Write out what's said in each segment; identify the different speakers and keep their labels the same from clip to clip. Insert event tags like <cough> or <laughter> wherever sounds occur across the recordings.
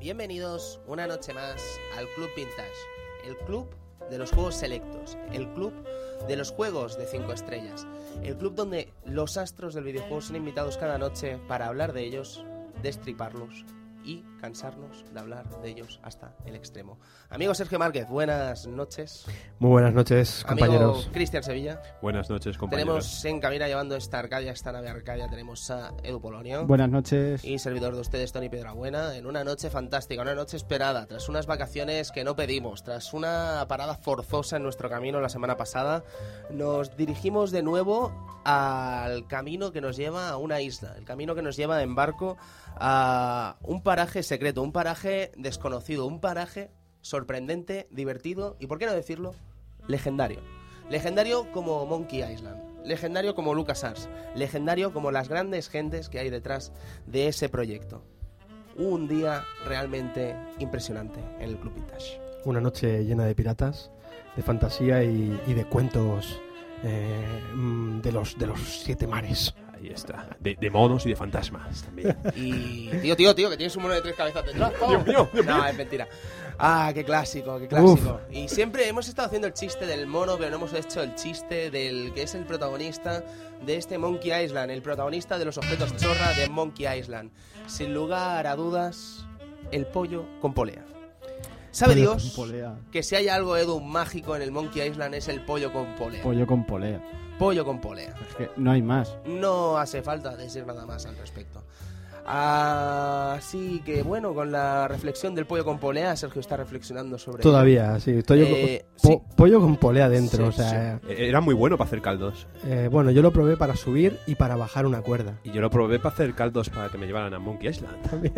Speaker 1: Bienvenidos una noche más al Club Vintage, el club de los juegos selectos, el club de los juegos de 5 estrellas, el club donde los astros del videojuego son invitados cada noche para hablar de ellos, destriparlos y cansarnos de hablar de ellos hasta el extremo. Amigo Sergio Márquez, buenas noches.
Speaker 2: Muy buenas noches, compañeros.
Speaker 1: Amigo Cristian Sevilla.
Speaker 3: Buenas noches, compañeros.
Speaker 1: Tenemos en cabina llevando esta Arcadia, esta nave Arcadia, tenemos a Edu Polonio.
Speaker 4: Buenas noches.
Speaker 1: Y servidor de ustedes, Tony Piedrabuena, en una noche fantástica, una noche esperada, tras unas vacaciones que no pedimos, tras una parada forzosa en nuestro camino la semana pasada, nos dirigimos de nuevo al camino que nos lleva a una isla, el camino que nos lleva en barco a un paraje secreto, un paraje desconocido, un paraje sorprendente, divertido y, por qué no decirlo, legendario. Legendario como Monkey Island legendario como Lucas Ars, legendario como las grandes gentes que hay detrás de ese proyecto. Un día realmente impresionante en el Club Vintage.
Speaker 2: Una noche llena de piratas, de fantasía y, y de cuentos eh, mm, de, los, de los siete mares.
Speaker 3: Ahí está. De, de monos y de fantasmas también.
Speaker 1: Y tío, tío, tío, que tienes un mono de tres cabezas detrás.
Speaker 3: <laughs>
Speaker 1: pavo.
Speaker 3: Dios mío, Dios
Speaker 1: no, es mentira. Ah, qué clásico, qué clásico. Y siempre hemos estado haciendo el chiste del mono, pero no hemos hecho el chiste del que es el protagonista de este Monkey Island, el protagonista de los objetos chorra de Monkey Island. Sin lugar a dudas, el pollo con polea. ¿Sabe
Speaker 4: Pollo
Speaker 1: Dios
Speaker 4: con polea.
Speaker 1: que si hay algo, Edu, mágico en el Monkey Island es el pollo con polea?
Speaker 4: Pollo con polea.
Speaker 1: Pollo con polea.
Speaker 4: Es que no hay más.
Speaker 1: No hace falta decir nada más al respecto. Así que bueno, con la reflexión del pollo con polea, Sergio está reflexionando sobre...
Speaker 2: Todavía, sí. Estoy yo-
Speaker 1: Eh,
Speaker 2: po- Pollo con polea dentro,
Speaker 1: Sí,
Speaker 2: o sea...
Speaker 3: Eh, Era muy bueno para hacer caldos.
Speaker 2: eh, bueno, yo lo probé para subir y para bajar una cuerda.
Speaker 3: Y yo lo probé para hacer caldos para que me llevaran a Monkey Island.
Speaker 1: <laughs>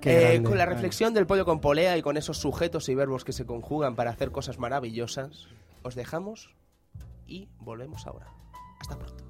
Speaker 2: Qué
Speaker 1: Eh,
Speaker 2: grande.
Speaker 1: con la reflexión del pollo con polea y con esos sujetos y verbos que se conjugan para hacer cosas maravillosas, os dejamos y volvemos ahora. Hasta pronto.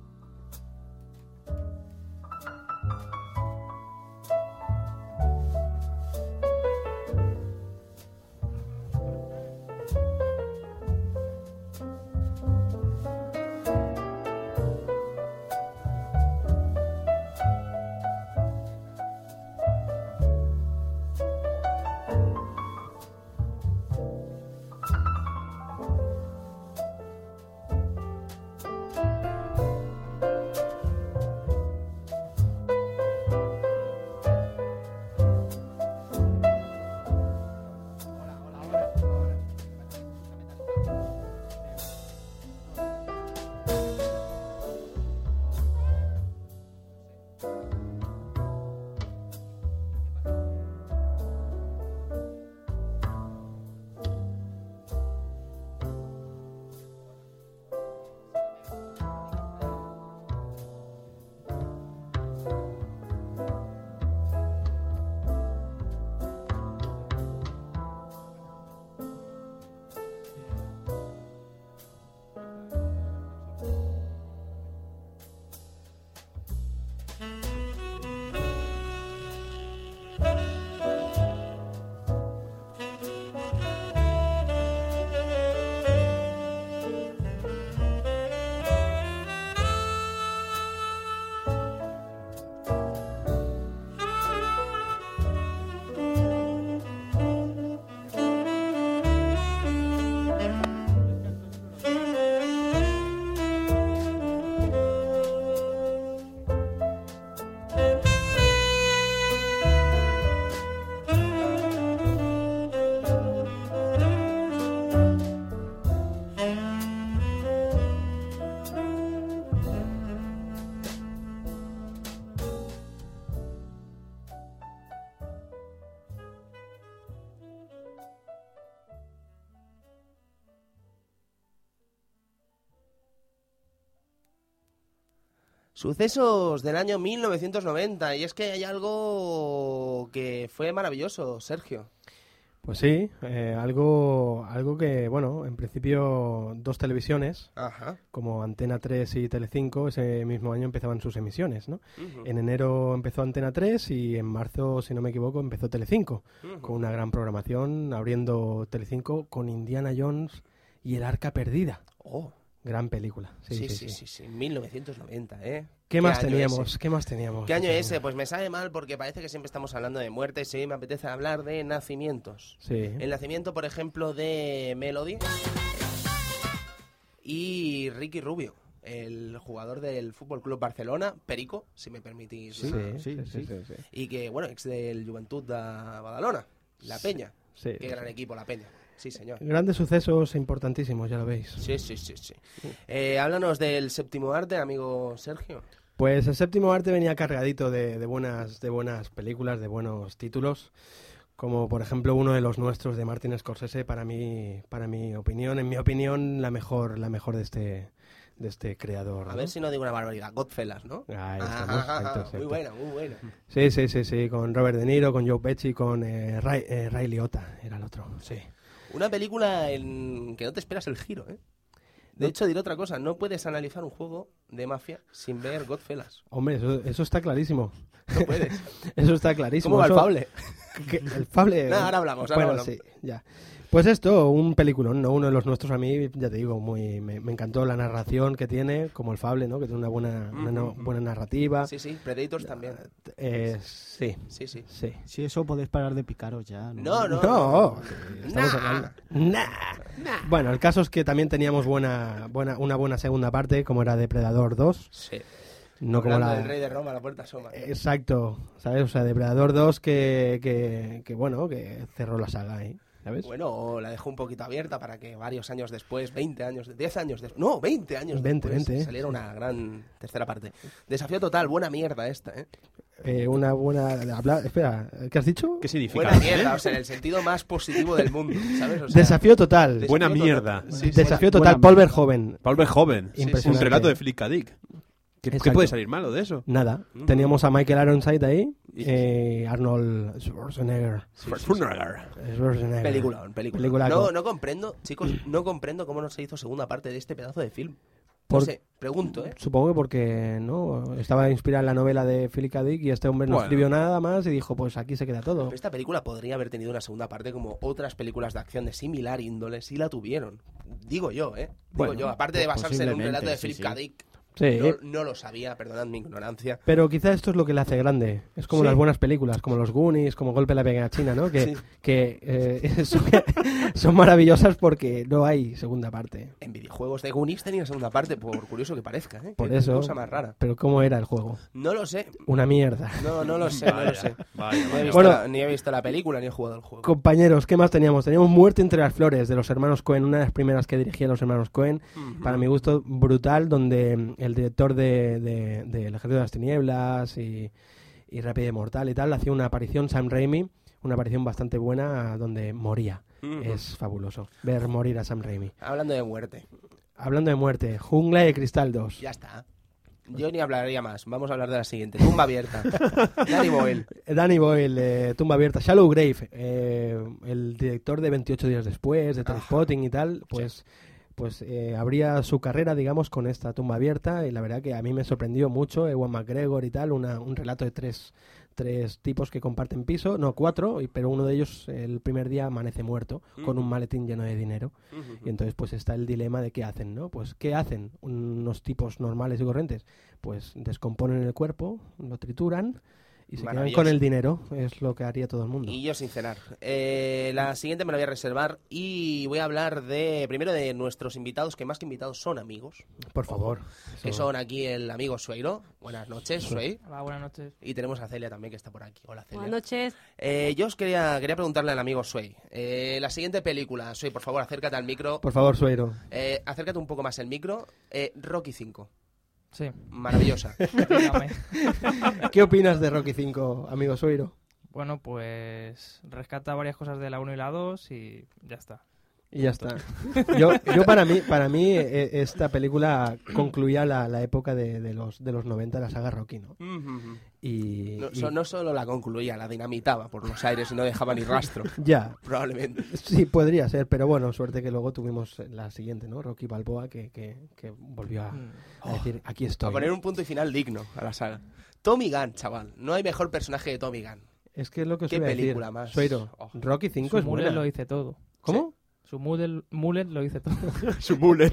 Speaker 1: Sucesos del año 1990 y es que hay algo que fue maravilloso, Sergio.
Speaker 2: Pues sí, eh, algo, algo que, bueno, en principio dos televisiones,
Speaker 1: Ajá.
Speaker 2: como Antena 3 y Telecinco, ese mismo año empezaban sus emisiones, ¿no? En enero empezó Antena 3 y en marzo, si no me equivoco, empezó Telecinco, con una gran programación, abriendo Telecinco con Indiana Jones y el Arca Perdida.
Speaker 1: Oh,
Speaker 2: Gran película. Sí, sí, sí.
Speaker 1: sí, sí, 1990, ¿eh?
Speaker 2: ¿Qué más
Speaker 1: año
Speaker 2: teníamos?
Speaker 1: ese?
Speaker 2: ¿Qué más teníamos? eh,
Speaker 1: ¿Qué año
Speaker 2: Sí,
Speaker 1: ese? Pues me sabe mal porque parece que siempre estamos hablando de muertes y hoy me apetece hablar de nacimientos.
Speaker 2: Sí.
Speaker 1: El nacimiento, por ejemplo, de Melody y Ricky Rubio, el jugador del Fútbol Club Barcelona, Perico, si me permitís.
Speaker 2: Sí,
Speaker 1: la-
Speaker 2: sí, sí, sí, sí.
Speaker 1: Y que, bueno, ex del Juventud de Badalona, La Peña.
Speaker 2: Sí.
Speaker 1: Qué gran equipo, La Peña. Sí, señor.
Speaker 2: Grandes sucesos importantísimos, ya lo veis.
Speaker 1: Sí, sí, sí, sí. Eh, háblanos del séptimo arte, amigo Sergio.
Speaker 2: Pues el séptimo arte venía cargadito de, de buenas, de buenas películas, de buenos títulos, como por ejemplo uno de los nuestros de Martin Scorsese, para mí, para mi opinión, en mi opinión, la mejor, la mejor de este, de este creador.
Speaker 1: A
Speaker 2: ¿no?
Speaker 1: ver si no digo una barbaridad. Godfellas, ¿no?
Speaker 2: Ah,
Speaker 1: Ah,
Speaker 2: Ahí estamos, exacto, exacto.
Speaker 1: Muy buena, muy buena.
Speaker 2: Sí, sí, sí, sí, con Robert De Niro, con Joe Pesci, con eh, Ray, eh, Ray Liotta, era el otro, sí.
Speaker 1: Una película en que no te esperas el giro, ¿eh? De hecho, diré otra cosa. No puedes analizar un juego de mafia sin ver
Speaker 2: <laughs>
Speaker 1: Godfellas.
Speaker 2: Hombre, eso, eso está clarísimo.
Speaker 1: No puedes.
Speaker 2: <laughs> Eso está clarísimo.
Speaker 1: ¿Cómo va el
Speaker 2: Eso-
Speaker 1: Fable?
Speaker 2: <laughs> Que- el Fable.
Speaker 1: No, ahora hablamos, ahora
Speaker 2: Bueno,
Speaker 1: hablamos.
Speaker 2: sí, ya. Pues esto, un peliculón, ¿no? Uno de los nuestros a mí, ya te digo, muy me, me encantó la narración que tiene, como el Fable, ¿no? Que tiene una buena, una no- buena narrativa.
Speaker 1: Mm, Sí, sí, Predators también.
Speaker 2: Eh, sí,
Speaker 1: Sí, sí.
Speaker 2: sí.
Speaker 4: Si eso podéis parar de picaros ya.
Speaker 1: No, no.
Speaker 2: No,
Speaker 1: Nah.
Speaker 2: estamos hablando. Nah. Bueno, el caso es que también teníamos buena, buena, una buena segunda parte, como era Depredador 2.
Speaker 1: Sí.
Speaker 2: No como
Speaker 1: Hablando
Speaker 2: la,
Speaker 1: del rey de Roma, la puerta asoma.
Speaker 2: Exacto, ¿sabes? O sea, Depredador 2 que, que, que, bueno, que cerró la saga, ¿eh? ¿Sabes?
Speaker 1: Bueno, o la dejó un poquito abierta para que varios años después, 20 años, de- 10 años después, no, 20 años
Speaker 2: 20,
Speaker 1: después,
Speaker 2: 20, ¿eh?
Speaker 1: saliera una gran tercera parte. Desafío total, buena mierda esta, ¿eh?
Speaker 2: Eh, una buena... habla- espera, ¿qué has dicho?
Speaker 3: ¿Qué significa?
Speaker 1: Buena mierda, o sea, en el sentido más positivo del mundo, ¿sabes? O sea,
Speaker 2: Desafío total.
Speaker 1: desafío
Speaker 3: Buena
Speaker 1: total.
Speaker 3: mierda.
Speaker 1: Sí, sí.
Speaker 2: Desafío
Speaker 4: buena-
Speaker 2: total,
Speaker 4: buena
Speaker 2: Paul
Speaker 4: mierda.
Speaker 2: Verhoeven.
Speaker 3: Paul Verhoeven. Un
Speaker 2: Impresionante.
Speaker 3: relato de Flick a Dick. ¿Qué, qué
Speaker 2: Exacto.
Speaker 3: puede salir malo de eso? Mm.
Speaker 2: Nada.
Speaker 1: Mm.
Speaker 2: Teníamos a Michael Ironside ahí,
Speaker 3: Y-
Speaker 2: eh, Arnold Schwarzenegger.
Speaker 3: Schwarzenegger.
Speaker 2: Schwarzenegger.
Speaker 1: Peliculón, película.
Speaker 2: Peliculaco.
Speaker 1: No, no comprendo, chicos, no comprendo cómo no se hizo segunda parte de este pedazo de film. No
Speaker 2: Por-
Speaker 1: sé, pregunto, ¿eh?
Speaker 2: Supongo que porque no estaba inspirada en la novela de Philip K. Dick y este hombre no
Speaker 3: Bueno.
Speaker 2: escribió nada más y dijo, pues aquí se queda todo.
Speaker 1: Pero Esta película podría haber tenido una segunda parte como otras películas de acción de similar índole, si la tuvieron. Digo yo, ¿eh? Digo
Speaker 4: Bueno,
Speaker 1: yo, aparte de
Speaker 4: pues
Speaker 1: basarse en un
Speaker 4: posiblemente,
Speaker 1: relato de
Speaker 4: sí,
Speaker 1: Philip
Speaker 4: sí.
Speaker 1: K. Dick,
Speaker 2: Sí.
Speaker 1: No, no lo sabía, perdonad mi ignorancia.
Speaker 2: Pero quizá esto es lo que le hace grande. Es como
Speaker 1: Sí.
Speaker 2: las buenas películas, como los Goonies, como Golpe a la Pequeña China, ¿no? Que,
Speaker 1: Sí.
Speaker 2: que, eh, <laughs> son, son maravillosas porque no hay segunda parte.
Speaker 1: En videojuegos de Goonies tenía segunda parte, por curioso que parezca, ¿eh?
Speaker 2: Por
Speaker 1: Qué
Speaker 2: eso.
Speaker 1: cosa más rara.
Speaker 2: Pero ¿cómo era el juego?
Speaker 1: No lo sé.
Speaker 2: Una mierda.
Speaker 1: No,
Speaker 3: <laughs>
Speaker 1: no lo sé, no lo sé.
Speaker 3: vaya,
Speaker 1: No he
Speaker 3: vaya.
Speaker 1: visto
Speaker 2: Bueno.
Speaker 1: la- ni he visto la película ni he jugado al juego.
Speaker 2: Compañeros, ¿qué más teníamos? Teníamos Muerte entre las flores de los hermanos Cohen, una de las primeras que dirigían los hermanos Cohen, para mi gusto brutal, donde mm, el director de, de- del Ejército de las Tinieblas y, y Rápido y Mortal y tal, hacía una aparición, Sam Raimi, una aparición bastante buena donde moría. Es fabuloso ver morir a Sam Raimi.
Speaker 1: Hablando de muerte.
Speaker 2: Hablando de muerte, Jungla de Cristal 2.
Speaker 1: Ya está. Yo ni hablaría más. Vamos a hablar de la siguiente. Tumba
Speaker 2: <laughs>
Speaker 1: abierta. Danny Boyle.
Speaker 2: Danny Boyle, eh, Tumba Abierta, Shallow Grave, eh, el director de 28 días después, de Transpotting y tal, pues, pues eh, abría su carrera, digamos, con esta Tumba Abierta y la verdad que a mí me sorprendió mucho, eh, Ewan McGregor y tal, una- un relato de tres, tres tipos que comparten piso, no cuatro, y- pero uno de ellos eh, el primer día amanece muerto con un maletín lleno de dinero. Y entonces pues está el dilema de qué hacen, ¿no? Pues ¿qué hacen unos tipos normales y corrientes? Pues descomponen el cuerpo, lo trituran y se quedan
Speaker 1: Maravilloso.
Speaker 2: con el dinero, es lo que haría todo el mundo.
Speaker 1: Y yo sin cenar. Eh, la siguiente me la voy a reservar y voy a hablar de primero de nuestros invitados, que más que invitados son amigos.
Speaker 5: oh,
Speaker 2: Por favor.
Speaker 1: Que
Speaker 2: Eso-
Speaker 1: son aquí el amigo Sueiro. Buenas noches, Suey.
Speaker 5: Hola, buenas noches.
Speaker 1: Y tenemos a Celia también, que está por aquí. Hola, Celia.
Speaker 6: Buenas noches.
Speaker 1: Eh, yo os quería, quería preguntarle al amigo Suey. Eh, la siguiente película, Suey, por favor, acércate al micro.
Speaker 2: Por favor, Suero.
Speaker 1: Eh, acércate un poco más el micro. Eh, Rocky 5.
Speaker 5: Sí,
Speaker 1: Maravillosa.
Speaker 5: <laughs> dígame.
Speaker 2: <laughs> ¿Qué opinas de Rocky 5, amigo Suero?
Speaker 5: bueno, pues rescata varias cosas de la 1 y la 2 y ya está.
Speaker 2: Y ya está. Yo, yo para mí, para mí eh, esta película concluía la, la época de, de los, de los 90, la saga Rocky, ¿no? Y,
Speaker 1: Mm, No,
Speaker 2: y-
Speaker 1: so- no solo la concluía, la dinamitaba por los aires y no dejaba ni rastro.
Speaker 2: <laughs> Ya,
Speaker 1: Probablemente.
Speaker 2: Sí, podría ser, pero bueno, suerte que luego tuvimos la siguiente, ¿no? Rocky Balboa, que, que, que volvió a,
Speaker 5: Mm.
Speaker 2: a decir, aquí estoy.
Speaker 1: A poner un punto y final digno a la saga. Tommy Gunn, chaval. No hay mejor personaje de Tommy Gunn.
Speaker 2: Es que es lo que os
Speaker 1: ¿Qué
Speaker 2: iba a decir.
Speaker 1: película más?
Speaker 2: Sueiro,
Speaker 1: Oh.
Speaker 2: Rocky 5
Speaker 5: Su
Speaker 2: es
Speaker 5: mule
Speaker 2: buena.
Speaker 5: lo dice todo.
Speaker 2: ¿Cómo?
Speaker 5: Su mullet, mullet lo dice
Speaker 2: <laughs>
Speaker 5: todo.
Speaker 3: Su bullet.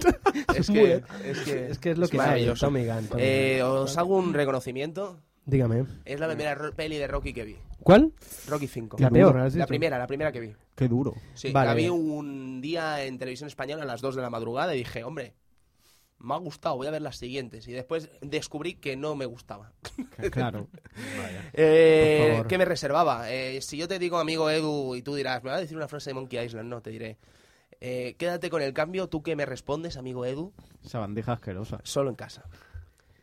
Speaker 1: Es
Speaker 2: muy
Speaker 1: que,
Speaker 2: bien.
Speaker 1: es que-
Speaker 2: Es que es lo
Speaker 1: es
Speaker 2: que hay,
Speaker 1: maravilloso.
Speaker 2: Tommy Gunn. Tommy
Speaker 1: Eh,
Speaker 2: Gunn.
Speaker 1: os hago un reconocimiento.
Speaker 2: Dígame.
Speaker 1: Es la primera ro- peli de Rocky que vi.
Speaker 2: ¿Cuál?
Speaker 1: Rocky 5.
Speaker 2: La
Speaker 4: Qué duro,
Speaker 2: peor. has
Speaker 1: La
Speaker 2: dicho.
Speaker 1: primera, la primera que vi.
Speaker 4: Qué duro.
Speaker 1: Sí,
Speaker 2: Vale.
Speaker 1: la vi un día en televisión española a las 2 de la madrugada y dije, hombre, me ha gustado, voy a ver las siguientes. Y después descubrí que no me
Speaker 2: <laughs>
Speaker 1: gustaba. <laughs>
Speaker 4: Claro.
Speaker 1: Eh,
Speaker 2: Por favor.
Speaker 1: ¿Qué me reservaba? Eh, si yo te digo, amigo Edu, y tú dirás, ¿me vas a decir una frase de Monkey Island? No, te diré. eh, quédate con el cambio, tú que me respondes, amigo Edu,
Speaker 4: Esa bandeja asquerosa.
Speaker 1: solo en casa.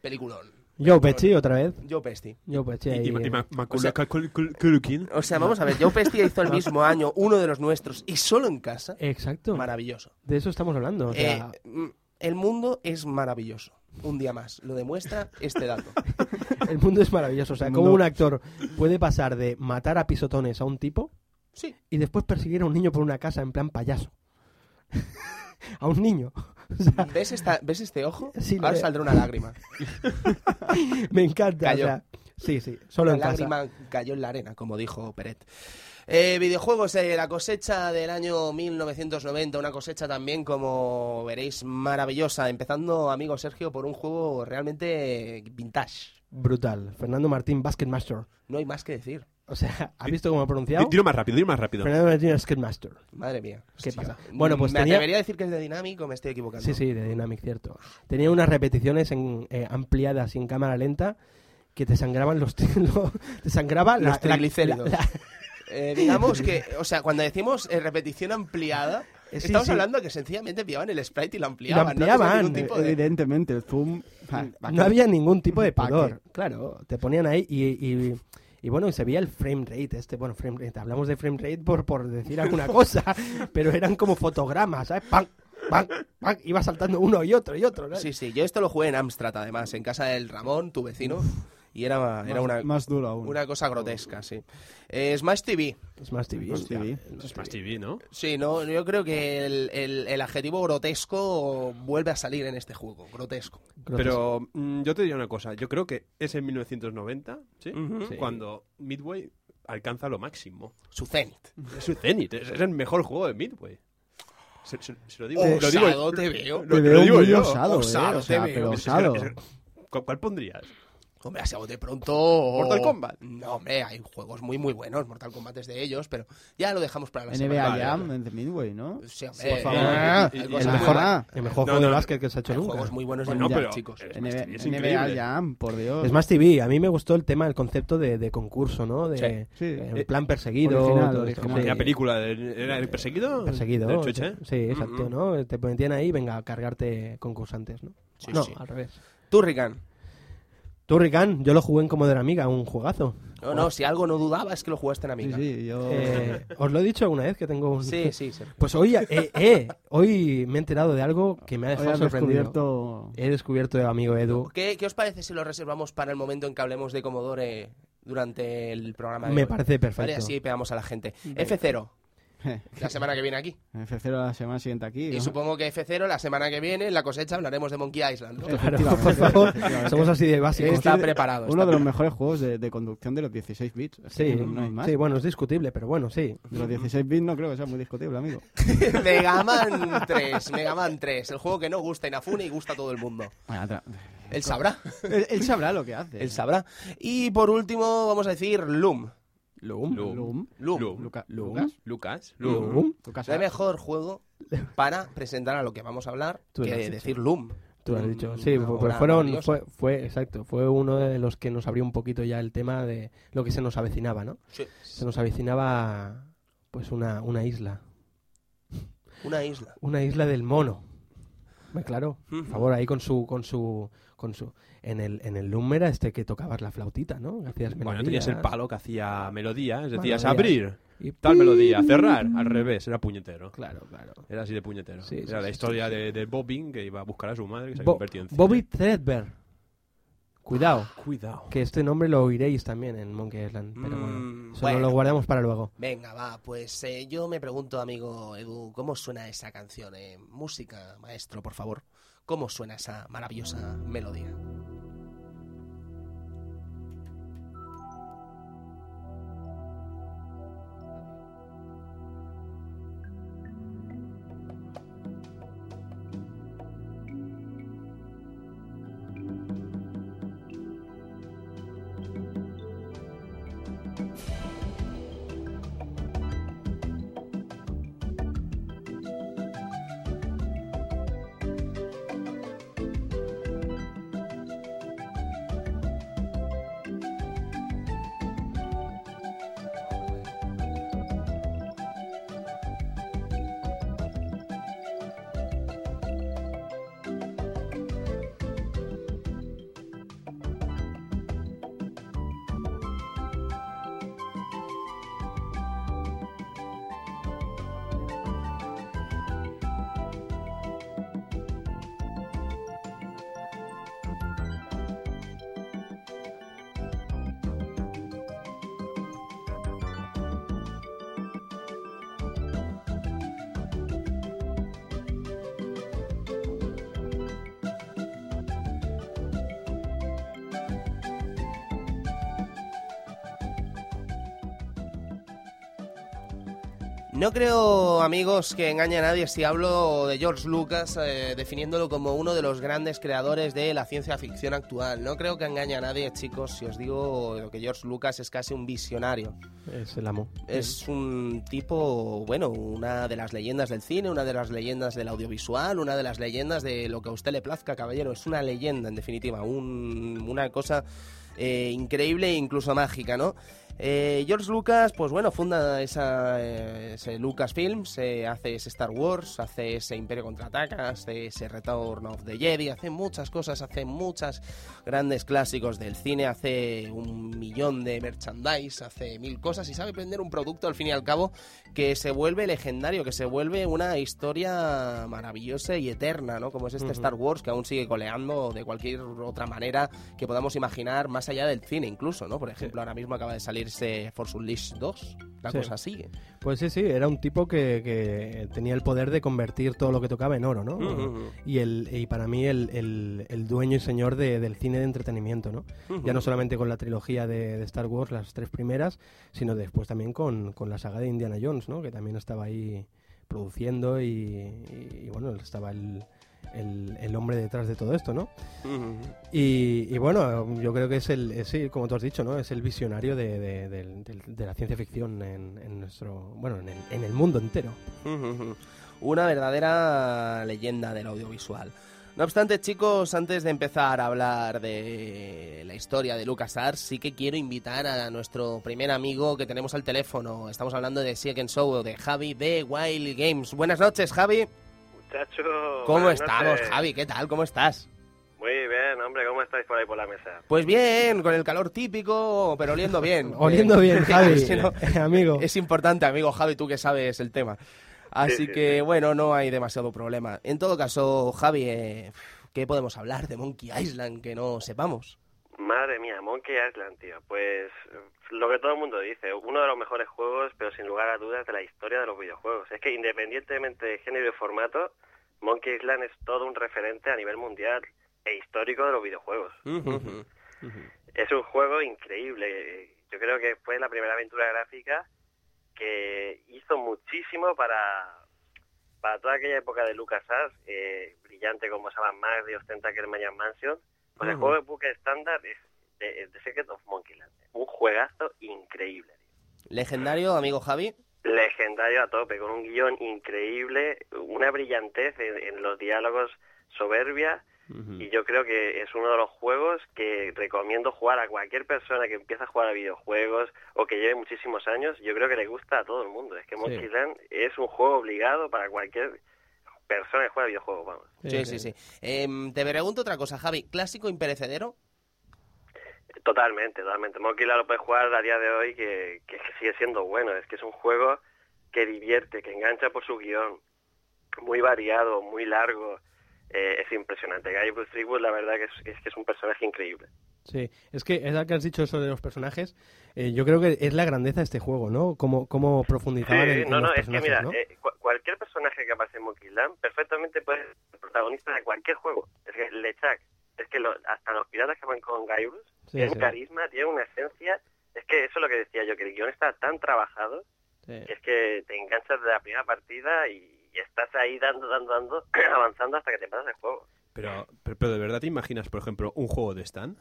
Speaker 1: Peliculón.
Speaker 2: Joe Pesci otra vez.
Speaker 1: Joe Pesci.
Speaker 2: Joe Pesci.
Speaker 3: Y,
Speaker 2: ahí,
Speaker 3: y, ma- y
Speaker 2: eh.
Speaker 3: ma-
Speaker 1: O sea-
Speaker 3: Macula- Cul- Cul- Cul- Culkin.
Speaker 1: O sea, vamos a ver, Joe Pesci hizo
Speaker 2: <laughs>
Speaker 1: el mismo año uno de los nuestros y solo en casa.
Speaker 2: Exacto.
Speaker 1: Maravilloso.
Speaker 2: De eso estamos hablando. o sea,
Speaker 1: Eh, mm, el mundo es maravilloso. Un día más. Lo demuestra este
Speaker 2: <laughs>
Speaker 1: dato.
Speaker 2: el mundo es maravilloso. O sea,
Speaker 4: el
Speaker 2: cómo
Speaker 4: mundo-
Speaker 2: un actor puede pasar de matar a pisotones a un tipo
Speaker 1: Sí.
Speaker 2: y después perseguir a un niño por una casa en plan payaso. <laughs> a un niño. <laughs> O sea,
Speaker 1: ¿Ves, esta-
Speaker 2: <laughs>
Speaker 1: ¿Ves este ojo?
Speaker 2: Sí, lo
Speaker 1: Ahora
Speaker 2: veo.
Speaker 1: saldrá una lágrima.
Speaker 2: me encanta. o
Speaker 1: Cayó.
Speaker 2: sea, sí, sí. <laughs> Solo
Speaker 1: la
Speaker 2: en casa.
Speaker 1: lágrima cayó en la arena, como dijo Peret. Eh, videojuegos, eh, la cosecha del año 1990, una cosecha también, como veréis, maravillosa. Empezando, amigo Sergio, por un juego realmente vintage.
Speaker 2: Brutal. Fernando Martín Basketmaster.
Speaker 1: No hay más que decir.
Speaker 2: O sea, ¿ha visto cómo ha pronunciado?
Speaker 3: Di- Dilo más rápido, dilo más rápido.
Speaker 2: Fernando Martín Basketmaster.
Speaker 1: Madre mía.
Speaker 2: ¿Qué
Speaker 1: Hostia. Mm,
Speaker 2: pasa? Bueno, pues
Speaker 1: Me
Speaker 2: tenía-
Speaker 1: atrevería a decir que es de dinámico, me estoy equivocando.
Speaker 2: Sí, sí, de Dynamic, cierto. Tenía unas repeticiones en, eh, ampliadas y en cámara lenta que te <laughs> sangraban los... tri- lo- te sangraba la-
Speaker 1: Los
Speaker 2: la-
Speaker 1: triglicéridos.
Speaker 2: la- la-
Speaker 1: <laughs> Eh, digamos
Speaker 2: <laughs>
Speaker 1: que, o sea, cuando decimos eh, repetición ampliada,
Speaker 2: Eh, Sí,
Speaker 1: estamos
Speaker 2: sí.
Speaker 1: hablando que sencillamente pillaban el sprite y lo
Speaker 2: y lo
Speaker 1: ampliaban. no tenían
Speaker 2: ampliaban. eh,
Speaker 1: ningún tipo de-
Speaker 4: Evidentemente, el zoom. ah,
Speaker 2: No había ningún tipo de
Speaker 4: ¿Pa' qué?
Speaker 2: pudor. Claro, te ponían ahí y, y- y bueno, y se veía el frame rate, este, bueno, frame rate, hablamos de frame rate por, por decir
Speaker 1: <laughs>
Speaker 2: alguna cosa, pero eran como fotogramas, ¿sabes? ¡Pam! ¡Pam! ¡Pam! Iba saltando uno y otro y otro, ¿no?
Speaker 1: Sí, sí, yo esto lo jugué en Amstrad, además, en casa del Ramón, tu vecino, y era,
Speaker 4: más,
Speaker 1: era una,
Speaker 4: más duro aún.
Speaker 1: una cosa grotesca, sí. Eh, Smash TV,
Speaker 2: Smash TV.
Speaker 4: Smash
Speaker 2: hostia.
Speaker 4: TV.
Speaker 3: Eso es más TV, ¿no?
Speaker 1: sí, no, yo creo que el, el- el adjetivo grotesco vuelve a salir en este juego, grotesco.
Speaker 3: Pero mm, yo te diría una cosa. Yo creo que es en 1990, ¿sí?
Speaker 1: Ujú.
Speaker 3: Sí. Cuando Midway alcanza lo máximo.
Speaker 1: Su Zenith.
Speaker 3: Es su cenit. Es, es el mejor juego de Midway. Se, se- se lo digo, lo digo,
Speaker 1: Osado te veo.
Speaker 3: lo-
Speaker 4: Te
Speaker 3: lo
Speaker 4: veo
Speaker 3: digo
Speaker 4: muy
Speaker 3: yo.
Speaker 4: osado, eh,
Speaker 1: Osado,
Speaker 4: o sea,
Speaker 1: te veo.
Speaker 4: pero
Speaker 3: Es- es- es-
Speaker 4: osado.
Speaker 3: ¿cu- ¿Cuál pondrías?
Speaker 1: Hombre, así de pronto.
Speaker 3: Mortal Kombat.
Speaker 1: No, hombre, hay juegos muy, muy buenos. Mortal Kombat es de ellos, pero ya lo dejamos para la semana.
Speaker 4: NBA
Speaker 3: vale,
Speaker 4: Jam en The Midway, ¿no?
Speaker 1: Sí, hombre,
Speaker 4: Por favor.
Speaker 1: hay
Speaker 3: Y- y-
Speaker 1: cosas
Speaker 4: el
Speaker 1: muy
Speaker 4: mejor,
Speaker 1: buenas.
Speaker 2: El mejor
Speaker 3: Ah, No,
Speaker 2: juego de
Speaker 3: no.
Speaker 2: básquet que se ha hecho
Speaker 1: Hay
Speaker 2: nunca.
Speaker 1: juegos muy buenos de
Speaker 3: Bueno,
Speaker 1: Ninja,
Speaker 3: pero-
Speaker 1: chicos.
Speaker 3: es más
Speaker 4: NBA,
Speaker 3: TV, es
Speaker 4: NBA
Speaker 3: increíble.
Speaker 4: Jam, por Dios. <laughs>
Speaker 2: Smash TV, a mí me gustó el tema del concepto de, de concurso, ¿no? De,
Speaker 1: Sí.
Speaker 4: Sí. Eh,
Speaker 2: En plan perseguido.
Speaker 4: Original,
Speaker 2: todo esto,
Speaker 4: original.
Speaker 2: sí.
Speaker 3: Era película. de- ¿Era el perseguido?
Speaker 2: Perseguido.
Speaker 3: Del Chuche, ¿eh?
Speaker 2: sí, sí,
Speaker 1: Mm,
Speaker 2: exacto, ¿no? Te metían ahí, venga, a cargarte concursantes, ¿no?
Speaker 1: Sí,
Speaker 2: no,
Speaker 1: sí.
Speaker 2: al revés.
Speaker 1: Turrican.
Speaker 2: Tú, Rican, yo lo jugué en como de la amiga, un juegazo.
Speaker 1: No, no, si algo no dudaba es que lo jugaste en Amiga.
Speaker 4: Sí, sí, yo.
Speaker 2: Eh, Os lo he dicho alguna vez que tengo un... <laughs>
Speaker 1: sí, sí, Sergio.
Speaker 2: Pues hoy, eh, eh, hoy me he enterado de algo que me ha
Speaker 4: hoy
Speaker 2: dejado
Speaker 4: has
Speaker 2: sorprendido.
Speaker 4: descubierto.
Speaker 2: He descubierto, amigo Edu,
Speaker 1: <laughs> ¿Qué, qué os parece si lo reservamos para el momento en que hablemos de Commodore durante el programa de
Speaker 2: me
Speaker 1: hoy?
Speaker 2: parece
Speaker 1: Vale,
Speaker 2: perfecto.
Speaker 1: así pegamos a la gente. F0, la semana que viene aquí.
Speaker 4: F0 la semana siguiente aquí.
Speaker 1: Y
Speaker 4: ¿no?
Speaker 1: supongo que F0, la semana que viene, en la cosecha hablaremos de Monkey Island. ¿no?
Speaker 2: Claro,
Speaker 4: Efectivamente, <laughs>
Speaker 2: por favor,
Speaker 4: efectivamente.
Speaker 2: somos así de básicos.
Speaker 1: Está preparado.
Speaker 4: Este Uno
Speaker 1: está
Speaker 4: de los mejores juegos de, de conducción de los 16 bits. Es que
Speaker 2: Sí,
Speaker 4: no, no hay más.
Speaker 2: sí, bueno, es discutible, pero bueno, sí.
Speaker 4: De los 16 bits no creo que sea muy discutible, amigo.
Speaker 1: Mega Man 3, Mega Man 3, el juego que no gusta a Inafune y gusta a todo el mundo. Él sabrá,
Speaker 4: él, él sabrá lo que hace.
Speaker 1: él sabrá. Y por último, vamos a decir Loom.
Speaker 2: Loom.
Speaker 3: Loom.
Speaker 4: Loom.
Speaker 1: Loom.
Speaker 4: Luca-
Speaker 2: Loom.
Speaker 4: Lucas.
Speaker 3: Lucas. Loom.
Speaker 2: Loom.
Speaker 4: Lucas.
Speaker 1: El mejor juego para presentar a lo que vamos a hablar
Speaker 2: Tú lo
Speaker 1: que
Speaker 2: has dicho.
Speaker 1: decir Loom.
Speaker 2: Tú lo has
Speaker 1: Mm,
Speaker 2: dicho. Sí,
Speaker 1: una
Speaker 2: pues
Speaker 1: obra
Speaker 2: fueron,
Speaker 1: maravillosa.
Speaker 2: fue, fue, exacto, fue uno de los que nos abrió un poquito ya el tema de lo que se nos avecinaba, ¿no?
Speaker 1: Sí,
Speaker 2: Se nos avecinaba, pues, una, una isla.
Speaker 1: una isla.
Speaker 2: Una isla del mono. Me claro. Por
Speaker 1: Ujú.
Speaker 2: favor, ahí con su, con su, con su, en el, en el Loom era este que tocabas la flautita, ¿no? Hacías
Speaker 3: Bueno, tenías
Speaker 2: melodías.
Speaker 3: el palo que hacía melodías.
Speaker 2: Melodías.
Speaker 3: Decías abrir,
Speaker 2: Y-
Speaker 3: tal melodía, cerrar. Al revés, era puñetero.
Speaker 2: Claro, claro.
Speaker 3: Era así de puñetero.
Speaker 2: Sí, sí,
Speaker 3: era la
Speaker 2: sí,
Speaker 3: historia
Speaker 2: sí, sí.
Speaker 3: De, de Bobbing que iba a buscar a su madre que se había
Speaker 2: Bo-
Speaker 3: convertido en cisne.
Speaker 2: Bobby Threadbare. Cuidado,
Speaker 1: Ah,
Speaker 3: Cuidado.
Speaker 2: que este nombre lo oiréis también en Monkey Island, pero bueno,
Speaker 1: Mm,
Speaker 2: eso
Speaker 1: bueno.
Speaker 2: lo guardamos para luego.
Speaker 1: Venga, va, pues eh, yo me pregunto, amigo Edu, ¿cómo suena esa canción? eh? Música, maestro, por favor. ¿Cómo suena esa maravillosa melodía? No creo, amigos, que engañe a nadie si hablo de George Lucas eh, definiéndolo como uno de los grandes creadores de la ciencia ficción actual. No creo que engañe a nadie, chicos, si os digo que George Lucas es casi un visionario.
Speaker 2: Es el amo.
Speaker 1: Es un tipo, bueno, una de las leyendas del cine, una de las leyendas del audiovisual, una de las leyendas de lo que a usted le plazca, caballero. Es una leyenda, en definitiva, un- una cosa eh, increíble e incluso mágica, ¿no? Eh, George Lucas, pues bueno, funda esa, eh, ese Lucasfilm, se hace ese Star Wars, hace ese Imperio Contraataca, hace ese Return of the Jedi, hace muchas cosas, hace muchas grandes clásicos del cine, hace un millón de merchandise, hace mil cosas y sabe vender un producto al fin y al cabo que se vuelve legendario, que se vuelve una historia maravillosa y eterna, ¿no? Como es este Star Wars que aún sigue coleando de cualquier otra manera que podamos imaginar más allá del cine incluso, ¿no? Por ejemplo, ahora mismo acaba de salirse Force Unleashed 2, la
Speaker 2: Sí.
Speaker 1: cosa sigue.
Speaker 2: Pues sí, sí, era un tipo que, que tenía el poder de convertir todo lo que tocaba en oro, ¿no? y, el, y para mí el, el- el dueño y señor de- del cine de entretenimiento, ¿no? Ya no solamente con la trilogía de, de Star Wars, las tres primeras, sino después también con, con la saga de Indiana Jones, ¿no? Que también estaba ahí produciendo y, y, bueno, estaba el, el- el hombre detrás de todo esto, ¿no? Y, y bueno, yo creo que es el, es, sí, como tú has dicho, ¿no? Es el visionario de, de- del- del- de la ciencia ficción en, en nuestro, bueno, en el, en el mundo entero.
Speaker 1: <laughs> Una verdadera leyenda del audiovisual. No obstante, chicos, antes de empezar a hablar de la historia de LucasArts, sí que quiero invitar a nuestro primer amigo que tenemos al teléfono. Estamos hablando de Siegen Show, de Javi de Wild Games. Buenas noches, Javi.
Speaker 7: Muchachos.
Speaker 1: ¿Cómo
Speaker 7: buenas
Speaker 1: estamos,
Speaker 7: noches.
Speaker 1: Javi? ¿Qué tal? ¿Cómo estás?
Speaker 7: Muy bien, hombre, ¿cómo estáis por ahí por la mesa?
Speaker 1: Pues bien, con el calor típico, pero oliendo bien.
Speaker 2: <laughs> Oliendo
Speaker 1: Eh, <laughs>
Speaker 2: bien, Javi,
Speaker 1: si no-
Speaker 2: <laughs> amigo.
Speaker 1: Es importante, amigo Javi, tú que sabes el tema. Así
Speaker 7: Sí, sí,
Speaker 1: que,
Speaker 7: sí.
Speaker 1: bueno, no hay demasiado problema. En todo caso, Javi, eh, ¿qué podemos hablar de Monkey Island que no sepamos?
Speaker 7: Madre mía, Monkey Island, tío. Pues eh, lo que todo el mundo dice, uno de los mejores juegos, pero sin lugar a dudas, de la historia de los videojuegos. Es que independientemente de género y formato, Monkey Island es todo un referente a nivel mundial e histórico de los videojuegos. Es un juego increíble. Yo creo que fue la primera aventura gráfica que hizo muchísimo para, para toda aquella época de LucasArts, eh, brillante como Saban Max, Dios Tentacle, Mayan Mansion. Pues
Speaker 1: Mm.
Speaker 7: el juego de buque estándar es de, de Secret of Monkeyland. Un juegazo increíble.
Speaker 1: Mm. Legendario, amigo Javi.
Speaker 7: Legendario a tope, con un guión increíble, una brillantez en, en los diálogos soberbia. Y yo creo que es uno de los juegos que recomiendo jugar a cualquier persona que empieza a jugar a videojuegos o que lleve muchísimos años. Yo creo que le gusta a todo el mundo. Es que Monkey Island es un juego obligado para cualquier persona que juega a videojuegos, vamos.
Speaker 1: Sí, sí, sí. Em, te pregunto otra cosa, Javi. ¿Clásico imperecedero?
Speaker 7: Totalmente, totalmente. Monkey Island lo puedes jugar a día de hoy que, que sigue siendo bueno. Es que es un juego que divierte, que engancha por su guión. Muy variado, muy largo. Eh, es impresionante. Guy Bruce Threepwood, la verdad que es, es que es un personaje increíble.
Speaker 2: Sí, es que es lo que has dicho sobre los personajes. eh, yo creo que es la grandeza de este juego, ¿no? Cómo, cómo profundizaban en,
Speaker 7: Sí,
Speaker 2: en
Speaker 7: no,
Speaker 2: los
Speaker 7: no, es que
Speaker 2: personajes,
Speaker 7: mira,
Speaker 2: ¿no?
Speaker 7: eh, cu- cualquier personaje que aparece en Monkey Island perfectamente puede ser protagonista de cualquier juego. Es que Lechak, es que lo- hasta los piratas que van con Guybrush
Speaker 2: Sí,
Speaker 7: tienen
Speaker 2: sí.
Speaker 7: carisma, tienen una esencia. Es que eso es lo que decía yo, que el guión está tan trabajado que es que te enganchas de la primera partida y y estás ahí dando, dando, dando, <clears throat> avanzando hasta que te pasas el juego.
Speaker 3: Pero, pero, pero de verdad te imaginas, por ejemplo, un juego de Stan.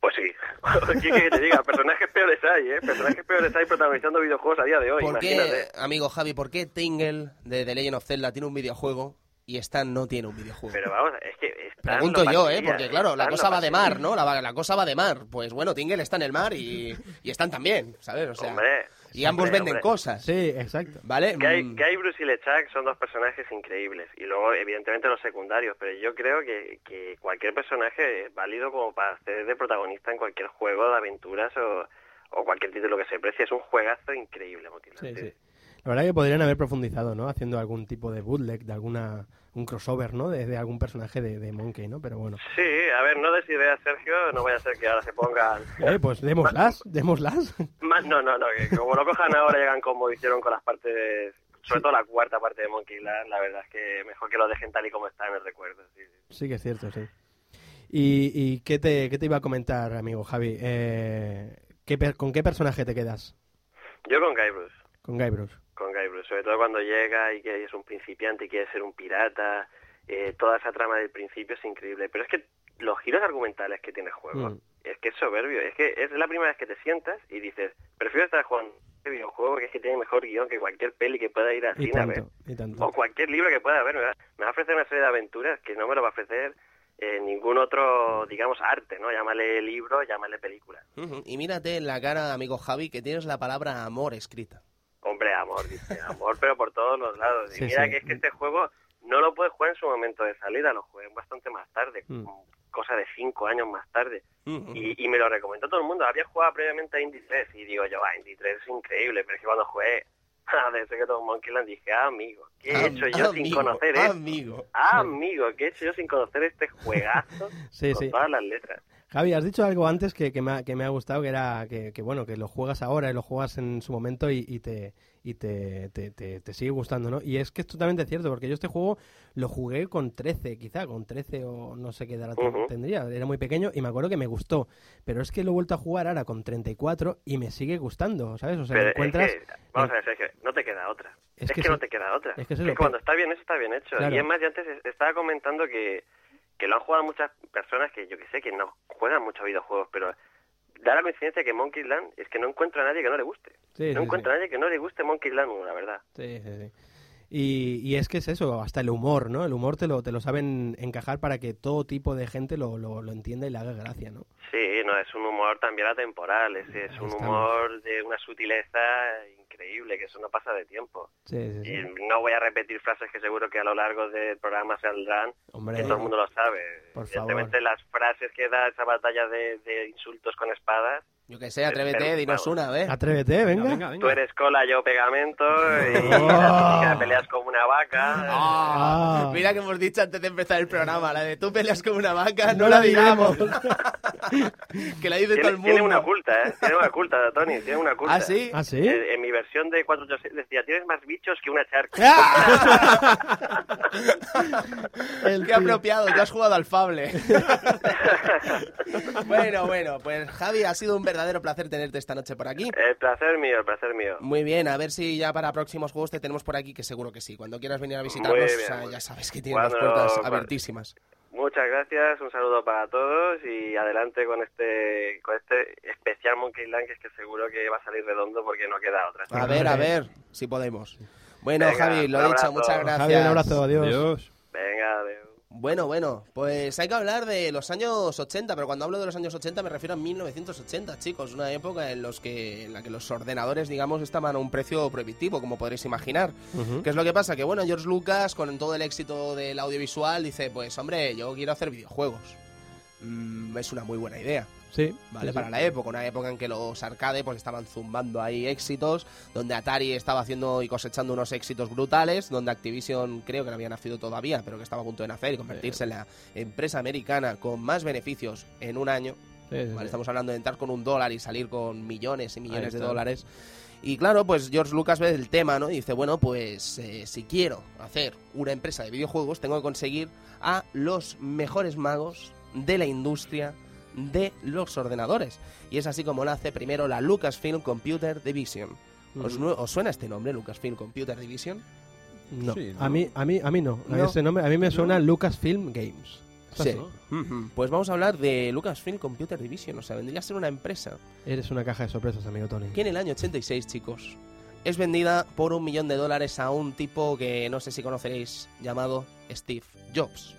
Speaker 7: Pues sí. <laughs> ¿Qué quieres que te diga? Personajes peores hay, ¿eh? Personajes peores hay protagonizando videojuegos a día de hoy,
Speaker 1: ¿Por
Speaker 7: imagínate.
Speaker 1: qué, amigo Javi, por qué Tingle de The Legend of Zelda tiene un videojuego y Stan no tiene un videojuego?
Speaker 7: Pero vamos, es que... Stan
Speaker 1: Pregunto
Speaker 7: lo
Speaker 1: yo,
Speaker 7: pasaría,
Speaker 1: ¿eh? Porque claro, la
Speaker 7: Stan lo
Speaker 1: cosa va de
Speaker 7: pasaría.
Speaker 1: mar, ¿no? La, va- la cosa va de mar. Pues bueno, Tingle está en el mar y, y Stan también, ¿sabes? O sea,
Speaker 7: Hombre,
Speaker 1: y ambos
Speaker 7: hombre,
Speaker 1: venden
Speaker 7: hombre.
Speaker 1: cosas,
Speaker 2: Sí, exacto.
Speaker 1: ¿vale?
Speaker 7: Guy,
Speaker 1: Mm,
Speaker 7: Guy Bruce y LeChuck son dos personajes increíbles. Y luego, evidentemente, los secundarios. Pero yo creo que, que cualquier personaje es válido como para ser de protagonista en cualquier juego de aventuras o, o cualquier título que se precie. Es un juegazo increíble,
Speaker 2: Sí,
Speaker 7: motilante.
Speaker 2: sí. La verdad que podrían haber profundizado, ¿no? Haciendo algún tipo de bootleg, de alguna un crossover, ¿no? De, de algún personaje de, de Monkey, ¿no? Pero bueno.
Speaker 7: Sí, a ver, no desideas, Sergio. No vaya a ser que ahora se pongan...
Speaker 2: Eh, pues démoslas, démoslas.
Speaker 7: Más, no, no, no, que como lo cojan ahora llegan como hicieron con las partes, sobre todo la cuarta parte de Monkey Island, la verdad es que mejor que lo dejen tal y como está en el recuerdo. sí, sí.
Speaker 2: Sí que es cierto, sí. ¿Y, y qué, te, qué te iba a comentar, amigo Javi? Eh, ¿qué per- ¿Con qué personaje te quedas?
Speaker 7: Yo con Guybrush,
Speaker 2: Con Guybrush.
Speaker 7: con Guybrush, sobre todo cuando llega y que es un principiante y quiere ser un pirata, eh, toda esa trama del principio es increíble, pero es que los giros argumentales que tiene el juego,
Speaker 2: Mm.
Speaker 7: es que es soberbio, es que es la primera vez que te sientas y dices, prefiero estar jugando este videojuego que es que tiene mejor guión que cualquier peli que pueda ir al ¿eh?
Speaker 2: Y
Speaker 7: cine a ver.
Speaker 2: tanto, y tanto.
Speaker 7: o cualquier libro que pueda haber, me va, me va a ofrecer una serie de aventuras que no me lo va a ofrecer eh, ningún otro, digamos, arte, ¿no? Llámale libro, llámale película.
Speaker 1: Mm, ujú. Y mírate en la cara, amigo Javi, que tienes la palabra amor escrita.
Speaker 7: Hombre, amor, dice, amor, pero por todos los lados. Y
Speaker 2: Sí,
Speaker 7: mira
Speaker 2: sí.
Speaker 7: que es que este juego no lo puedes jugar en su momento de salida, lo jugué bastante más tarde,
Speaker 2: Mm.
Speaker 7: cosa de cinco años más tarde.
Speaker 1: Ujú.
Speaker 7: Y, y me lo recomendó todo el mundo. Había jugado previamente a Indy 3 y digo yo, ah, Indy 3 es increíble, pero es que cuando jugué, <laughs> ah, desde que todo Monkey Land dije, ah, amigo, ¿qué he hecho yo sin
Speaker 1: Amigo,
Speaker 7: conocer esto?
Speaker 1: Amigo.
Speaker 7: Ah, amigo, que he hecho yo sin conocer este juegazo
Speaker 2: <laughs> Sí,
Speaker 7: con
Speaker 2: sí.
Speaker 7: todas las letras.
Speaker 2: Javi, has dicho algo antes que, que, me, ha, que me ha gustado, que era que, que, bueno, que lo juegas ahora y lo juegas en su momento y, y te y te, te- te- te sigue gustando, ¿no? Y es que es totalmente cierto, porque yo este juego lo jugué con 13, quizá, con 13 o no sé qué edad te-
Speaker 7: Ujú.
Speaker 2: tendría, era muy pequeño y me acuerdo que me gustó, pero es que lo he vuelto a jugar ahora con 34 y me sigue gustando, ¿sabes? O sea,
Speaker 7: Pero
Speaker 2: lo
Speaker 7: es
Speaker 2: encuentras...
Speaker 7: que, vamos a ver, Sergio, no te queda otra.
Speaker 2: Eh, Es
Speaker 7: Es,
Speaker 2: que
Speaker 7: que,
Speaker 2: sí.
Speaker 7: no te queda otra.
Speaker 2: Es que eso es lo
Speaker 7: que
Speaker 2: que-
Speaker 7: cuando está bien hecho, está bien hecho.
Speaker 2: Claro.
Speaker 7: Y es más, yo antes es- estaba comentando que, que lo han jugado muchas personas que yo que sé que no juegan muchos videojuegos, pero da la coincidencia que Monkey Land es que no encuentro a nadie que no le guste.
Speaker 2: Sí, sí,
Speaker 7: no
Speaker 2: sí.
Speaker 7: encuentro a nadie que no le guste Monkey Land 1, la verdad.
Speaker 2: Sí, sí, sí. Y, y es que es eso, hasta el humor, ¿no? El humor te lo, te lo saben encajar para que todo tipo de gente lo, lo, lo entienda y le haga gracia, ¿no?
Speaker 7: Sí, no, es un humor también atemporal, es, es
Speaker 2: Ahí
Speaker 7: un
Speaker 2: estamos.
Speaker 7: humor de una sutileza increíble, que eso no pasa de tiempo.
Speaker 2: Sí, sí, sí.
Speaker 7: Y no voy a repetir frases que seguro que a lo largo del programa saldrán,
Speaker 2: Hombre,
Speaker 7: que todo el mundo lo sabe.
Speaker 2: Por
Speaker 7: Evidentemente las frases que da esa batalla de, de insultos con espadas,
Speaker 1: Yo que sé, atrévete,
Speaker 7: Pero,
Speaker 1: dinos
Speaker 7: vamos.
Speaker 1: una, ¿eh?
Speaker 2: atrévete, venga.
Speaker 7: tú eres cola, yo pegamento, <laughs> y
Speaker 2: <laughs> Oh.
Speaker 7: la típica de peleas como una vaca.
Speaker 1: Ah,
Speaker 2: Ah.
Speaker 1: Mira que hemos dicho antes de empezar el programa, la de tú peleas como una vaca, no,
Speaker 2: No
Speaker 1: la
Speaker 2: la
Speaker 1: digamos. <laughs> que la dice todo
Speaker 7: Tiene,
Speaker 1: el mundo.
Speaker 7: tiene una culta, ¿eh? Tiene una culta, Tony, tiene una culta.
Speaker 1: ¿Ah, sí?
Speaker 2: ¿Ah, sí?
Speaker 7: Eh, En mi versión de 486 decía, tienes más bichos que una charca.
Speaker 2: <laughs>
Speaker 1: ¡Ah!
Speaker 2: El
Speaker 1: Qué
Speaker 2: tío.
Speaker 1: apropiado, tú has jugado al Fable. <laughs> bueno, bueno, pues Javi, ha sido un verdadero placer tenerte esta noche por aquí.
Speaker 7: <laughs> El placer mío, el placer mío.
Speaker 1: Muy bien, a ver si ya para próximos juegos te tenemos por aquí, que seguro que sí. Cuando quieras venir a visitarnos,
Speaker 7: Muy bien,
Speaker 1: o sea,
Speaker 7: muy bien.
Speaker 1: ya sabes que tienes las
Speaker 7: Cuando-
Speaker 1: puertas
Speaker 7: cuando-
Speaker 1: abiertísimas.
Speaker 7: Muchas gracias, un saludo para todos y adelante con este con este especial Monkey Island que es que seguro que va a salir redondo porque no queda otra.
Speaker 1: A ver, a ver, si podemos. Bueno,
Speaker 7: Venga,
Speaker 1: Javi, lo
Speaker 7: un
Speaker 1: he dicho,
Speaker 7: abrazo.
Speaker 1: muchas gracias.
Speaker 2: Javi, un abrazo, adiós.
Speaker 8: Adiós.
Speaker 7: Venga, adiós.
Speaker 1: Bueno, bueno, pues hay que hablar de los años 80, pero cuando hablo de los años 80 me refiero a 1980, chicos, una época en, los que, en la que los ordenadores, digamos, estaban a un precio prohibitivo, como podréis imaginar. ¿Qué es lo que pasa? Que bueno, George Lucas, con todo el éxito del audiovisual, dice, pues hombre, yo quiero hacer videojuegos. Mm, es una muy buena idea.
Speaker 2: Sí,
Speaker 1: ¿vale?
Speaker 2: sí,
Speaker 1: Para
Speaker 2: sí.
Speaker 1: la E, época, una época en que los arcade pues estaban zumbando ahí éxitos, donde Atari estaba haciendo y cosechando unos éxitos brutales, donde Activision creo que no había nacido todavía, pero que estaba a punto de nacer y convertirse en la empresa americana con más beneficios en un año.
Speaker 2: Sí, sí,
Speaker 1: ¿vale?
Speaker 2: sí.
Speaker 1: Estamos hablando de entrar con un dólar y salir con millones y millones de
Speaker 2: está.
Speaker 1: dólares. Y claro, pues George Lucas ve el tema, ¿no? Y dice, bueno, pues eh, si quiero hacer una empresa de videojuegos, tengo que conseguir a los mejores magos de la industria de los ordenadores. Y es así como nace primero la Lucasfilm Computer Division. ¿Os,
Speaker 2: Mm.
Speaker 1: nu- os suena este nombre, Lucasfilm Computer Division?
Speaker 2: No.
Speaker 8: Sí,
Speaker 2: A,
Speaker 8: no.
Speaker 2: mí, a, mí, a mí no. A,
Speaker 1: No.
Speaker 2: ese nombre- a mí me suena Lucasfilm Games.
Speaker 1: Sí. Ujú. Pues vamos a hablar de Lucasfilm Computer Division, o sea, vendría a ser una empresa
Speaker 2: Eres una caja de sorpresas, amigo Tony.
Speaker 1: que en el año 86, chicos, es vendida por un millón de dólares a un tipo que no sé si conoceréis, llamado Steve Jobs.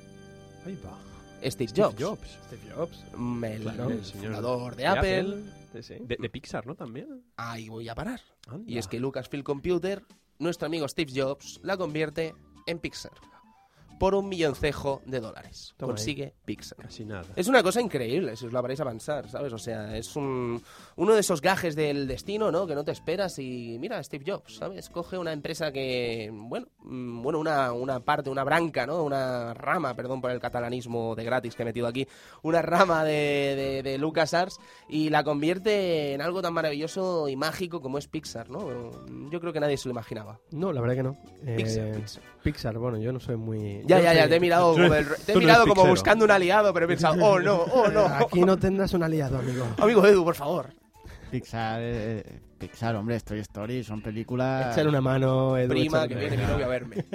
Speaker 3: Ahí va.
Speaker 1: Steve
Speaker 3: Steve
Speaker 1: Jobs,
Speaker 3: Jobs.
Speaker 2: Steve Jobs.
Speaker 1: mm, el
Speaker 3: Claro, el señor
Speaker 1: fundador de
Speaker 3: de
Speaker 1: Apple.
Speaker 2: Sí, sí.
Speaker 3: De, de Pixar, ¿no? También.
Speaker 1: Ahí voy a parar.
Speaker 3: Anda.
Speaker 1: Y es que Lucasfilm Computer, nuestro amigo Steve Jobs, la convierte en Pixar por un milloncejo de dólares.
Speaker 2: Toma ahí.
Speaker 1: Consigue Pixar.
Speaker 3: Casi nada.
Speaker 1: Es una cosa increíble, si os la paráis a avanzar, ¿sabes? O sea, es un, uno de esos gajes del destino, ¿no? Que no te esperas y mira, Steve Jobs, ¿sabes? Coge una empresa que, bueno, mm, bueno una, una parte, una branca, ¿no? Una rama, perdón por el catalanismo de gratis que he metido aquí, una rama de, de, de LucasArts y la convierte en algo tan maravilloso y mágico como es Pixar, ¿no? Yo creo que nadie se lo imaginaba.
Speaker 2: No, la verdad que no. Eh,
Speaker 1: Pixar, Pixar.
Speaker 2: Pixar, bueno, yo no soy muy.
Speaker 1: Ya,
Speaker 2: yo
Speaker 1: ya,
Speaker 2: soy-
Speaker 1: ya, te he
Speaker 2: <laughs>
Speaker 1: mirado, como el- te he
Speaker 3: tú no
Speaker 1: mirado
Speaker 3: eres
Speaker 1: como
Speaker 3: pixero.
Speaker 1: buscando un aliado, pero he pensado, oh no, oh no.
Speaker 2: Aquí no tendrás un aliado, amigo.
Speaker 1: Amigo Edu, por favor.
Speaker 4: Pixar, eh, eh, Pixar, hombre, Toy Story, son películas.
Speaker 2: Echar una mano, Edu.
Speaker 1: prima
Speaker 2: échale
Speaker 1: que
Speaker 2: una
Speaker 1: viene mi
Speaker 2: mano.
Speaker 1: novio a
Speaker 2: <laughs>
Speaker 1: verme.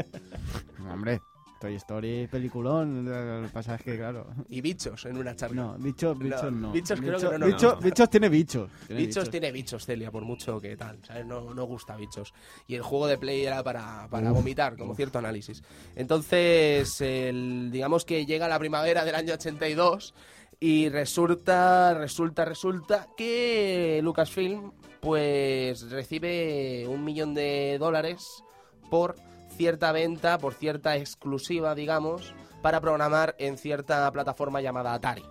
Speaker 4: Hombre, Toy Story, peliculón. eh, El pasaje, claro.
Speaker 1: Y bichos en una charla.
Speaker 4: No, bichos,
Speaker 1: No,
Speaker 4: bichos no.
Speaker 1: bichos creo que no, no,
Speaker 4: bichos,
Speaker 1: no.
Speaker 4: bichos tiene bichos. Tiene
Speaker 1: bichos, tiene bichos, Celia, por mucho que tal. ¿sabes? No, no gusta bichos. Y el juego de play era para, para vomitar, como cierto análisis. Entonces, el- digamos que llega la primavera del año 82 y resulta, resulta, resulta que Lucasfilm pues recibe un millón de dólares por cierta venta, por cierta exclusiva, digamos, para programar en cierta plataforma llamada Atari.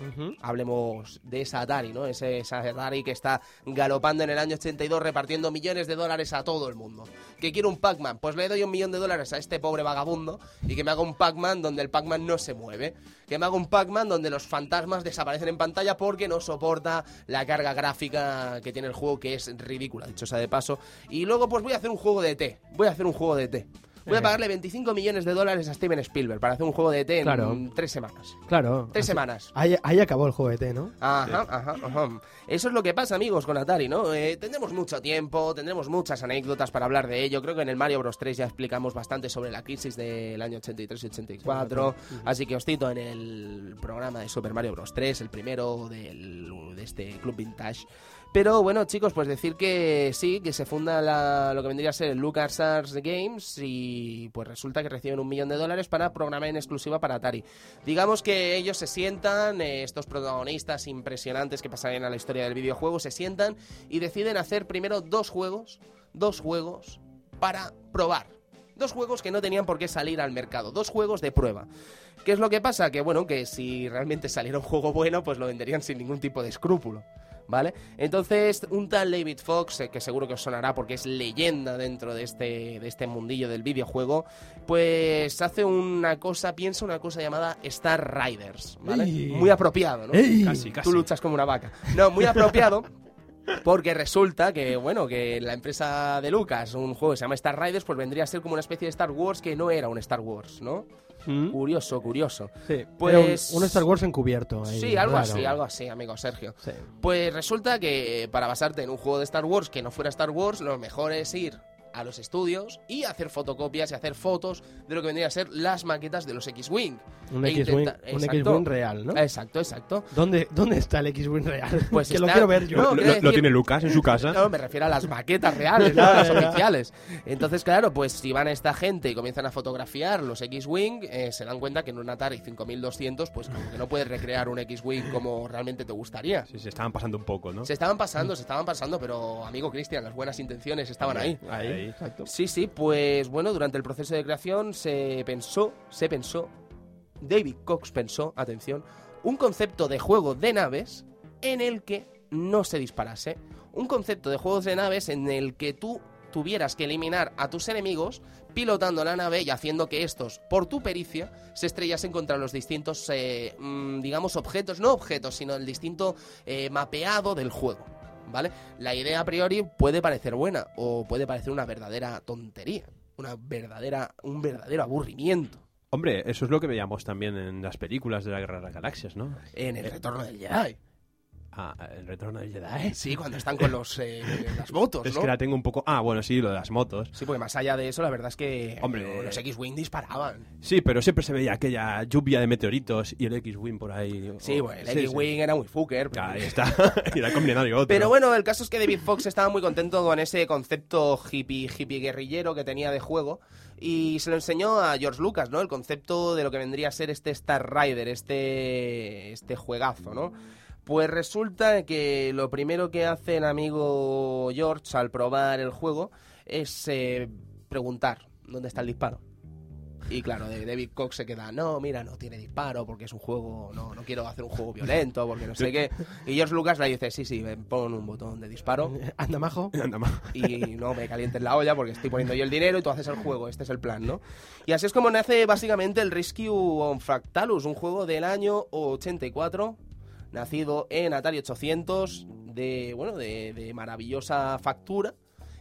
Speaker 2: Ujú.
Speaker 1: hablemos de esa Atari, ¿no? Ese, esa Atari que está galopando en el año 82 repartiendo millones de dólares a todo el mundo. Que quiere un Pac-Man, pues le doy un millón de dólares a este pobre vagabundo y que me haga un Pac-Man donde el Pac-Man no se mueve. Que me haga un Pac-Man donde los fantasmas desaparecen en pantalla porque no soporta la carga gráfica que tiene el juego, que es ridícula, dicho sea de paso. Y luego pues voy a hacer un juego de té, voy a hacer un juego de té. Voy a
Speaker 2: Eh.
Speaker 1: pagarle 25 millones de dólares a Steven Spielberg para hacer un juego de té
Speaker 2: Claro.
Speaker 1: en tres semanas.
Speaker 2: Claro.
Speaker 1: Tres
Speaker 2: así-
Speaker 1: semanas.
Speaker 2: Ahí, ahí acabó el juguete, ¿no?
Speaker 1: Ajá, ajá, ajá. Eso es lo que pasa, amigos, con Atari, ¿no? Eh, tendremos mucho tiempo, tendremos muchas anécdotas para hablar de ello. Creo que en el Mario Bros 3 ya explicamos bastante sobre la crisis del año 83 y 84. Así que os cito en el programa de Super Mario Bros 3, el primero del- de este Club Vintage. Pero bueno, chicos, pues decir que sí, que se funda la- lo que vendría a ser el LucasArts Games y pues resulta que reciben un millón de dólares para programar en exclusiva para Atari. Digamos que ellos se sientan, eh, estos protagonistas impresionantes que pasarían a la historia del videojuego, se sientan y deciden hacer primero dos juegos, dos juegos para probar. Dos juegos que no tenían por qué salir al mercado, dos juegos de prueba. ¿Qué es lo que pasa? Que bueno, que si realmente saliera un juego bueno, pues lo venderían sin ningún tipo de escrúpulo. ¿Vale? Entonces, un tal David Fox, eh, que seguro que os sonará porque es leyenda dentro de este, de este mundillo del videojuego, pues hace una cosa, piensa una cosa llamada Star Riders, ¿vale?
Speaker 2: ¡Ey!
Speaker 1: Muy apropiado, ¿no?
Speaker 2: ¡Ey!
Speaker 3: Casi, casi.
Speaker 1: Tú luchas como una vaca.
Speaker 3: <laughs>
Speaker 1: No, muy apropiado. Porque resulta que, bueno, que la empresa de Lucas, un juego que se llama Star Riders, pues vendría a ser como una especie de Star Wars que no era un Star Wars, ¿no?
Speaker 3: ¿Mm?
Speaker 1: Curioso, curioso.
Speaker 2: Sí.
Speaker 1: Pues-
Speaker 2: Era un, un Star Wars encubierto. ahí,
Speaker 1: Sí, algo
Speaker 2: raro.
Speaker 1: así, algo así, amigo Sergio.
Speaker 2: Sí.
Speaker 1: Pues resulta que eh, para basarte en un juego de Star Wars que no fuera Star Wars, lo mejor es ir a los estudios y hacer fotocopias y hacer fotos de lo que vendría a ser las maquetas de los X-Wing.
Speaker 2: Un
Speaker 1: E
Speaker 2: X-Wing
Speaker 1: intenta-
Speaker 2: un
Speaker 1: Exacto.
Speaker 2: X-Wing real, ¿no?
Speaker 1: Exacto, exacto.
Speaker 2: ¿Dónde, ¿Dónde está el X-Wing real?
Speaker 1: <laughs> Pues
Speaker 2: que lo
Speaker 1: está-
Speaker 2: quiero ver yo.
Speaker 1: No,
Speaker 3: Lo, lo-
Speaker 1: quiero
Speaker 3: lo
Speaker 1: decir-
Speaker 3: tiene Lucas en su casa.
Speaker 1: No, me refiero a las maquetas reales,
Speaker 2: <laughs>
Speaker 1: no a las oficiales. Entonces, claro, pues si van a esta gente y comienzan a fotografiar los X-Wing, eh, se dan cuenta que en un Atari 5200, pues como que no puedes recrear un X-Wing como realmente te gustaría.
Speaker 3: Sí, se estaban pasando un poco, ¿no?
Speaker 1: Se estaban pasando, se estaban pasando, pero amigo Cristian, las buenas intenciones estaban ahí.
Speaker 3: Ahí.
Speaker 2: Exacto.
Speaker 1: Sí, sí, pues bueno, durante el proceso de creación se pensó, se pensó, David Cox pensó, atención, un concepto de juego de naves en el que no se disparase. Un concepto de juegos de naves en el que tú tuvieras que eliminar a tus enemigos pilotando la nave y haciendo que estos, por tu pericia, se estrellasen contra los distintos, eh, mm, digamos, objetos, no objetos, sino el distinto eh, mapeado del juego. ¿Vale? La idea a priori puede parecer buena o puede parecer una verdadera tontería, una verdadera, un verdadero aburrimiento
Speaker 3: Hombre, eso
Speaker 1: Eh.
Speaker 3: es lo que veíamos también en las películas de la Guerra de las Galaxias, ¿no?
Speaker 1: en el retorno del Jedi.
Speaker 3: Ah, el retorno de Jedi.
Speaker 1: Sí, cuando están con
Speaker 3: <laughs>
Speaker 1: los, eh, las motos,
Speaker 3: eh? Es
Speaker 1: ¿no?
Speaker 3: que la tengo un poco. Ah, bueno, sí, lo de las motos.
Speaker 1: Sí, porque más allá de eso, la verdad es que eh,
Speaker 3: Hombre. eh,
Speaker 1: los X-Wing disparaban.
Speaker 3: Sí, pero siempre se veía aquella lluvia de meteoritos y el X-Wing por ahí.
Speaker 1: Sí,
Speaker 3: Oh,
Speaker 1: bueno, el
Speaker 3: sí, sí.
Speaker 1: X-Wing era muy fucker. pero-
Speaker 3: Ya, Ahí está. <laughs> y la combinación otro.
Speaker 1: Pero bueno, el caso es que David Fox estaba muy contento con ese concepto hippie, hippie guerrillero que tenía de juego y se lo enseñó a George Lucas, ¿no? El concepto de lo que vendría a ser este Star Rider, este, este juegazo, ¿no? Pues resulta que lo primero que hace el amigo George al probar el juego es eh, preguntar dónde está el disparo. Y claro, de- David Cox se queda, no, mira, no tiene disparo porque es un juego, no, no quiero hacer un juego violento porque no sé qué. Y George Lucas le dice, sí, sí, ven, pon un botón de disparo
Speaker 2: <laughs>
Speaker 1: <laughs>
Speaker 2: Anda, majo.
Speaker 3: Anda más.
Speaker 1: y no me calientes la olla porque estoy poniendo yo el dinero y tú haces el juego, este es el plan, ¿no? Y así es como nace básicamente el Rescue on Fractalus, un juego del año 84, nacido en Atari 800, de, bueno, de, de maravillosa factura,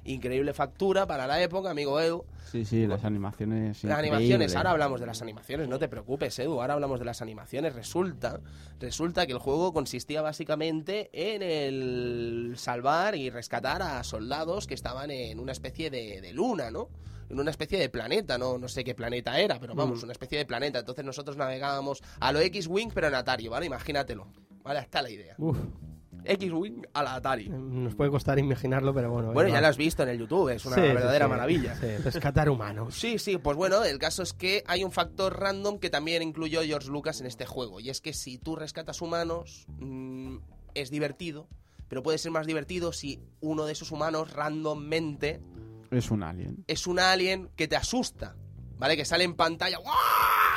Speaker 1: increíble factura para la época, amigo Edu.
Speaker 4: Sí, sí, las animaciones.
Speaker 1: Las
Speaker 4: increíbles.
Speaker 1: animaciones, ahora hablamos de las animaciones, no te preocupes, Edu, ahora hablamos de las animaciones. Resulta, resulta que el juego consistía básicamente en el salvar y rescatar a soldados que estaban en una especie de, de luna, ¿no? En una especie de planeta, no, no sé qué planeta era, pero
Speaker 2: Mm.
Speaker 1: vamos, una especie de planeta. Entonces nosotros navegábamos a lo X-Wing, pero en Atari, ¿vale? Imagínatelo. ¿Vale? Está la idea.
Speaker 2: Uf,
Speaker 1: X-Wing a la Atari.
Speaker 2: nos puede costar imaginarlo, pero bueno.
Speaker 1: Bueno,
Speaker 2: Mm. ahí
Speaker 1: ya
Speaker 2: va.
Speaker 1: lo has visto en el YouTube, es una
Speaker 2: Sí, sí,
Speaker 1: verdadera
Speaker 2: sí.
Speaker 1: maravilla.
Speaker 2: Sí,
Speaker 1: <laughs>
Speaker 2: rescatar humanos.
Speaker 1: Sí, sí, pues bueno, el caso es que hay un factor random que también incluyó George Lucas en este juego, y es que si tú rescatas humanos, mm, es divertido, pero puede ser más divertido si uno de esos humanos randommente
Speaker 4: Es un alien.
Speaker 1: es un alien que te asusta, ¿vale? Que sale en pantalla ¡guau!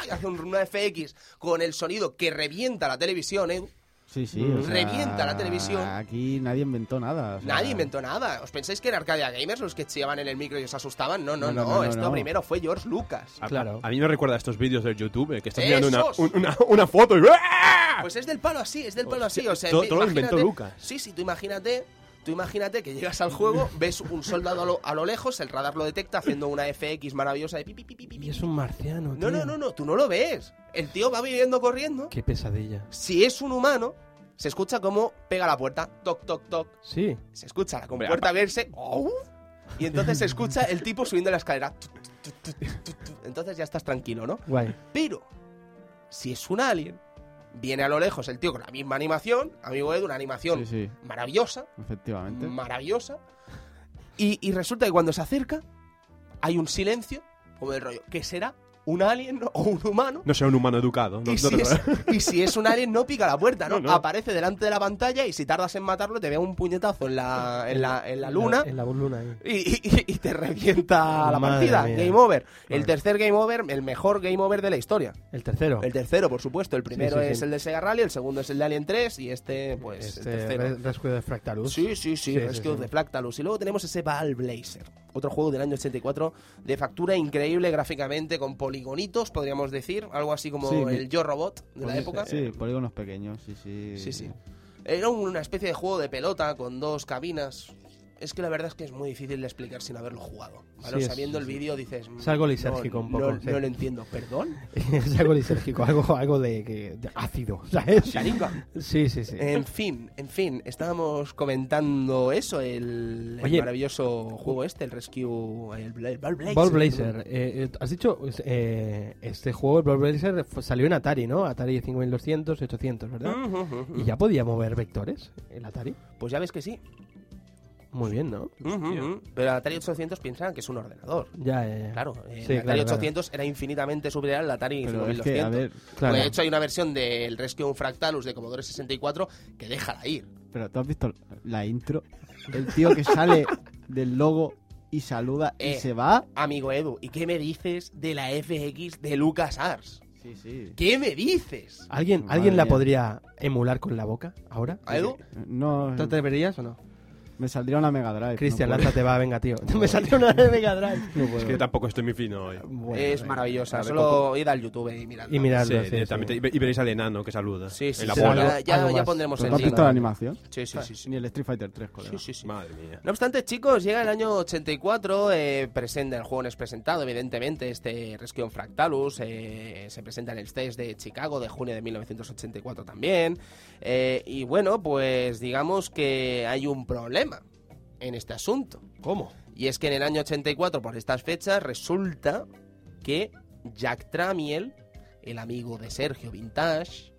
Speaker 1: y hace un- una FX con el sonido que revienta la televisión, ¿eh?
Speaker 4: Sí, sí.
Speaker 2: Mm.
Speaker 4: o sea,
Speaker 1: Revienta la televisión.
Speaker 4: Aquí nadie inventó nada. o sea,
Speaker 1: Nadie inventó nada. ¿Os pensáis que eran Arcadia Gamers los que chillaban en el micro y os asustaban? No, no, no.
Speaker 4: No, no, no, no,
Speaker 1: esto
Speaker 4: no. Ah,
Speaker 1: primero fue George Lucas.
Speaker 3: A-
Speaker 2: Claro.
Speaker 3: A, a mí me recuerda a estos vídeos del YouTube eh, que estás mirando una,
Speaker 1: ¡Esos!
Speaker 3: un- una, una foto y. ¡Ah!
Speaker 1: Pues es del palo así, es del palo
Speaker 3: Hostia,
Speaker 1: así. O sea,
Speaker 3: todo-
Speaker 1: ve-
Speaker 3: todo lo inventó
Speaker 1: imagínate-
Speaker 3: Lucas.
Speaker 1: Sí, sí, tú imagínate. Tú imagínate que llegas al juego, ves un soldado a lo, a lo lejos, el radar lo detecta haciendo una FX maravillosa de pi, pi, pi, pi, pi,
Speaker 2: Y es
Speaker 1: pi.
Speaker 2: un marciano.
Speaker 1: No, no,
Speaker 2: tío.
Speaker 1: no, no, tú no lo ves. El tío va viviendo corriendo.
Speaker 2: Qué pesadilla.
Speaker 1: Si es un humano, se escucha como pega la puerta, toc, toc, toc.
Speaker 2: Sí.
Speaker 1: Se escucha la
Speaker 3: Hombre,
Speaker 1: compuerta abrirse. ¡au! Y entonces se escucha el tipo subiendo la escalera. Tu, tu, tu, tu, tu, tu. Entonces ya estás tranquilo, ¿no?
Speaker 2: Guay.
Speaker 1: Pero, si es un alien, viene a lo lejos el tío con la misma animación, amigo Edu, una animación
Speaker 4: Sí, sí,
Speaker 1: maravillosa,
Speaker 4: efectivamente.
Speaker 1: maravillosa, y, y resulta que cuando se acerca hay un silencio, como el rollo, que será un alien <laughs> o un humano.
Speaker 3: No sea un humano educado.
Speaker 1: <laughs>
Speaker 3: No,
Speaker 1: y,
Speaker 3: no
Speaker 1: si
Speaker 3: te-
Speaker 1: es, y si es un alien, no pica la puerta, ¿no?
Speaker 3: No, no.
Speaker 1: Aparece delante de la pantalla y si tardas en matarlo, te vea un puñetazo en la, en la, en la luna.
Speaker 2: En la, luna. ahí.
Speaker 1: Y, y- y te revienta la
Speaker 2: Madre
Speaker 1: partida.
Speaker 2: mía.
Speaker 1: Game over. El
Speaker 2: Madre.
Speaker 1: tercer game over, el mejor game over de la historia.
Speaker 2: El tercero.
Speaker 1: El tercero, por supuesto. El primero
Speaker 2: Sí, sí,
Speaker 1: es
Speaker 2: sí.
Speaker 1: el de Sega Rally, el segundo es el de Alien 3 y este, pues, el
Speaker 2: este,
Speaker 1: tercero.
Speaker 2: Re- Rescue de Fractalus.
Speaker 1: Sí, sí, sí,
Speaker 2: Sí,
Speaker 1: Rescue
Speaker 2: sí, sí.
Speaker 1: de Fractalus. Y luego tenemos ese Baal Blazer, otro juego del año 84 de factura increíble gráficamente, con poligonitos, podríamos decir, algo así como
Speaker 4: Sí, mi-
Speaker 1: el Yo Robot de la
Speaker 4: Poli-
Speaker 1: época.
Speaker 4: Sí, polígonos pequeños, sí, sí.
Speaker 1: Sí, sí. Era una especie de juego de pelota con dos cabinas. Es que la verdad es que es muy difícil de explicar sin haberlo jugado. ¿vale?
Speaker 2: Sí, es-
Speaker 1: Sabiendo el
Speaker 2: sí.
Speaker 1: vídeo dices... mm,
Speaker 2: Es algo lisérgico
Speaker 1: no,
Speaker 2: un poco,
Speaker 1: No,
Speaker 2: sí.
Speaker 1: no lo entiendo. ¿Perdón?
Speaker 2: <laughs> es algo lisérgico, algo, algo de, que- de ácido, <laughs> ¿sabes?
Speaker 1: Sharingan.
Speaker 2: Sí, sí, sí.
Speaker 1: En fin, en fin, estábamos comentando eso, el, el
Speaker 2: Oye.
Speaker 1: maravilloso juego este, el Rescue, el, Bla- el Ball Blazer.
Speaker 2: Ball Blazer. eh, eh, has dicho, eh, este juego, el Ball Blazer, fue- salió en Atari, ¿no? Atari 5200, 800, ¿verdad?
Speaker 1: Ujú, ujú,
Speaker 2: Y
Speaker 1: ujú.
Speaker 2: ya podía mover vectores, el Atari.
Speaker 1: Pues ya ves que sí.
Speaker 2: Muy bien, ¿no?
Speaker 1: Ujú, ujú. Pero Atari 800 piensan que es un ordenador.
Speaker 2: Ya, ya, ya.
Speaker 1: Claro, el
Speaker 2: Sí,
Speaker 1: Atari
Speaker 2: claro, claro.
Speaker 1: 800 era infinitamente superior al Atari
Speaker 4: Pero es
Speaker 1: 5200.
Speaker 4: que, a ver,
Speaker 2: Claro.
Speaker 1: Pues, de hecho, hay una versión del Rescue on Fractalus de Commodore 64 que déjala ir.
Speaker 4: pero tú has visto la intro. El tío que sale del logo y saluda y
Speaker 1: Eh.
Speaker 4: se va.
Speaker 1: Amigo Edu, ¿y qué me dices de la FX de LucasArts?
Speaker 4: Sí, sí.
Speaker 1: ¿Qué me dices?
Speaker 2: ¿Alguien,
Speaker 4: Madre
Speaker 2: ¿alguien la
Speaker 4: mía. Eh,
Speaker 2: podría emular con la boca ahora?
Speaker 1: ¿A Edu?
Speaker 4: No,
Speaker 2: ¿Te atreverías o no?
Speaker 4: Me saldría una Mega Drive. no
Speaker 2: Cristian,
Speaker 4: puedo. <laughs>
Speaker 2: lánzate, va, venga, tío. <laughs> Me salió una de Mega Drive.
Speaker 4: No puedo.
Speaker 3: Es que tampoco estoy muy fino hoy.
Speaker 2: Bueno,
Speaker 1: es
Speaker 2: venga.
Speaker 1: maravillosa.
Speaker 3: Vale,
Speaker 1: Solo id al YouTube y mirad.
Speaker 2: Y
Speaker 3: Sí,
Speaker 2: mirarlo, sí,
Speaker 3: directamente.
Speaker 2: sí.
Speaker 3: Y ve- Y veréis al enano que saluda.
Speaker 1: Sí, sí,
Speaker 3: en la
Speaker 1: sí,
Speaker 3: bola.
Speaker 1: ya, ya-
Speaker 2: Algo
Speaker 1: ya
Speaker 2: más.
Speaker 1: pondremos
Speaker 4: ¿Pero
Speaker 1: el
Speaker 4: ¿No has
Speaker 1: link.
Speaker 4: visto la animación?
Speaker 1: Sí, sí, sí, sí.
Speaker 4: Ni el Street Fighter 3, colega.
Speaker 1: Sí, sí, sí.
Speaker 3: Madre mía.
Speaker 1: No obstante, chicos, llega el año 84, eh, presenta, el juego no es presentado, evidentemente, este Rescue on Fractalus, eh, se presenta en el stage de Chicago de junio de 1984 también, eh, y bueno, pues digamos que hay un problema en este asunto,
Speaker 2: ¿Cómo?
Speaker 1: y es que en el año 84, por estas fechas, resulta que Jack Tramiel, el amigo de Sergio Vintage,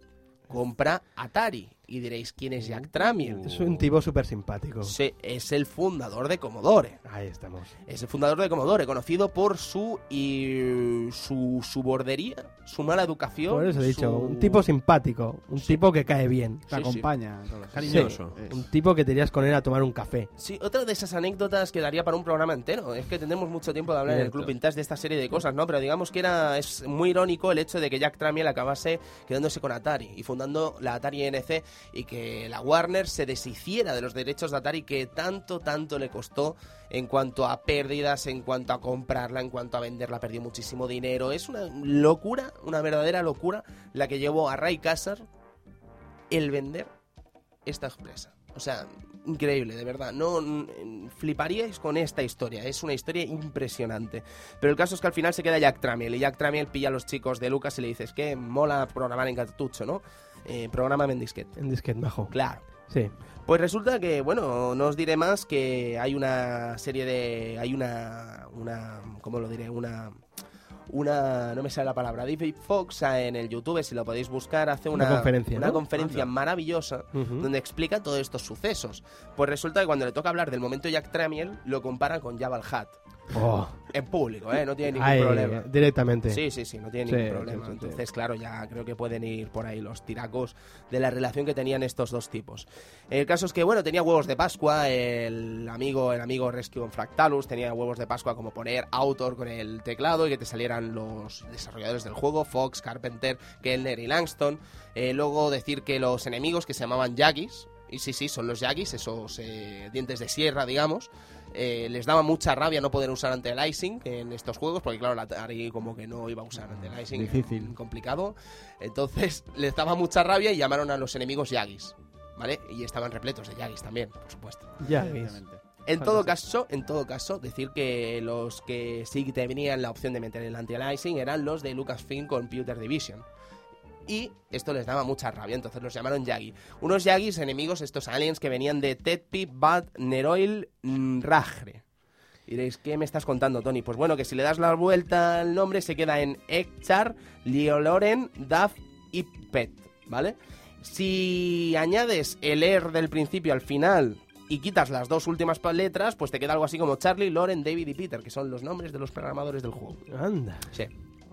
Speaker 1: compra Atari, y diréis, ¿quién es
Speaker 3: Uh,
Speaker 1: Jack Tramiel?
Speaker 2: Ah, Es un tipo súper simpático.
Speaker 1: Se- es el fundador de Commodore.
Speaker 2: Ahí estamos.
Speaker 1: Es el fundador de Commodore, conocido por su y su, su bordería, su mala educación.
Speaker 2: Por eso he dicho,
Speaker 1: su-
Speaker 2: un tipo simpático, un tipo que cae bien.
Speaker 4: Te
Speaker 1: Sí, sí.
Speaker 4: acompaña. todo eso.
Speaker 3: Cariñoso.
Speaker 4: Sí,
Speaker 2: Un tipo que te irías con él a tomar un café.
Speaker 1: Sí, otra de esas anécdotas que daría para un programa entero. Es que tendremos mucho tiempo de hablar en el
Speaker 2: Cierto.
Speaker 1: Club Vintage de esta serie de cosas, ¿no? Pero digamos que era es muy irónico el hecho de que Jack Tramiel acabase quedándose con Atari y fundando la Atari NC y que la Warner se deshiciera de los derechos de Atari que tanto, tanto le costó en cuanto a pérdidas, en cuanto a comprarla, en cuanto a venderla, perdió muchísimo dinero. Es una locura, una verdadera locura la que llevó a Ray Kassar el vender esta empresa. O sea, increíble, de verdad. No mm, fliparíais con esta historia. Es una historia impresionante. Pero el caso es que al final se queda Jack Tramiel. Y Jack Tramiel pilla a los chicos de Lucas y le dices que mola programar en cartucho, ¿no? Eh, programa en disquete.
Speaker 2: En disquete majo.
Speaker 1: Claro.
Speaker 2: Sí.
Speaker 1: Pues resulta que, bueno, no os diré más que hay una serie de. Hay una. una ¿Cómo lo diré? Una. Una. No me sale la palabra. David Fox eh, en el YouTube, si lo podéis buscar, hace una.
Speaker 2: Una conferencia,
Speaker 1: Una
Speaker 2: ¿no?
Speaker 1: conferencia maravillosa
Speaker 2: Ujú.
Speaker 1: donde explica todos estos sucesos. Pues resulta que cuando le toca hablar del momento Jack Tramiel, lo compara con Jabal Hat.
Speaker 2: Oh,
Speaker 1: En público, ¿eh? No
Speaker 2: <laughs>
Speaker 1: tiene ningún
Speaker 2: ahí,
Speaker 1: problema.
Speaker 2: Directamente.
Speaker 1: Sí, sí, sí, no tiene
Speaker 2: Sí,
Speaker 1: ningún
Speaker 2: sí,
Speaker 1: problema.
Speaker 2: sí, sí.
Speaker 1: Entonces, claro, ya creo que pueden ir por ahí los tiracos de la relación que tenían estos dos tipos. El caso es que, bueno, tenía huevos de Pascua, el amigo, el amigo Rescue on Fractalus tenía huevos de Pascua como poner Autor con el teclado y que te salieran los desarrolladores del juego, Fox, Carpenter, Kellner y Langston. Eh, luego decir que los enemigos que se llamaban Yagis, y sí, sí, son los Yagis, esos eh, dientes de sierra, digamos, eh, les daba mucha rabia no poder usar ante el icing en estos juegos, porque claro, la Atari como que no iba a usar ante el icing, era
Speaker 4: difícil.
Speaker 1: muy complicado. Entonces <laughs> les daba mucha rabia y llamaron a los enemigos Yagis, ¿vale? Y estaban repletos de Yagis también, por supuesto.
Speaker 2: Ya ves.
Speaker 4: evidentemente.
Speaker 1: En todo caso, en todo caso, decir que los que sí que tenían la opción de meter el anti-aliasing eran los de Lucasfilm Computer Division. Y esto les daba mucha rabia, entonces los llamaron Yagi. Unos Yagis enemigos, estos aliens que venían de Tetpi, Bad, Neroil, mm, Rajre. Y diréis, ¿qué me estás contando, Tony? Pues bueno, que si le das la vuelta al nombre se queda en Ekchar, Lioloren, Daf y Pet, ¿vale? Si añades el er del principio al final y quitas las dos últimas pa- letras, pues te queda algo así como Charlie, Loren, David y Peter, que son los nombres de los programadores del juego.
Speaker 2: Anda.
Speaker 1: Sí.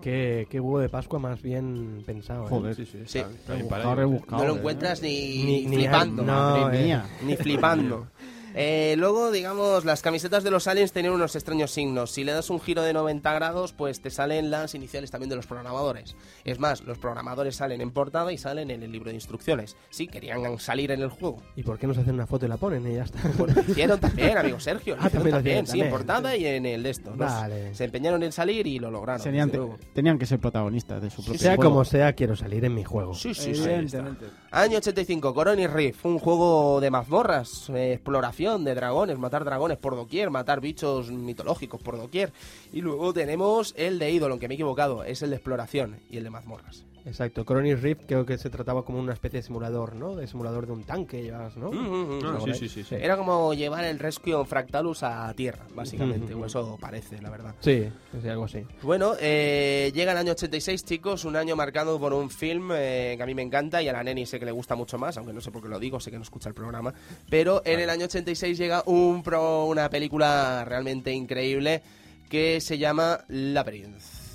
Speaker 2: Qué, qué huevo de Pascua más bien pensado. ¿eh?
Speaker 4: Joder.
Speaker 3: Sí, sí,
Speaker 1: Sí.
Speaker 3: está- está bien para
Speaker 4: Está
Speaker 3: ello.
Speaker 4: rebuscado,
Speaker 1: No lo
Speaker 4: ¿eh?
Speaker 1: encuentras ni,
Speaker 2: Ni- ni-
Speaker 1: flipando.
Speaker 2: no,
Speaker 4: Madre
Speaker 2: eh.
Speaker 4: mía.
Speaker 1: ni flipando. Eh, luego, digamos, las camisetas de los aliens tenían unos extraños signos. Si le das un giro de 90 grados, pues te salen las iniciales también de los programadores. Es más, los programadores salen en portada y salen en el libro de instrucciones. Sí, querían salir en el juego.
Speaker 2: ¿Y por qué nos hacen una foto y la ponen y ya está?
Speaker 1: Pues lo hicieron
Speaker 2: <laughs>
Speaker 1: también, amigo Sergio. Lo
Speaker 2: Ah,
Speaker 1: hicieron
Speaker 2: también lo
Speaker 1: también,
Speaker 2: hicieron
Speaker 1: sí, en
Speaker 2: también.
Speaker 1: portada y en el de esto. ¿no?
Speaker 2: Vale.
Speaker 1: Se empeñaron en salir y lo lograron.
Speaker 4: Tenían,
Speaker 1: desde luego.
Speaker 4: tenían que ser protagonistas de su propio
Speaker 2: sea
Speaker 4: juego.
Speaker 2: como sea, quiero salir en mi juego.
Speaker 1: Sí, sí, sí.
Speaker 4: Evidentemente.
Speaker 1: Año 85, Coron y Riff, un juego de mazmorras, eh, exploración de dragones, matar dragones por doquier, matar bichos mitológicos por doquier. Y luego tenemos el de Idolon, que me he equivocado, es el de exploración y el de mazmorras.
Speaker 2: Exacto. Crony Rift creo que se trataba como una especie de simulador, ¿no? De simulador de un tanque, llevas, ¿no?
Speaker 1: Mm, mm, mm.
Speaker 3: Ah,
Speaker 2: Ahora,
Speaker 3: sí, sí, sí, sí.
Speaker 2: Eh,
Speaker 1: Era como llevar el Rescue on Fractalus a tierra, básicamente, o eso parece, la verdad.
Speaker 2: Sí, sí, algo así.
Speaker 1: Bueno, eh, llega el año 86, chicos, un año marcado por un film eh, que a mí me encanta y a la Neni sé que le gusta mucho más, aunque no sé por qué lo digo, sé que no escucha el programa. Pero en el año 86 llega un pro- una película realmente increíble que se llama Labyrinth.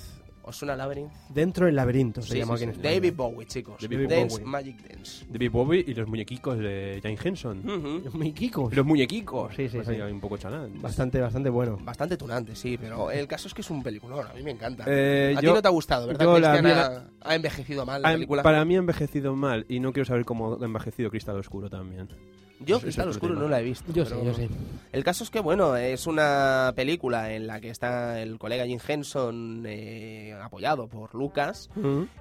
Speaker 1: ¿Os suena Labyrinth?
Speaker 2: Dentro del laberinto se
Speaker 1: Sí,
Speaker 2: llama
Speaker 1: sí,
Speaker 2: aquí en
Speaker 1: sí.
Speaker 2: España.
Speaker 1: David Bowie, chicos.
Speaker 3: David
Speaker 1: Dance,
Speaker 2: Bowie.
Speaker 1: Magic Dance.
Speaker 3: David Bowie y los muñequicos de Jane Henson.
Speaker 1: Ujú.
Speaker 2: <laughs> Mi Kiko.
Speaker 3: Los muñequicos.
Speaker 2: Sí, sí,
Speaker 3: Pues
Speaker 2: sí.
Speaker 3: ahí hay un poco chalán.
Speaker 2: Bastante, bastante bueno.
Speaker 1: Bastante tunante, sí, pero el caso es que es un peliculón, a mí me encanta.
Speaker 3: Eh,
Speaker 1: a ti
Speaker 3: yo-
Speaker 1: no te ha gustado, ¿verdad?
Speaker 3: yo la
Speaker 1: Cristian
Speaker 3: vi
Speaker 1: ha,
Speaker 3: la-
Speaker 1: ha envejecido mal la
Speaker 3: Ah,
Speaker 1: película.
Speaker 3: Para mí ha envejecido mal y no quiero saber cómo ha envejecido Cristal Oscuro también. Ese
Speaker 1: Yo
Speaker 3: es
Speaker 1: Cristal
Speaker 3: otro
Speaker 1: Oscuro
Speaker 3: tema.
Speaker 1: no la he visto.
Speaker 2: Yo
Speaker 1: pero
Speaker 2: sí, yo sí.
Speaker 1: El caso es que, bueno, es una película en la que está el colega Jim Henson eh, apoyado por Lucas.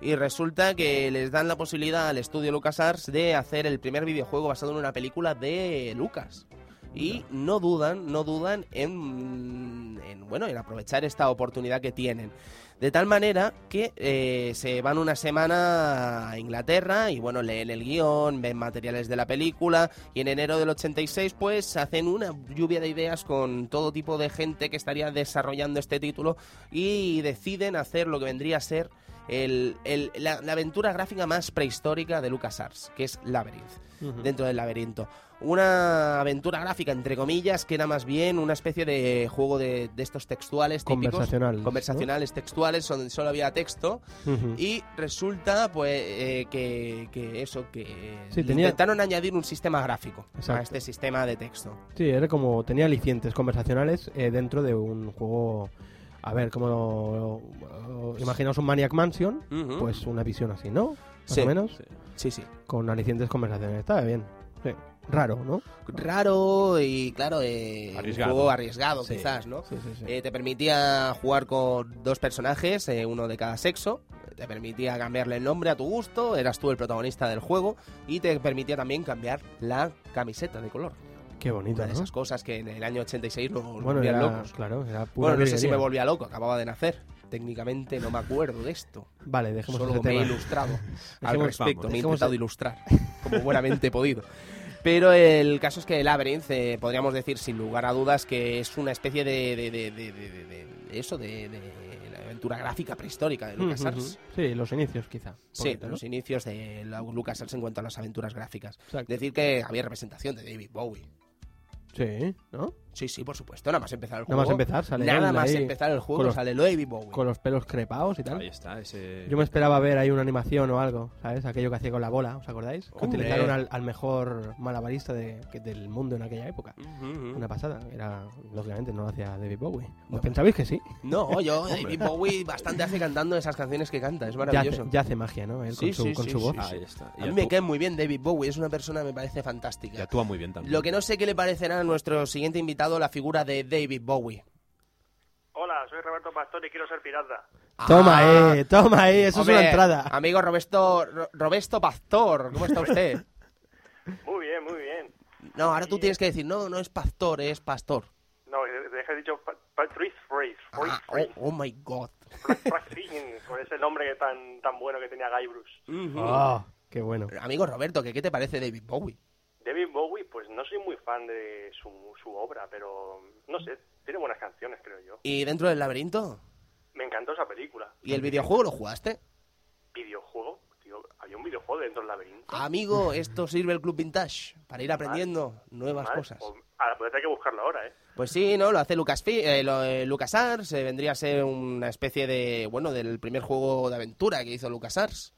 Speaker 1: Y resulta que les dan la posibilidad al estudio LucasArts de hacer el primer videojuego basado en una película de Lucas. Y no dudan, no dudan en, en, bueno, en aprovechar esta oportunidad que tienen. De tal manera que eh, se van una semana a Inglaterra y bueno, leen el guión, ven materiales de la película y en enero del 86 pues hacen una lluvia de ideas con todo tipo de gente que estaría desarrollando este título y deciden hacer lo que vendría a ser el- el- la, la aventura gráfica más prehistórica de LucasArts, que es Labyrinth, dentro del laberinto. Una aventura gráfica, entre comillas, que era más bien una especie de juego de, de estos textuales típicos
Speaker 2: Conversacional.
Speaker 1: conversacionales textuales donde solo había texto y resulta pues eh, que, que eso que
Speaker 2: Sí,
Speaker 1: le
Speaker 2: tenía-
Speaker 1: intentaron añadir un sistema gráfico a
Speaker 2: Exacto.
Speaker 1: este sistema de texto
Speaker 2: Sí, era como. Tenía alicientes conversacionales eh, dentro de un juego. A ver, como. lo- lo- imaginaos un Maniac Mansion.
Speaker 1: Pues Ujú.
Speaker 2: Pues una visión así, ¿no? Más
Speaker 1: Sí.
Speaker 2: o menos.
Speaker 1: sí sí
Speaker 2: Con alicientes conversacionales. Estaba bien. Sí. Raro, ¿no?
Speaker 1: raro y claro eh,
Speaker 3: Arriesgado.
Speaker 1: un juego arriesgado
Speaker 2: Sí.
Speaker 1: quizás no
Speaker 2: Sí, sí, sí.
Speaker 1: Eh, te permitía jugar con dos personajes, eh, uno de cada sexo. Te permitía cambiarle el nombre a tu gusto, eras tú el protagonista del juego. Y te permitía también cambiar la camiseta de color.
Speaker 2: Qué bonito,
Speaker 1: Una de
Speaker 2: ¿no?
Speaker 1: esas cosas que en el año 86 nos
Speaker 2: Bueno,
Speaker 1: volvían
Speaker 2: era,
Speaker 1: locos.
Speaker 2: claro, era pura
Speaker 1: Bueno, no sé si me
Speaker 2: virguería.
Speaker 1: volvía loco, acababa de nacer. Técnicamente no me acuerdo de esto.
Speaker 2: Vale, dejemos
Speaker 1: Solo
Speaker 2: ese
Speaker 1: me he
Speaker 2: tema. <laughs>
Speaker 1: ilustrado al
Speaker 2: Dejemos-
Speaker 1: respecto.
Speaker 2: vamos,
Speaker 1: me he
Speaker 2: dejemos
Speaker 1: intentado
Speaker 2: el- <laughs>
Speaker 1: ilustrar como buenamente he podido. Pero el caso es que Labyrinth, eh, podríamos decir sin lugar a dudas, que es una especie de. de, de- de- de- de- de eso, de, de la aventura gráfica prehistórica de LucasArts.
Speaker 2: Ujú. Sí, los inicios quizá. un
Speaker 1: Sí,
Speaker 2: poquito, ¿no?
Speaker 1: los inicios de la- LucasArts en cuanto a las aventuras gráficas.
Speaker 2: Exacto.
Speaker 1: Decir que había representación de David Bowie.
Speaker 2: Sí, ¿no?
Speaker 1: Sí, sí, por supuesto. Nada más empezar el
Speaker 2: Nada
Speaker 1: juego.
Speaker 2: más empezar, sale
Speaker 1: Nada
Speaker 2: él
Speaker 1: más
Speaker 2: ahí
Speaker 1: empezar el juego
Speaker 2: con los-
Speaker 1: sale lo de David Bowie.
Speaker 2: Con los pelos crepados y
Speaker 3: Ahí
Speaker 2: tal.
Speaker 3: está, ese.
Speaker 2: Yo me esperaba ver ahí una animación o algo, ¿sabes? Aquello que hacía con la bola, ¿os acordáis? Que
Speaker 1: Hombre.
Speaker 2: utilizaron al, al mejor malabarista de- que- del mundo en aquella época.
Speaker 1: Ujú, ujú.
Speaker 2: Una pasada. Era, lógicamente, no lo hacía David Bowie. ¿Os
Speaker 1: No.
Speaker 2: pensabais que sí? <laughs>
Speaker 1: No, yo, David Bowie bastante hace cantando esas canciones que canta, es
Speaker 2: Ya hace,
Speaker 1: maravilloso.
Speaker 2: ya hace magia, ¿no? Él
Speaker 1: Sí,
Speaker 2: con su,
Speaker 1: sí,
Speaker 2: con
Speaker 1: sí,
Speaker 2: su
Speaker 1: sí,
Speaker 2: voz.
Speaker 1: sí.
Speaker 3: Ahí está. Y
Speaker 1: A mí me
Speaker 3: actú-
Speaker 1: cae muy bien David Bowie, es una persona que me parece
Speaker 3: y
Speaker 1: fantástica.
Speaker 3: actúa muy bien también.
Speaker 1: Lo que no sé qué le parecerá a nuestro siguiente invitado la figura de David Bowie.
Speaker 9: Hola, soy Roberto Pastor y quiero ser pirata.
Speaker 2: Toma,
Speaker 1: Ah,
Speaker 2: eh, toma, eh, eso es
Speaker 1: hombre,
Speaker 2: una entrada.
Speaker 1: Amigo Roberto, Ro- Roberto Pastor, ¿cómo está
Speaker 2: <laughs>
Speaker 1: usted?
Speaker 9: Muy bien, muy bien.
Speaker 1: No, ahora tú tienes que decir, no, no es Pastor, es Pastor.
Speaker 9: No, deja dicho pa- Patrice Freeze. Freeze,
Speaker 1: Ah, oh, oh my god.
Speaker 9: Freeze, Freeze, con ese nombre que tan, tan bueno que tenía Guybrush.
Speaker 2: Oh, qué bueno.
Speaker 1: Amigo Roberto, ¿qué, ¿qué te parece David Bowie?
Speaker 9: David Bowie, pues no soy muy fan de su, su obra, pero no sé, tiene buenas canciones, creo yo.
Speaker 1: ¿Y dentro del laberinto?
Speaker 9: Me encantó esa película.
Speaker 1: ¿Y el videojuego lo jugaste?
Speaker 9: ¿Videojuego? Tío, había un videojuego dentro del laberinto.
Speaker 1: Amigo, esto sirve el Club Vintage para ir aprendiendo nuevas
Speaker 9: Madre,
Speaker 1: cosas.
Speaker 9: pues, ahora, pues hay que buscarlo ahora, ¿eh?
Speaker 1: Pues sí, ¿no? Lo hace Lucasfi eh, lo- eh, LucasArts, eh, vendría a ser una especie de, bueno, del primer juego de aventura que hizo LucasArts,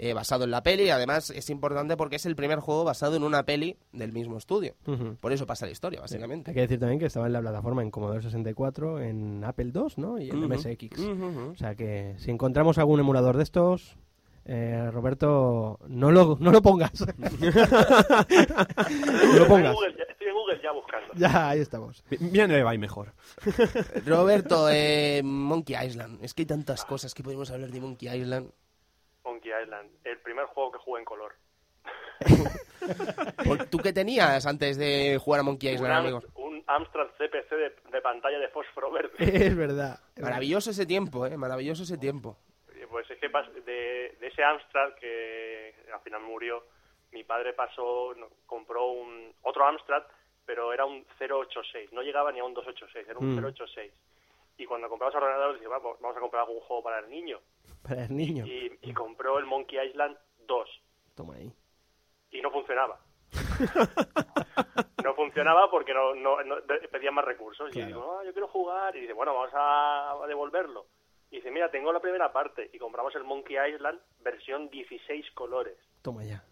Speaker 1: eh, basado en la peli. Además, es importante porque es el primer juego basado en una peli del mismo estudio.
Speaker 2: Ujú.
Speaker 1: Por eso pasa la historia,
Speaker 2: Hay
Speaker 1: básicamente.
Speaker 2: que decir también que estaba en la plataforma en Commodore 64, en Apple II, ¿no? Y en
Speaker 1: Ujú.
Speaker 2: MSX.
Speaker 1: Ujú, ujú.
Speaker 2: O sea que si encontramos algún emulador de estos, eh, Roberto, no lo, no lo
Speaker 1: <laughs>
Speaker 2: pongas. no lo
Speaker 9: Estoy en,
Speaker 2: pongas.
Speaker 9: Google, ya- estoy en Google ya buscando.
Speaker 2: Ya, ahí estamos.
Speaker 3: Mi- Mira, no le va a ir mejor.
Speaker 1: Roberto, eh, Monkey Island. Es que hay tantas cosas que podemos hablar de Monkey Island.
Speaker 9: Monkey Island, el primer juego que jugué en color.
Speaker 1: Por- ¿Tú qué tenías antes de jugar a Monkey
Speaker 9: Un,
Speaker 1: Island, amigos?
Speaker 9: Am- un Amstrad CPC de, de pantalla de fósforo verde.
Speaker 2: <laughs> Es verdad.
Speaker 1: Maravilloso ese tiempo, ¿eh? Maravilloso ese tiempo.
Speaker 9: Eh, Pues es que pas- de, de ese Amstrad que al final murió, mi padre pasó, no- compró un otro Amstrad, pero era un 086, no llegaba ni a un 286,
Speaker 2: Mm.
Speaker 9: era un 086. Y cuando compramos ordenadores, dije, vamos, vamos a comprar algún juego para el niño.
Speaker 2: <laughs> Para el niño.
Speaker 9: Y, y compró el Monkey Island 2
Speaker 2: Toma ahí.
Speaker 9: y no funcionaba. no funcionaba porque no, no, no- de- pedían más recursos. Y digo, "Ah, yo quiero jugar. Y dice, bueno, vamos a devolverlo. Y dice, mira, tengo la primera parte. Y compramos el Monkey Island versión 16 colores.
Speaker 2: Toma ya.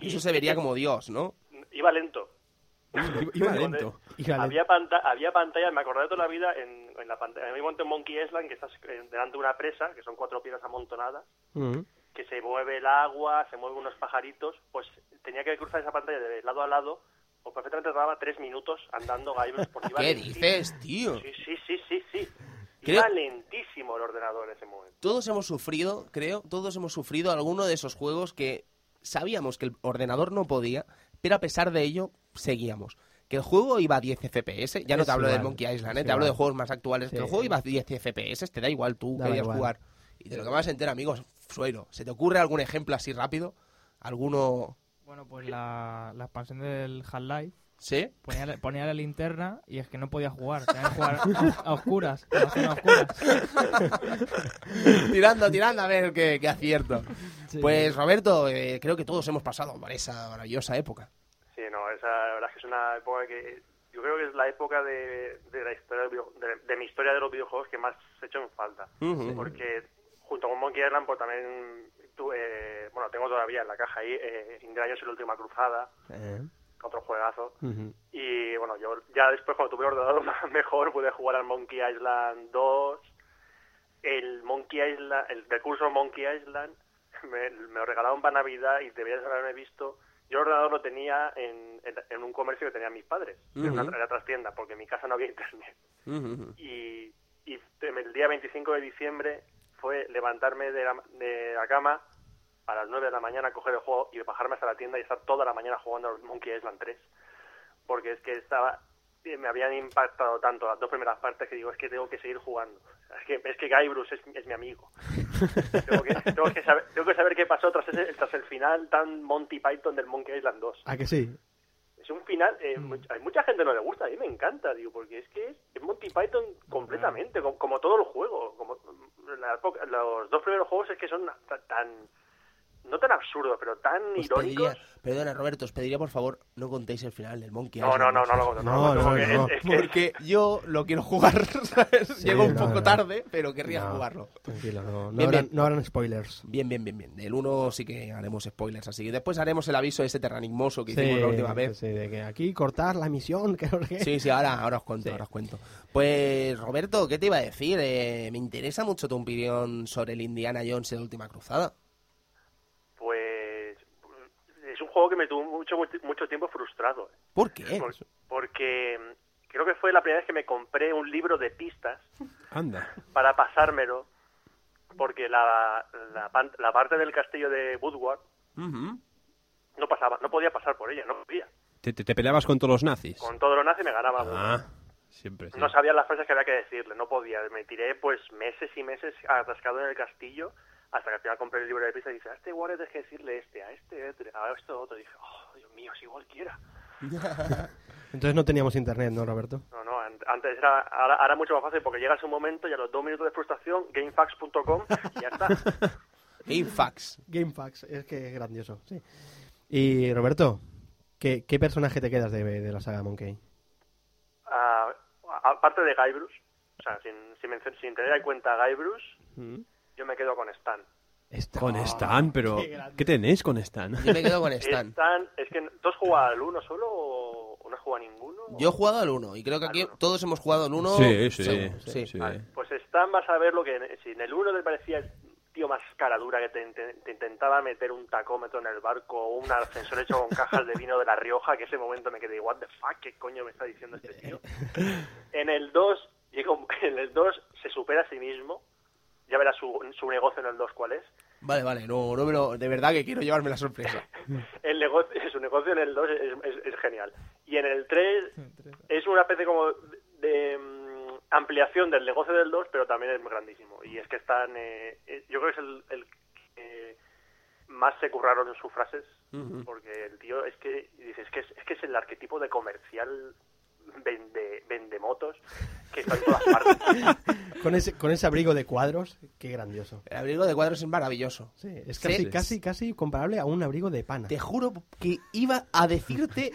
Speaker 1: Y eso se vería como Dios, ¿no?
Speaker 9: Iba lento.
Speaker 3: Iba
Speaker 9: Donde
Speaker 3: lento.
Speaker 2: Iba
Speaker 9: Había, panta- había pantallas, me acordé de toda la vida, en, en la pantalla, en el momento en Monkey Island, que estás eh, delante de una presa, que son cuatro piedras amontonadas,
Speaker 2: Ujú.
Speaker 9: que se mueve el agua, se mueven unos pajaritos, pues tenía que cruzar esa pantalla de lado a lado, o perfectamente tardaba tres minutos andando Gaibus porque iba
Speaker 1: ¿Qué
Speaker 9: lentísimo.
Speaker 1: dices, tío?
Speaker 9: Sí, sí, sí, sí, sí.
Speaker 1: Creo-
Speaker 9: Iba lentísimo el ordenador en ese momento.
Speaker 1: Todos hemos sufrido, creo, todos hemos sufrido alguno de esos juegos que sabíamos que el ordenador no podía, pero a pesar de ello, seguíamos. Que el juego iba a 10 FPS, ya no
Speaker 2: Es
Speaker 1: te hablo del
Speaker 2: igual,
Speaker 1: Monkey Island, ¿eh?
Speaker 2: es
Speaker 1: te hablo de
Speaker 2: igual.
Speaker 1: juegos más actuales. Que
Speaker 2: Sí.
Speaker 1: el juego iba a 10 FPS, te da igual, tú
Speaker 2: Daba
Speaker 1: querías
Speaker 2: igual.
Speaker 1: jugar. Y de lo que más entera, amigos, suero. ¿Se te ocurre algún ejemplo así rápido? ¿Alguno.?
Speaker 5: Bueno, pues la, la expansión del Half-Life
Speaker 1: ¿Sí?
Speaker 5: ponía, la- ponía la linterna y es que no podía jugar. Tenía que jugar a, a oscuras, a la zona a oscuras.
Speaker 1: tirando, tirando, a ver qué, qué acierto. Pues Roberto, eh, creo que todos hemos pasado por esa maravillosa época.
Speaker 9: Sí, no, esa, la verdad es que es una época que yo creo que es la época de, de la historia del video- de, de mi historia de los videojuegos que más he hecho en falta.
Speaker 1: Ujú.
Speaker 9: Porque junto con Monkey Island, pues también tuve, bueno, tengo todavía en la caja ahí eh, Indiana Jones y la última cruzada,
Speaker 2: Eh,
Speaker 9: otro juegazo. Y bueno, yo ya después cuando tuve ordenador <laughs> más mejor pude jugar al Monkey Island 2, el Monkey Island, el recurso Monkey Island, <laughs> me, me lo regalaron para Navidad y deberías haberme visto. Yo el ordenador lo tenía en, en, en un comercio que tenían mis padres, en una
Speaker 1: Ujú.
Speaker 9: en la trastienda, porque en mi casa no había internet.
Speaker 1: Ujú, ujú.
Speaker 9: Y, y el día 25 de diciembre fue levantarme de la, de la cama a las 9 de la mañana, coger el juego y bajarme hasta la tienda y estar toda la mañana jugando al Monkey Island 3. Porque es que estaba eh, me habían impactado tanto las dos primeras partes que digo, es que tengo que seguir jugando. O sea, Es que, es que Guybrush es, es mi amigo. tengo, que, tengo que saber, tengo que saber qué pasó tras, ese- tras el final tan Monty Python del Monkey Island 2
Speaker 2: ¿A que sí?
Speaker 9: es un final eh, much- a mucha gente no le gusta a mí me encanta digo porque es que es, es Monty Python completamente como, como todo el juego como la época- los dos primeros juegos es que son ta- tan no tan absurdos pero tan
Speaker 1: Os
Speaker 9: irónicos
Speaker 1: pediría- perdona, Roberto, os pediría por favor no contéis el final del Monkey
Speaker 9: no
Speaker 1: Island.
Speaker 9: no no no lo- no,
Speaker 2: No,
Speaker 9: lo-
Speaker 2: no,
Speaker 9: porque
Speaker 2: no.
Speaker 9: es- es que-
Speaker 1: Porque yo lo quiero jugar, <laughs> ¿sabes?
Speaker 2: Sí,
Speaker 1: Llego un
Speaker 2: no,
Speaker 1: poco
Speaker 2: no.
Speaker 1: tarde, pero querría
Speaker 2: No,
Speaker 1: jugarlo.
Speaker 2: Tranquilo, no, no
Speaker 1: Bien,
Speaker 2: habrán-
Speaker 1: bien.
Speaker 2: no habrán spoilers.
Speaker 1: Bien, bien, bien, bien. Del 1 sí que haremos spoilers, así que después haremos el aviso ese terranigmoso que
Speaker 2: Sí,
Speaker 1: hicimos la última vez.
Speaker 2: sí, de que aquí cortar la misión, que no sé qué.
Speaker 1: Sí, sí,
Speaker 2: <laughs>
Speaker 1: ahora, ahora os cuento,
Speaker 2: Sí.
Speaker 1: ahora os cuento. Pues, Roberto, ¿qué te iba a decir? Eh, me interesa mucho tu opinión sobre el Indiana Jones y la última cruzada.
Speaker 9: pues es un juego que me tuvo mucho mucho tiempo frustrado
Speaker 1: ¿Por qué?
Speaker 3: Pues,
Speaker 9: por- porque mm, creo que fue la primera vez que me compré un libro de pistas
Speaker 3: Anda.
Speaker 9: para pasármelo porque la, la, pan- la parte del castillo de Woodward no pasaba, no podía pasar por ella, no podía.
Speaker 3: ¿Te, te, te peleabas con todos los nazis?
Speaker 9: Con todo lo nazi me ganaba. Woodward.
Speaker 3: Ah, siempre. sí.
Speaker 9: No sabía las frases que había que decirle, no podía. Me tiré pues meses y meses atascado en el castillo hasta que al final compré el libro de pista y dije, a este guardia tienes que decirle este, a este, este, a esto, otro. Y dije, oh, Dios mío, si cualquiera.
Speaker 2: Entonces no teníamos internet, ¿no, Roberto?
Speaker 9: No, no, an- antes era, ahora, ahora mucho más fácil porque llegas a un momento y a los dos minutos de frustración, gamefax.com y ya
Speaker 3: <laughs>
Speaker 9: está.
Speaker 1: Gamefax.
Speaker 2: Gamefax, es que es grandioso, sí. Y Roberto, ¿qué, qué personaje te quedas de, de la
Speaker 1: <laughs>
Speaker 2: saga Monkey?
Speaker 9: Ah, a- aparte de Guybrush, o sea, sin, sin, menc- sin tener en cuenta a Guybrush,
Speaker 3: Mm.
Speaker 9: yo me quedo con Stan.
Speaker 2: Esta-
Speaker 3: Con Stan, pero...
Speaker 2: qué grande.
Speaker 3: ¿Qué tenéis con Stan?
Speaker 1: Yo me
Speaker 3: <laughs>
Speaker 1: quedo con Stan.
Speaker 9: Stan, es que tú has jugado al uno solo o o no has jugado a ninguno.
Speaker 1: Yo he jugado al 1 y creo que
Speaker 9: Al
Speaker 1: aquí
Speaker 9: uno.
Speaker 1: todos hemos jugado al 1.
Speaker 3: sí, sí, sí,
Speaker 9: Vale, pues Stan vas a ver lo que si en el 1 te parecía el tío más cara dura que te, te- te intentaba meter un tacómetro en el barco o un ascensor hecho con cajas de vino de La Rioja, que ese momento me quedé, what the fuck, qué coño me está diciendo este tío. En el 2, llega un- en el 2 se supera a sí mismo, ya verás su, su negocio en el 2 cuál es.
Speaker 1: Vale, vale, no, no, pero de verdad que quiero llevarme la sorpresa.
Speaker 9: El negocio, <laughs> su negocio en el 2 es, es- es genial. Y en el ah. 3 es una especie como de, de, mm, ampliación del negocio del 2, pero también es grandísimo. Y es que están, eh, eh, yo creo que es el, el que más se curraron en sus frases,
Speaker 6: <laughs>
Speaker 9: porque el tío es que, dice, es que es, es que es el arquetipo de comercial vende, vende motos que está en todas partes.
Speaker 2: Con ese, con ese abrigo de cuadros, qué grandioso.
Speaker 1: El abrigo de cuadros es maravilloso.
Speaker 2: Sí, es casi,
Speaker 1: Sí.
Speaker 2: casi, casi comparable a un abrigo de pana.
Speaker 1: Te juro que iba a decirte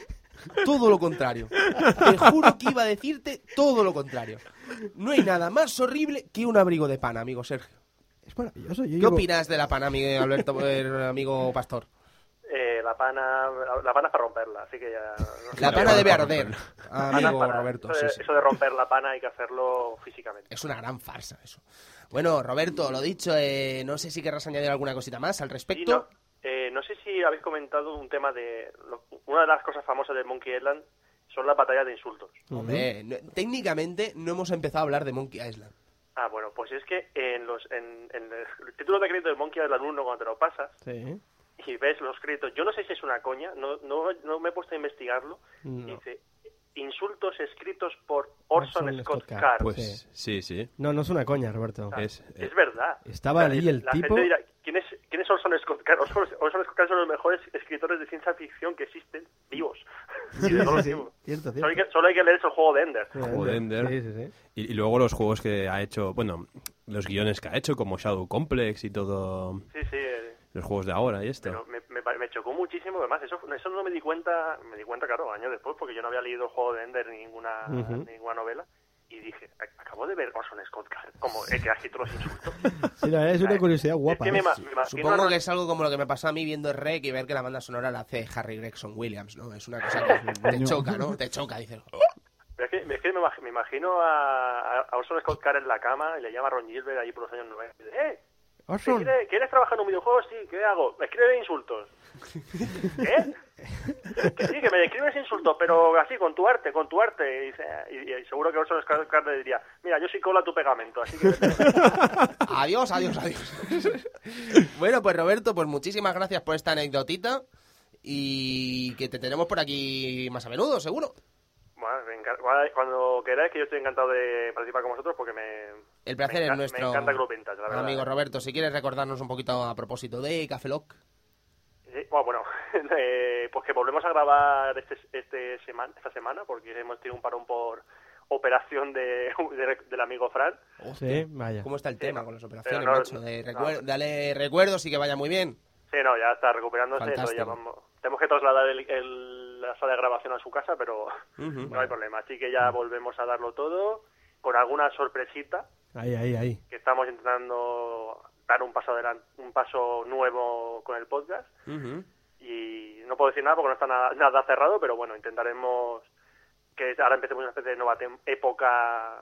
Speaker 1: todo lo contrario. Te juro que iba a decirte todo lo contrario. No hay nada más horrible que un abrigo de pana, amigo Sergio.
Speaker 2: Es maravilloso. Yo
Speaker 1: ¿Qué
Speaker 2: llevo-
Speaker 1: opinas de la pana, amigo Alberto, eh, amigo Pastor?
Speaker 9: Eh, la pana, la, la pana es para romperla, así que ya...
Speaker 1: La pana debe arder,
Speaker 9: Pana
Speaker 1: amigo
Speaker 9: para-
Speaker 1: Roberto.
Speaker 9: Eso de,
Speaker 1: sí, sí.
Speaker 9: eso de romper la pana hay que hacerlo físicamente.
Speaker 1: Es una gran farsa eso. Bueno, Roberto, lo dicho, eh, no sé si querrás añadir alguna cosita más al
Speaker 9: Y
Speaker 1: respecto.
Speaker 9: no, eh, no sé si habéis comentado un tema de... lo- una de las cosas famosas de Monkey Island son las batallas de insultos.
Speaker 1: Hombre, no- técnicamente no hemos empezado a hablar de Monkey Island.
Speaker 9: Ah, bueno, pues es que en los en, en el título de crédito de Monkey Island 1, cuando te lo pasas
Speaker 2: Sí.
Speaker 9: y ves los créditos, yo no sé si es una coña, no, no, no me he puesto a investigarlo,
Speaker 2: No.
Speaker 9: dice insultos escritos por Orson,
Speaker 2: Orson
Speaker 9: Scott,
Speaker 2: Scott Card.
Speaker 9: Card.
Speaker 3: Pues sí, sí.
Speaker 2: No, no es una coña, Roberto.
Speaker 9: Ah,
Speaker 3: es-
Speaker 9: es verdad.
Speaker 2: Eh, Estaba
Speaker 9: O sea,
Speaker 2: allí el
Speaker 9: la
Speaker 2: tipo.
Speaker 9: gente dirá, ¿quién es, ¿quién es Orson Scott Card? Orson, Orson Scott Card son los mejores escritores de ciencia ficción que existen vivos. Y de todos <laughs> los
Speaker 2: Sí,
Speaker 9: tiempos.
Speaker 2: Cierto,
Speaker 9: Solo hay,
Speaker 2: cierto.
Speaker 9: que, solo hay que leerse el juego de Ender.
Speaker 3: Joder, Ender.
Speaker 2: Sí, sí, sí.
Speaker 3: Y, y luego los juegos que ha hecho, bueno, los guiones que ha hecho, como Shadow Complex y todo,
Speaker 9: Sí, sí. eh,
Speaker 3: los juegos de ahora y
Speaker 9: Pero
Speaker 3: esto.
Speaker 9: me, me, pa- me chocó muchísimo, además, eso, eso no me di cuenta, me di cuenta, claro, años después, porque yo no había leído el juego de Ender ni ninguna,
Speaker 2: Ujú.
Speaker 9: ninguna novela, y dije, "Ac- acabo de ver Orson Scott Card, como el que ha escrito los insultos.
Speaker 2: Sí, la verdad es una curiosidad guapa.
Speaker 9: Es que me,
Speaker 2: ¿eh?
Speaker 9: ma- me imagino
Speaker 1: Supongo
Speaker 9: a-
Speaker 1: que es algo como lo que me pasó a mí viendo Rec y ver que la banda sonora la hace Harry Gregson Williams, ¿no? Es una cosa
Speaker 2: <laughs>
Speaker 1: que te choca, ¿no? Te choca, dices. "Oh,
Speaker 9: es que, es que me, imag- me imagino a, a Orson Scott Card en la cama y le llama a Ron Gilbert ahí por los años 90. y dice, ¡Eh! ¿que
Speaker 2: Orson,
Speaker 9: ¿Quieres, ¿Quieres trabajar en un videojuego? Sí, ¿qué hago? Me escribe insultos. ¿Eh? Que sí, que me escribes insultos, pero así, con tu arte, con tu arte. Y, dice- y- y seguro que Orson Scott Card le diría, mira, yo soy cola tu pegamento, así que...
Speaker 1: Adiós, adiós, adiós. <laughs> bueno, pues Roberto, pues muchísimas gracias por esta anecdotita y que te tenemos por aquí más a menudo, seguro.
Speaker 9: Bueno, me enca- bueno, cuando queráis, que yo estoy encantado de participar con vosotros porque me...
Speaker 1: El placer
Speaker 9: me
Speaker 1: es
Speaker 9: enca-
Speaker 1: nuestro.
Speaker 9: Me encanta el Club Vintage, la verdad.
Speaker 1: Amigo Roberto, si quieres recordarnos un poquito a propósito de Café Lock.
Speaker 9: Sí, bueno, bueno, <laughs> eh, pues que volvemos a grabar este, este semana, esta semana porque hemos tenido un parón por operación de, <laughs> de- del amigo Fran.
Speaker 2: Sí, vaya.
Speaker 1: ¿Cómo está el tema con las operaciones,
Speaker 9: no,
Speaker 1: macho? De
Speaker 9: no.
Speaker 1: recuer- Dale recuerdos y que vaya muy bien.
Speaker 9: Sí, no, ya está recuperándose. entonces ya
Speaker 1: Fantástico.
Speaker 9: vamos- Tenemos que trasladar el- el- la sala de grabación a su casa, pero no hay problema. Así que ya volvemos a darlo todo con alguna sorpresita
Speaker 2: Ahí, ahí, ahí.
Speaker 9: que estamos intentando dar un paso adelan- un paso nuevo con el podcast. Y no puedo decir nada porque no está nada, nada cerrado, pero bueno, intentaremos que ahora empecemos una especie de nueva tem- época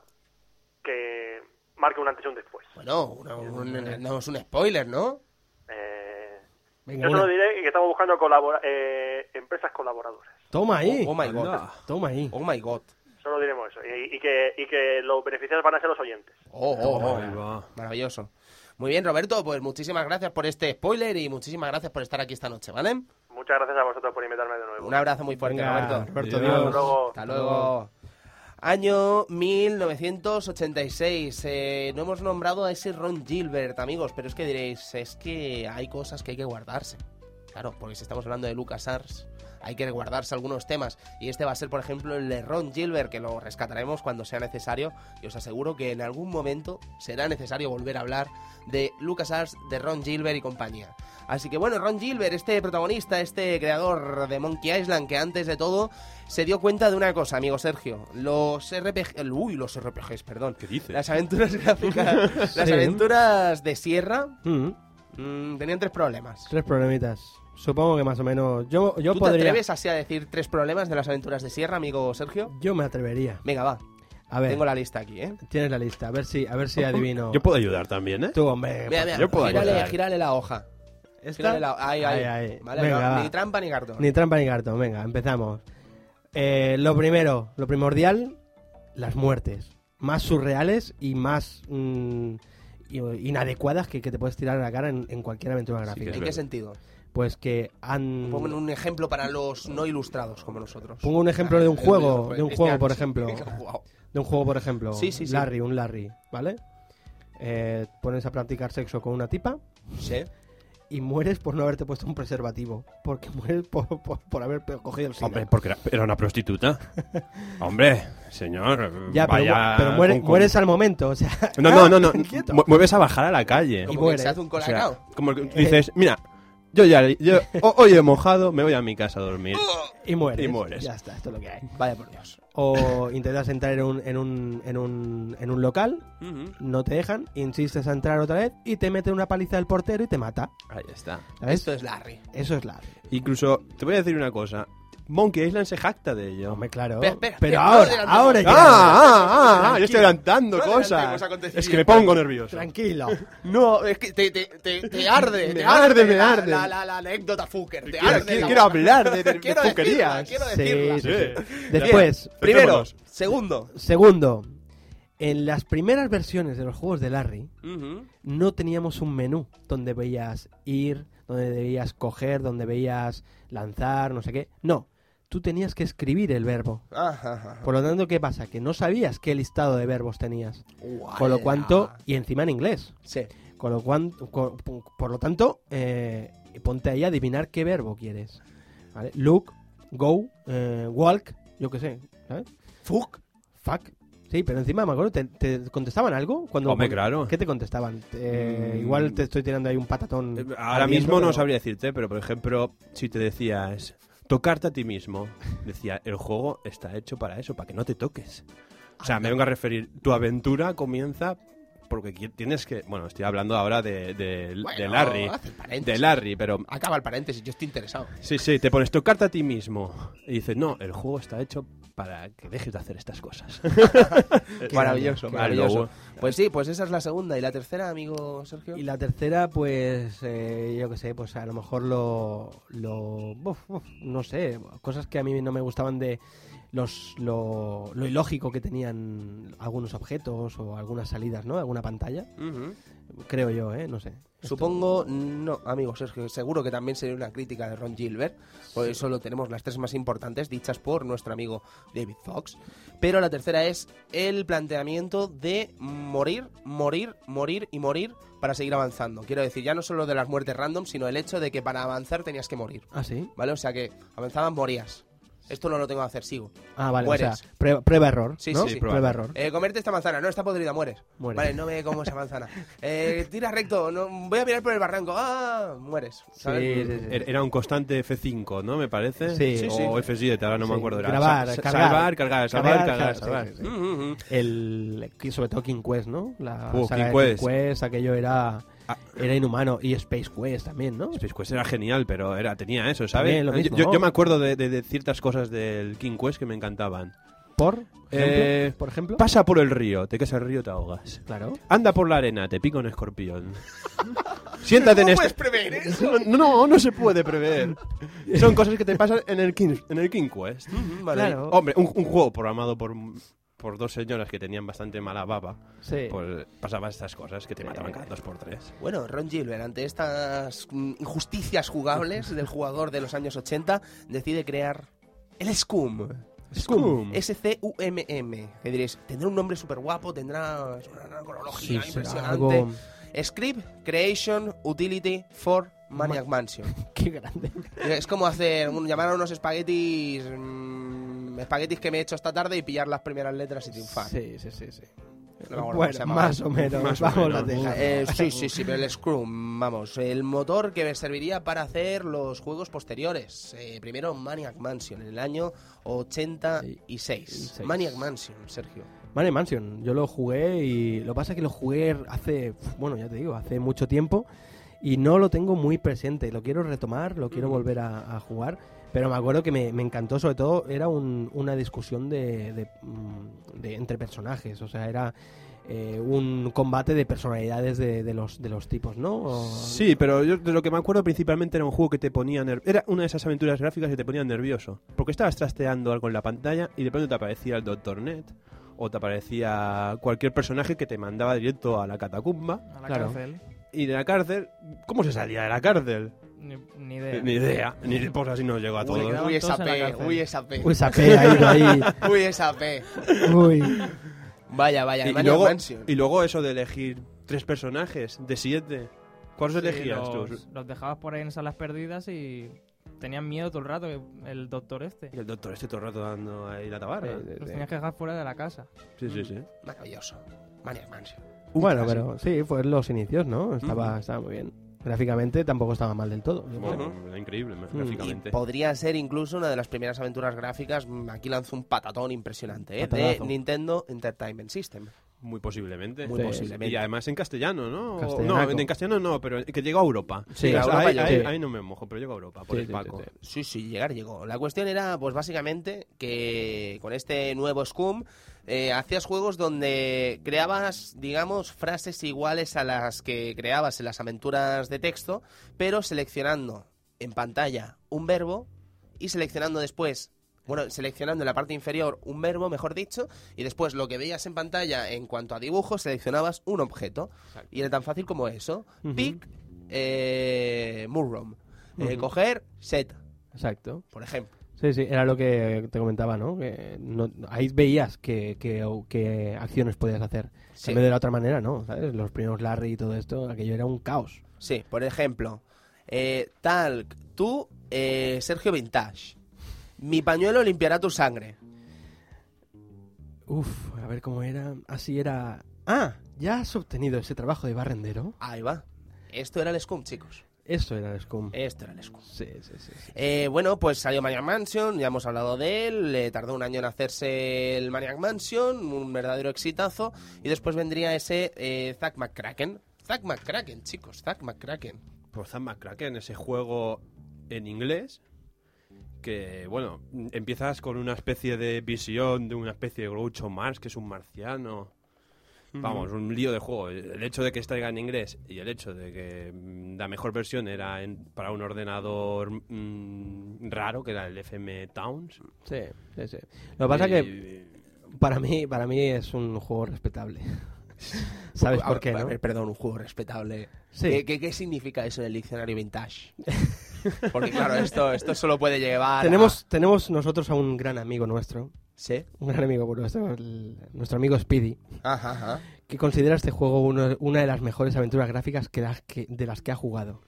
Speaker 9: que marque un antes y un después.
Speaker 1: Bueno, una- un- no es un spoiler, ¿no?
Speaker 9: Eh,
Speaker 2: Venga,
Speaker 9: yo solo
Speaker 2: una.
Speaker 9: diré que estamos buscando colabora- eh, empresas colaboradoras.
Speaker 2: Toma ahí.
Speaker 1: Oh, oh my god.
Speaker 2: Toma ahí.
Speaker 1: Oh my god.
Speaker 9: Solo diremos eso. Y, y que, y que los beneficiados van a ser los oyentes.
Speaker 1: Oh, oh, oh.
Speaker 3: Ahí va.
Speaker 1: Maravilloso. Muy bien, Roberto, pues muchísimas gracias por este spoiler y muchísimas gracias por estar aquí esta noche, ¿vale?
Speaker 9: Muchas gracias a vosotros por invitarme de nuevo.
Speaker 1: Un abrazo muy fuerte,
Speaker 2: Venga,
Speaker 1: Roberto.
Speaker 2: Roberto,
Speaker 3: Adiós.
Speaker 9: Hasta
Speaker 2: adiós.
Speaker 9: luego.
Speaker 1: Hasta luego. Año 1986. Eh, no hemos nombrado a ese Ron Gilbert, amigos, pero es que diréis, es que hay cosas que hay que guardarse. Claro, porque si estamos hablando de Lucas Ars, hay que guardarse algunos temas. Y este va a ser, por ejemplo, el de Ron Gilbert, que lo rescataremos cuando sea necesario. Y os aseguro que en algún momento será necesario volver a hablar de Lucas Ars, de Ron Gilbert y compañía. Así que bueno, Ron Gilbert, este protagonista, este creador de Monkey Island, que antes de todo se dio cuenta de una cosa, amigo Sergio. Los RPG, uy, los RPGs, perdón.
Speaker 3: ¿Qué dices?
Speaker 1: Las
Speaker 2: <laughs>
Speaker 1: aventuras gráficas, las
Speaker 2: Sí.
Speaker 1: aventuras de sierra,
Speaker 2: Mm,
Speaker 1: mm, tenían tres problemas.
Speaker 2: Tres problemitas. Supongo que más o menos. Yo, yo
Speaker 1: ¿Tú te
Speaker 2: podría.
Speaker 1: atreves así a decir tres problemas de las aventuras de sierra, amigo Sergio?
Speaker 2: Yo me atrevería.
Speaker 1: Venga, va.
Speaker 2: A ver,
Speaker 1: Tengo la lista aquí, ¿eh?
Speaker 2: tienes la lista. A ver si, a ver si adivino.
Speaker 3: Oh, Yo puedo ayudar también, ¿eh?
Speaker 2: Tú, hombre.
Speaker 1: Mira, mira,
Speaker 3: yo puedo
Speaker 1: gírale,
Speaker 3: ayudar.
Speaker 1: gírale la hoja. Gírale la... Ahí, ahí.
Speaker 2: Ahí, ahí.
Speaker 1: Vale,
Speaker 2: Venga,
Speaker 1: no,
Speaker 2: va.
Speaker 1: ni trampa ni cartón.
Speaker 2: Ni trampa ni cartón. Venga, empezamos. Eh, lo primero, lo primordial, las muertes. Más surreales y más mm, i- inadecuadas que, que te puedes tirar a la cara en, en cualquier aventura gráfica.
Speaker 3: Es
Speaker 1: ¿En qué
Speaker 3: verdad.
Speaker 1: sentido?
Speaker 2: Pues que han...
Speaker 1: Pongo un ejemplo para los no ilustrados como nosotros.
Speaker 2: Pongo un
Speaker 1: <laughs>
Speaker 2: ejemplo de un
Speaker 1: Ah,
Speaker 2: juego, de un
Speaker 1: Este
Speaker 2: juego,
Speaker 1: año
Speaker 2: por
Speaker 1: sí. <laughs>
Speaker 2: ejemplo.
Speaker 1: Guau.
Speaker 2: De un juego, por ejemplo.
Speaker 1: Sí, sí, sí.
Speaker 2: Larry, un Larry, ¿vale? Eh, pones a practicar sexo con una tipa
Speaker 1: Sí.
Speaker 2: y mueres por no haberte puesto un preservativo. Porque <laughs> mueres por, por, por haber pe- cogido el SIDA.
Speaker 3: Hombre, porque era, era una prostituta.
Speaker 2: <laughs>
Speaker 3: Hombre, señor.
Speaker 2: ya, pero,
Speaker 3: vaya
Speaker 2: mu- pero muere-
Speaker 3: con- con-
Speaker 2: mueres al momento. O sea,
Speaker 3: <laughs> No, no, no, no.
Speaker 2: <laughs> Quieto. Eh.
Speaker 3: mu- Mueves a bajar a la calle.
Speaker 1: Como que
Speaker 2: muere.
Speaker 1: se hace un
Speaker 3: O sea,
Speaker 1: colacao.
Speaker 3: como que dices, mira, yo ya
Speaker 2: <laughs>
Speaker 3: yo, ho- hoy he mojado, me voy a mi casa a
Speaker 1: <laughs>
Speaker 3: dormir.
Speaker 2: y mueres.
Speaker 3: Y mueres.
Speaker 2: Ya está, esto es lo que hay.
Speaker 1: Vaya por Dios.
Speaker 2: O intentas entrar en un, en un, en un, en un local, no te dejan, insistes a entrar otra vez y te mete una paliza del portero y te mata.
Speaker 3: Ahí está.
Speaker 2: ¿Sabes?
Speaker 1: Esto es Larry.
Speaker 2: Eso es Larry.
Speaker 3: Incluso te voy a decir una cosa. Monkey Island se jacta de ello.
Speaker 2: Hombre, claro.
Speaker 1: Espera, espera,
Speaker 2: Pero
Speaker 1: espera,
Speaker 2: ahora,
Speaker 1: adelante.
Speaker 2: ahora
Speaker 3: Ah,
Speaker 2: ya.
Speaker 3: ah, ah, yo estoy adelantando
Speaker 1: No adelantemos
Speaker 3: cosas.
Speaker 1: acontecimientos.
Speaker 3: Es que me pongo nervioso.
Speaker 2: Tranquilo.
Speaker 1: No, es que te, te, te,
Speaker 2: <laughs>
Speaker 1: te arde.
Speaker 3: Me
Speaker 1: te
Speaker 3: arde, me
Speaker 1: la-
Speaker 3: arde.
Speaker 1: La, la, la anécdota Fuker. Te
Speaker 3: Quiero,
Speaker 1: arde.
Speaker 3: quiero-
Speaker 1: la-
Speaker 3: quiero hablar de, de
Speaker 1: <laughs> Quiero decirla,
Speaker 3: fuquerías.
Speaker 1: quiero
Speaker 2: Sí,
Speaker 1: decirla.
Speaker 2: sí, sí.
Speaker 3: Sí.
Speaker 2: <laughs> Después,
Speaker 1: Primero,
Speaker 3: Centrémonos.
Speaker 1: segundo.
Speaker 2: segundo, en las primeras versiones de los juegos de Larry no teníamos un menú donde veías ir, donde debías coger, donde veías lanzar, no sé qué. No, tú tenías que escribir el verbo.
Speaker 1: Ajá, ajá.
Speaker 2: Por lo tanto, ¿qué pasa? Que no sabías qué listado de verbos tenías. Con lo cuanto, y encima en inglés.
Speaker 1: Sí.
Speaker 2: Con lo cual, co- por, lo tanto, eh, ponte ahí a adivinar qué verbo quieres. ¿Vale? Look, go, eh, walk, yo qué sé. ¿sabes?
Speaker 1: Fuck.
Speaker 2: Fuck. Sí, pero encima me acuerdo, ¿te, te contestaban algo? cuando
Speaker 3: Hombre, claro.
Speaker 2: ¿Qué te contestaban? Eh,
Speaker 3: Mm.
Speaker 2: Igual te estoy tirando ahí un patatón.
Speaker 3: Eh, Ahora
Speaker 2: ardiendo,
Speaker 3: mismo no
Speaker 2: pero-
Speaker 3: sabría decirte, pero por ejemplo, si te decías tocarte a ti mismo, decía, el juego está hecho para eso, para que no te toques. O sea, me vengo a referir, tu aventura comienza porque qui- tienes que... Bueno, estoy hablando ahora de, de- de
Speaker 1: Bueno,
Speaker 3: Larry.
Speaker 1: haz el paréntesis.
Speaker 3: De Larry, pero...
Speaker 1: Acaba el paréntesis, yo estoy interesado.
Speaker 3: Sí, sí, te pones tocarte a ti mismo. Y dices, no, el juego está hecho para que dejes de hacer estas <laughs> cosas. Eh,
Speaker 1: maravilloso,
Speaker 3: qué
Speaker 1: maravilloso.
Speaker 3: grande.
Speaker 1: Pues sí, pues esa es la segunda. ¿Y la tercera, amigo Sergio?
Speaker 2: Y la tercera, pues, eh, yo qué sé, pues a lo mejor lo... lo uf, uf, no sé, cosas que a mí no me gustaban de los, lo, lo ilógico que tenían algunos objetos o algunas salidas, ¿no? Alguna pantalla,
Speaker 1: Ujú.
Speaker 2: creo yo, ¿eh? No sé.
Speaker 1: Supongo, no, amigo Sergio, seguro que también sería una crítica de Ron Gilbert, por eso solo tenemos las tres más importantes dichas por nuestro amigo David Fox. Pero la tercera es el planteamiento de morir, morir, morir y morir para seguir avanzando. Quiero decir, ya no solo de las muertes random, sino el hecho de que para avanzar tenías que morir,
Speaker 2: Ah, sí.
Speaker 1: ¿vale? O sea que avanzabas, morías. Esto no lo tengo que hacer, sigo.
Speaker 2: Ah, vale, o
Speaker 1: Mueres.
Speaker 2: sea, prueba, prueba-error,
Speaker 1: Sí,
Speaker 2: ¿no?
Speaker 1: sí, sí.
Speaker 2: Prueba-error.
Speaker 1: Eh, comerte esta manzana, no, está podrida, mueres.
Speaker 2: Mueres.
Speaker 1: Vale, no me como esa manzana. Eh, tira recto, no, voy a mirar por el barranco, ah, mueres. ¿sabes?
Speaker 2: Sí, sí, sí.
Speaker 3: Er- Era un constante F5, ¿no? Me parece.
Speaker 2: Sí. Sí,
Speaker 1: sí.
Speaker 3: O F7, ahora no me
Speaker 2: Sí.
Speaker 3: acuerdo. Era
Speaker 2: Grabar,
Speaker 3: sa- sa-
Speaker 2: cargar.
Speaker 3: Salvar, cargar, salvar,
Speaker 2: Cargar,
Speaker 3: cargar,
Speaker 2: sí,
Speaker 3: salvar.
Speaker 2: sí, sí.
Speaker 1: Mm, mm, mm.
Speaker 2: el que sobre todo King Quest, ¿no? La
Speaker 3: Uh,
Speaker 2: saga
Speaker 3: King
Speaker 2: de
Speaker 3: Quest.
Speaker 2: King Quest, aquello era
Speaker 3: Ah.
Speaker 2: era inhumano y Space Quest también, ¿no?
Speaker 3: Space Quest era genial, pero era, tenía eso, ¿sabes?
Speaker 2: También lo
Speaker 3: Yo-
Speaker 2: mismo,
Speaker 3: yo,
Speaker 2: ¿no?
Speaker 3: yo me acuerdo de, de- de ciertas cosas del King Quest que me encantaban.
Speaker 2: Por ejemplo,
Speaker 3: Eh,
Speaker 2: por ejemplo,
Speaker 3: Pasa por el río, te caes al río, te ahogas.
Speaker 2: claro.
Speaker 3: Anda por la arena, te pica un escorpión. <laughs> Siéntate en este...
Speaker 1: prever
Speaker 3: No, no, no se puede prever. Son cosas que te pasan en el King, en el King Quest.
Speaker 2: Mm, Claro.
Speaker 3: Hombre, un, un juego programado por, por dos señoras que tenían bastante mala baba.
Speaker 2: Sí. Eh,
Speaker 3: Pues pasaban estas cosas que te mataban cada dos por tres.
Speaker 1: Bueno, Ron Gilbert, ante estas mm, injusticias jugables del jugador de los años 80, decide crear el Scum.
Speaker 3: Scum.
Speaker 1: S-C-U-M-M. Que diréis, tendrá un nombre súper guapo, tendrá es una cronología
Speaker 2: Sí, será
Speaker 1: impresionante.
Speaker 2: algo
Speaker 1: Script Creation Utility for Maniac Mansion.
Speaker 2: <laughs> qué grande.
Speaker 1: Es como hacer, un- llamar a unos espaguetis. mm, espaguetis que me he hecho esta tarde y pillar las primeras letras y triunfar.
Speaker 2: Sí, sí, sí, sí.
Speaker 1: No me acuerdo cómo se
Speaker 2: bueno,
Speaker 1: llamaba.
Speaker 2: más o menos,
Speaker 3: Más o
Speaker 2: vamos
Speaker 3: menos.
Speaker 2: a dejar.
Speaker 1: Eh, sí, sí, sí, pero el Scrum, vamos, el motor que me serviría para hacer los juegos posteriores. Eh, primero Maniac Mansion, en el año 86.
Speaker 2: Sí.
Speaker 1: Maniac Mansion, Sergio.
Speaker 2: Maniac Mansion, yo lo jugué y lo pasa que lo jugué hace, bueno, ya te digo, hace mucho tiempo y no lo tengo muy presente. Lo quiero retomar, lo
Speaker 3: Mm.
Speaker 2: quiero volver a, a jugar, pero me acuerdo que me, me encantó, sobre todo era un- una discusión de, de, mm, de- entre personajes, o sea, era eh, un combate de personalidades de, de los de los tipos, ¿no? O-
Speaker 3: Sí, pero yo de lo que me acuerdo principalmente era un juego que te ponía nerv- Era una de esas aventuras gráficas que te ponía nervioso. Porque estabas trasteando algo en la pantalla y de pronto te aparecía el Doctor Net o te aparecía cualquier personaje que te mandaba directo a la catacumba
Speaker 5: A la
Speaker 2: Claro.
Speaker 5: cárcel.
Speaker 3: y de la cárcel. ¿Cómo se salía de la cárcel?
Speaker 5: Ni, ni idea.
Speaker 3: Ni idea. Ni pues así nos llegó a
Speaker 5: Uy,
Speaker 3: todos.
Speaker 5: claro.
Speaker 1: Uy, esa
Speaker 5: todos en la
Speaker 1: P,
Speaker 5: cárcel.
Speaker 1: uy, esa P.
Speaker 2: Uy, sapé, ha ido ahí.
Speaker 1: <laughs> Uy, esa P.
Speaker 2: Uy.
Speaker 1: Vaya, vaya,
Speaker 3: Y, y
Speaker 1: Maniac
Speaker 3: luego,
Speaker 1: Mansion.
Speaker 3: y luego eso de elegir tres personajes de siete. ¿Cuáles
Speaker 5: Sí,
Speaker 3: elegías
Speaker 5: los,
Speaker 3: tú?
Speaker 5: los dejabas por ahí en salas perdidas y tenían miedo todo el rato, el doctor este.
Speaker 3: Y el doctor este todo el rato dando ahí la tabarra.
Speaker 5: Eh, Los tenías que dejar fuera de la casa.
Speaker 3: Sí, sí, sí.
Speaker 1: Maravilloso. Maniac Mansion.
Speaker 2: Bueno, pero sí, fue los inicios, ¿no? Estaba, estaba muy bien. Gráficamente tampoco estaba mal del todo. yo
Speaker 3: Mm. Bueno,
Speaker 2: creo.
Speaker 3: era increíble,
Speaker 2: Mm.
Speaker 1: Mm. Y
Speaker 3: gráficamente.
Speaker 1: podría ser incluso una de las primeras aventuras gráficas. mm, Aquí lanzo un patatón impresionante, ¿eh? De
Speaker 2: Patadazo.
Speaker 1: Nintendo Entertainment System.
Speaker 3: Muy posiblemente.
Speaker 1: Muy
Speaker 2: Sí.
Speaker 1: posiblemente.
Speaker 3: Y además en castellano, ¿no? O-
Speaker 2: Castellanaco.
Speaker 3: No, en castellano no, pero que llegó a Europa.
Speaker 2: Sí,
Speaker 1: a Europa
Speaker 3: ahí,
Speaker 1: llegó.
Speaker 3: ahí-
Speaker 2: Sí.
Speaker 3: ahí no me mojo, pero llegó a Europa, por
Speaker 2: Sí,
Speaker 3: el
Speaker 2: sí,
Speaker 3: Paco.
Speaker 2: sí,
Speaker 1: Sí, sí, llegar llegó. La cuestión era, pues básicamente, que con este nuevo Scum eh, hacías juegos donde creabas, digamos, frases iguales a las que creabas en las aventuras de texto, pero seleccionando en pantalla un verbo y seleccionando después, bueno, seleccionando en la parte inferior un verbo, mejor dicho, y después lo que veías en pantalla en cuanto a dibujo, seleccionabas un objeto. Y era tan fácil como eso. Pick, eh, Murrom. Eh, Coger, set
Speaker 2: Exacto.
Speaker 1: por ejemplo.
Speaker 2: Sí, sí, era lo que te comentaba, ¿no? Que no- ahí veías qué que, que acciones podías hacer.
Speaker 1: Sí.
Speaker 2: En vez de la otra manera, ¿no? ¿Sabes? Los primeros Larry y todo esto, aquello era un caos.
Speaker 1: Sí, por ejemplo, eh, Talk, tú, eh, Sergio Vintage. Mi pañuelo limpiará tu sangre.
Speaker 2: Uf, a ver cómo era. Así era. Ah, ya has obtenido ese trabajo de barrendero.
Speaker 1: Ahí va. Esto era el Scum, chicos.
Speaker 2: Eso era el Scum.
Speaker 1: Esto era el Scum.
Speaker 2: Sí, sí, sí. sí.
Speaker 1: Eh, bueno, pues salió Maniac Mansion, ya hemos hablado de él, eh, tardó un año en hacerse el Maniac Mansion, un verdadero exitazo, y después vendría ese eh, Zack McCracken. Zack McCracken, chicos, Zack McCracken.
Speaker 3: Por Pues Zack McCracken, ese juego en inglés que, bueno, empiezas con una especie de visión de una especie de Groucho Marx, que es un marciano. Vamos, un lío de juego. El hecho de que salga en inglés y el hecho de que mm, la mejor versión era en- para un ordenador mm, raro, que era el FM Towns.
Speaker 2: Sí, sí, sí. Lo que pasa
Speaker 3: Y-
Speaker 2: que para mí, para mí es un juego respetable. <laughs> ¿Sabes
Speaker 1: A-
Speaker 2: por qué,
Speaker 1: a
Speaker 2: no?
Speaker 1: ver, perdón, un juego respetable.
Speaker 2: Sí.
Speaker 1: ¿Qué, qué, qué significa eso en el diccionario vintage? Porque claro, esto, esto solo puede llevar a-
Speaker 2: Tenemos, tenemos nosotros a un gran amigo nuestro,
Speaker 1: ¿Sí?
Speaker 2: un gran amigo nuestro, el- nuestro amigo Speedy,
Speaker 1: Ajá, ajá.
Speaker 2: que considera este juego uno- una de las mejores aventuras gráficas que las que- de las que ha jugado.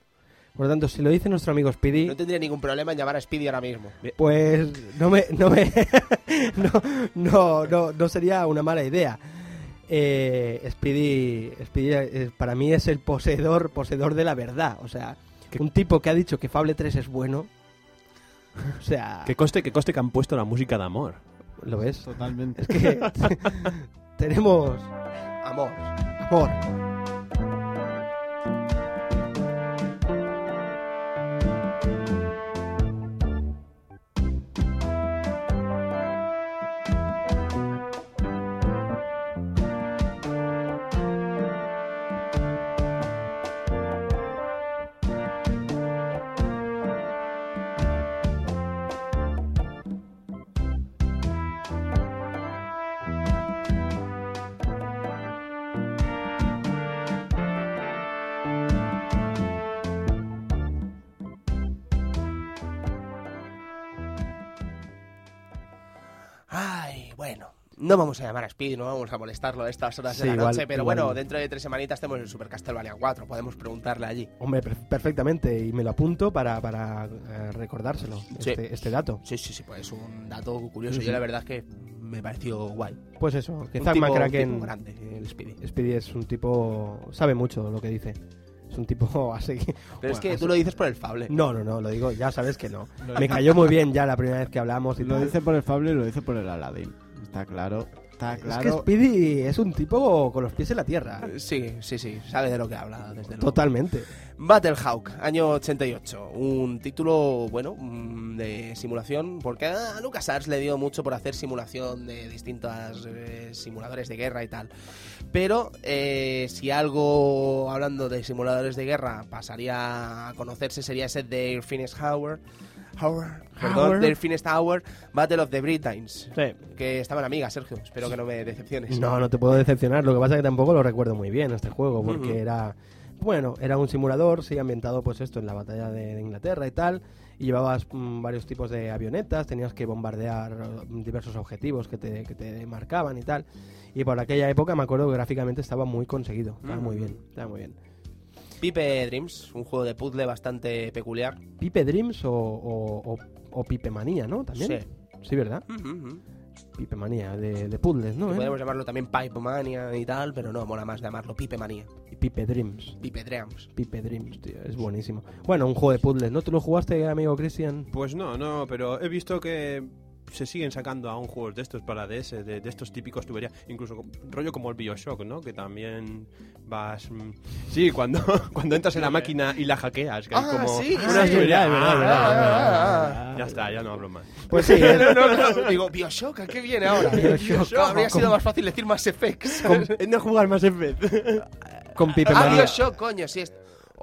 Speaker 2: Por lo tanto, si lo dice nuestro amigo Speedy,
Speaker 1: No tendría ningún problema en llamar a Speedy ahora mismo.
Speaker 2: pues no me, no, me <laughs> no, no, no, no sería una mala idea. Eh, Speedy, Speedy, eh, para mí es el poseedor, poseedor de la verdad. O sea, un tipo que ha dicho que Fable 3 es bueno. O sea,
Speaker 3: Que coste, que coste que han puesto la música de amor.
Speaker 2: ¿lo ves?
Speaker 4: Totalmente.
Speaker 1: <laughs>
Speaker 2: Es que tenemos
Speaker 1: Amor.
Speaker 2: amor.
Speaker 1: Ay, bueno. No vamos a llamar a Speedy, no vamos a molestarlo a estas horas
Speaker 2: Sí,
Speaker 1: de la
Speaker 2: igual-
Speaker 1: noche, pero
Speaker 2: igual
Speaker 1: bueno,
Speaker 2: no.
Speaker 1: dentro de tres semanitas tenemos el Super Castlevania 4, podemos preguntarle allí.
Speaker 2: Hombre, per- perfectamente, y me lo apunto para, para eh, recordárselo,
Speaker 1: Sí.
Speaker 2: este, este dato.
Speaker 1: Sí, sí, sí, pues es un dato curioso. Yo la verdad es que me pareció guay.
Speaker 2: Pues eso, que
Speaker 1: Un
Speaker 2: Zack
Speaker 1: tipo-
Speaker 2: McCracken
Speaker 1: un tipo grande, el Speedy.
Speaker 2: Speedy es un tipo. sabe mucho lo que dice. Es un tipo <laughs> así. que-
Speaker 1: Pero es
Speaker 2: Bueno,
Speaker 1: que
Speaker 2: así-
Speaker 1: tú lo dices por el fable.
Speaker 2: No, no, no, lo digo, ya sabes que no. Me cayó muy bien ya la primera vez que hablamos y
Speaker 4: Lo
Speaker 2: tal.
Speaker 4: dice por el Fable y lo dice por el Aladdin. Está claro. Está
Speaker 2: Es que
Speaker 4: claro.
Speaker 2: Speedy es un tipo con los pies en la tierra.
Speaker 1: Sí, sí, sí, sabe de lo que habla, desde luego.
Speaker 2: Totalmente.
Speaker 1: Battlehawk, año 88. Un título, bueno, mm, de simulación, porque a LucasArts le dio mucho por hacer simulación de distintos simuladores de guerra y tal. Pero eh, si algo, hablando de simuladores de guerra, pasaría a conocerse sería ese de Finest Hour. Hour, perdón,
Speaker 2: Hour.
Speaker 1: The Finest Hour, Battle of the Britains.
Speaker 2: Sí.
Speaker 1: Que estaban amigas, Sergio. Espero que no me decepciones.
Speaker 2: No, no te puedo decepcionar. Lo que pasa es que tampoco lo recuerdo muy bien este juego, porque
Speaker 1: Ujú.
Speaker 2: era. Bueno, era un simulador, sí, ambientado pues esto en la batalla de, de Inglaterra y tal. Y llevabas mm, varios tipos de avionetas, tenías que bombardear eh, diversos objetivos que te, que te marcaban y tal. Y por aquella época me acuerdo que gráficamente estaba muy conseguido, estaba muy bien, estaba muy bien.
Speaker 1: Pipe Dreams, un juego de puzzle bastante peculiar.
Speaker 2: Pipe Dreams o, o, o- o Pipe Manía, ¿no? También.
Speaker 1: Sí.
Speaker 2: Sí, ¿verdad?
Speaker 1: Ujú, ujú.
Speaker 2: Pipe Manía, de, de puzzles, ¿no?
Speaker 1: Que
Speaker 2: ¿Eh?
Speaker 1: Podemos llamarlo también Pipe Mania y tal, pero no, mola más llamarlo Pipe Manía,
Speaker 2: Pipe Dreams.
Speaker 1: Pipe Dreams.
Speaker 2: Pipe Dreams, tío, es buenísimo. Bueno, un juego de puzzles, ¿no? ¿Tú lo jugaste, amigo Cristian?
Speaker 3: Pues no, no, pero he visto que se siguen sacando aún juegos de estos para DS, de, de estos típicos tuberías, incluso con- rollo como el Bioshock, ¿no? Que también vas... mm, Sí, cuando, <laughs> cuando entras en la máquina y la hackeas, que hay
Speaker 1: Ah,
Speaker 3: como
Speaker 1: sí,
Speaker 3: unas
Speaker 1: sí.
Speaker 3: tuberías-
Speaker 1: Ah,
Speaker 3: Ah,
Speaker 1: ah, ah,
Speaker 3: Ya está, ya no hablo más.
Speaker 2: Pues
Speaker 3: <laughs>
Speaker 1: <laughs>
Speaker 2: sí, eh,
Speaker 1: No, no, no, digo, Bioshock, ¿a qué viene ahora?
Speaker 2: <laughs> Bioshock.
Speaker 1: Habría sido más fácil decir Mass Effects. <laughs>
Speaker 3: no jugar más en vez.
Speaker 2: <laughs> con Pipe
Speaker 1: Ah,
Speaker 2: María.
Speaker 1: Bioshock, coño, sí es...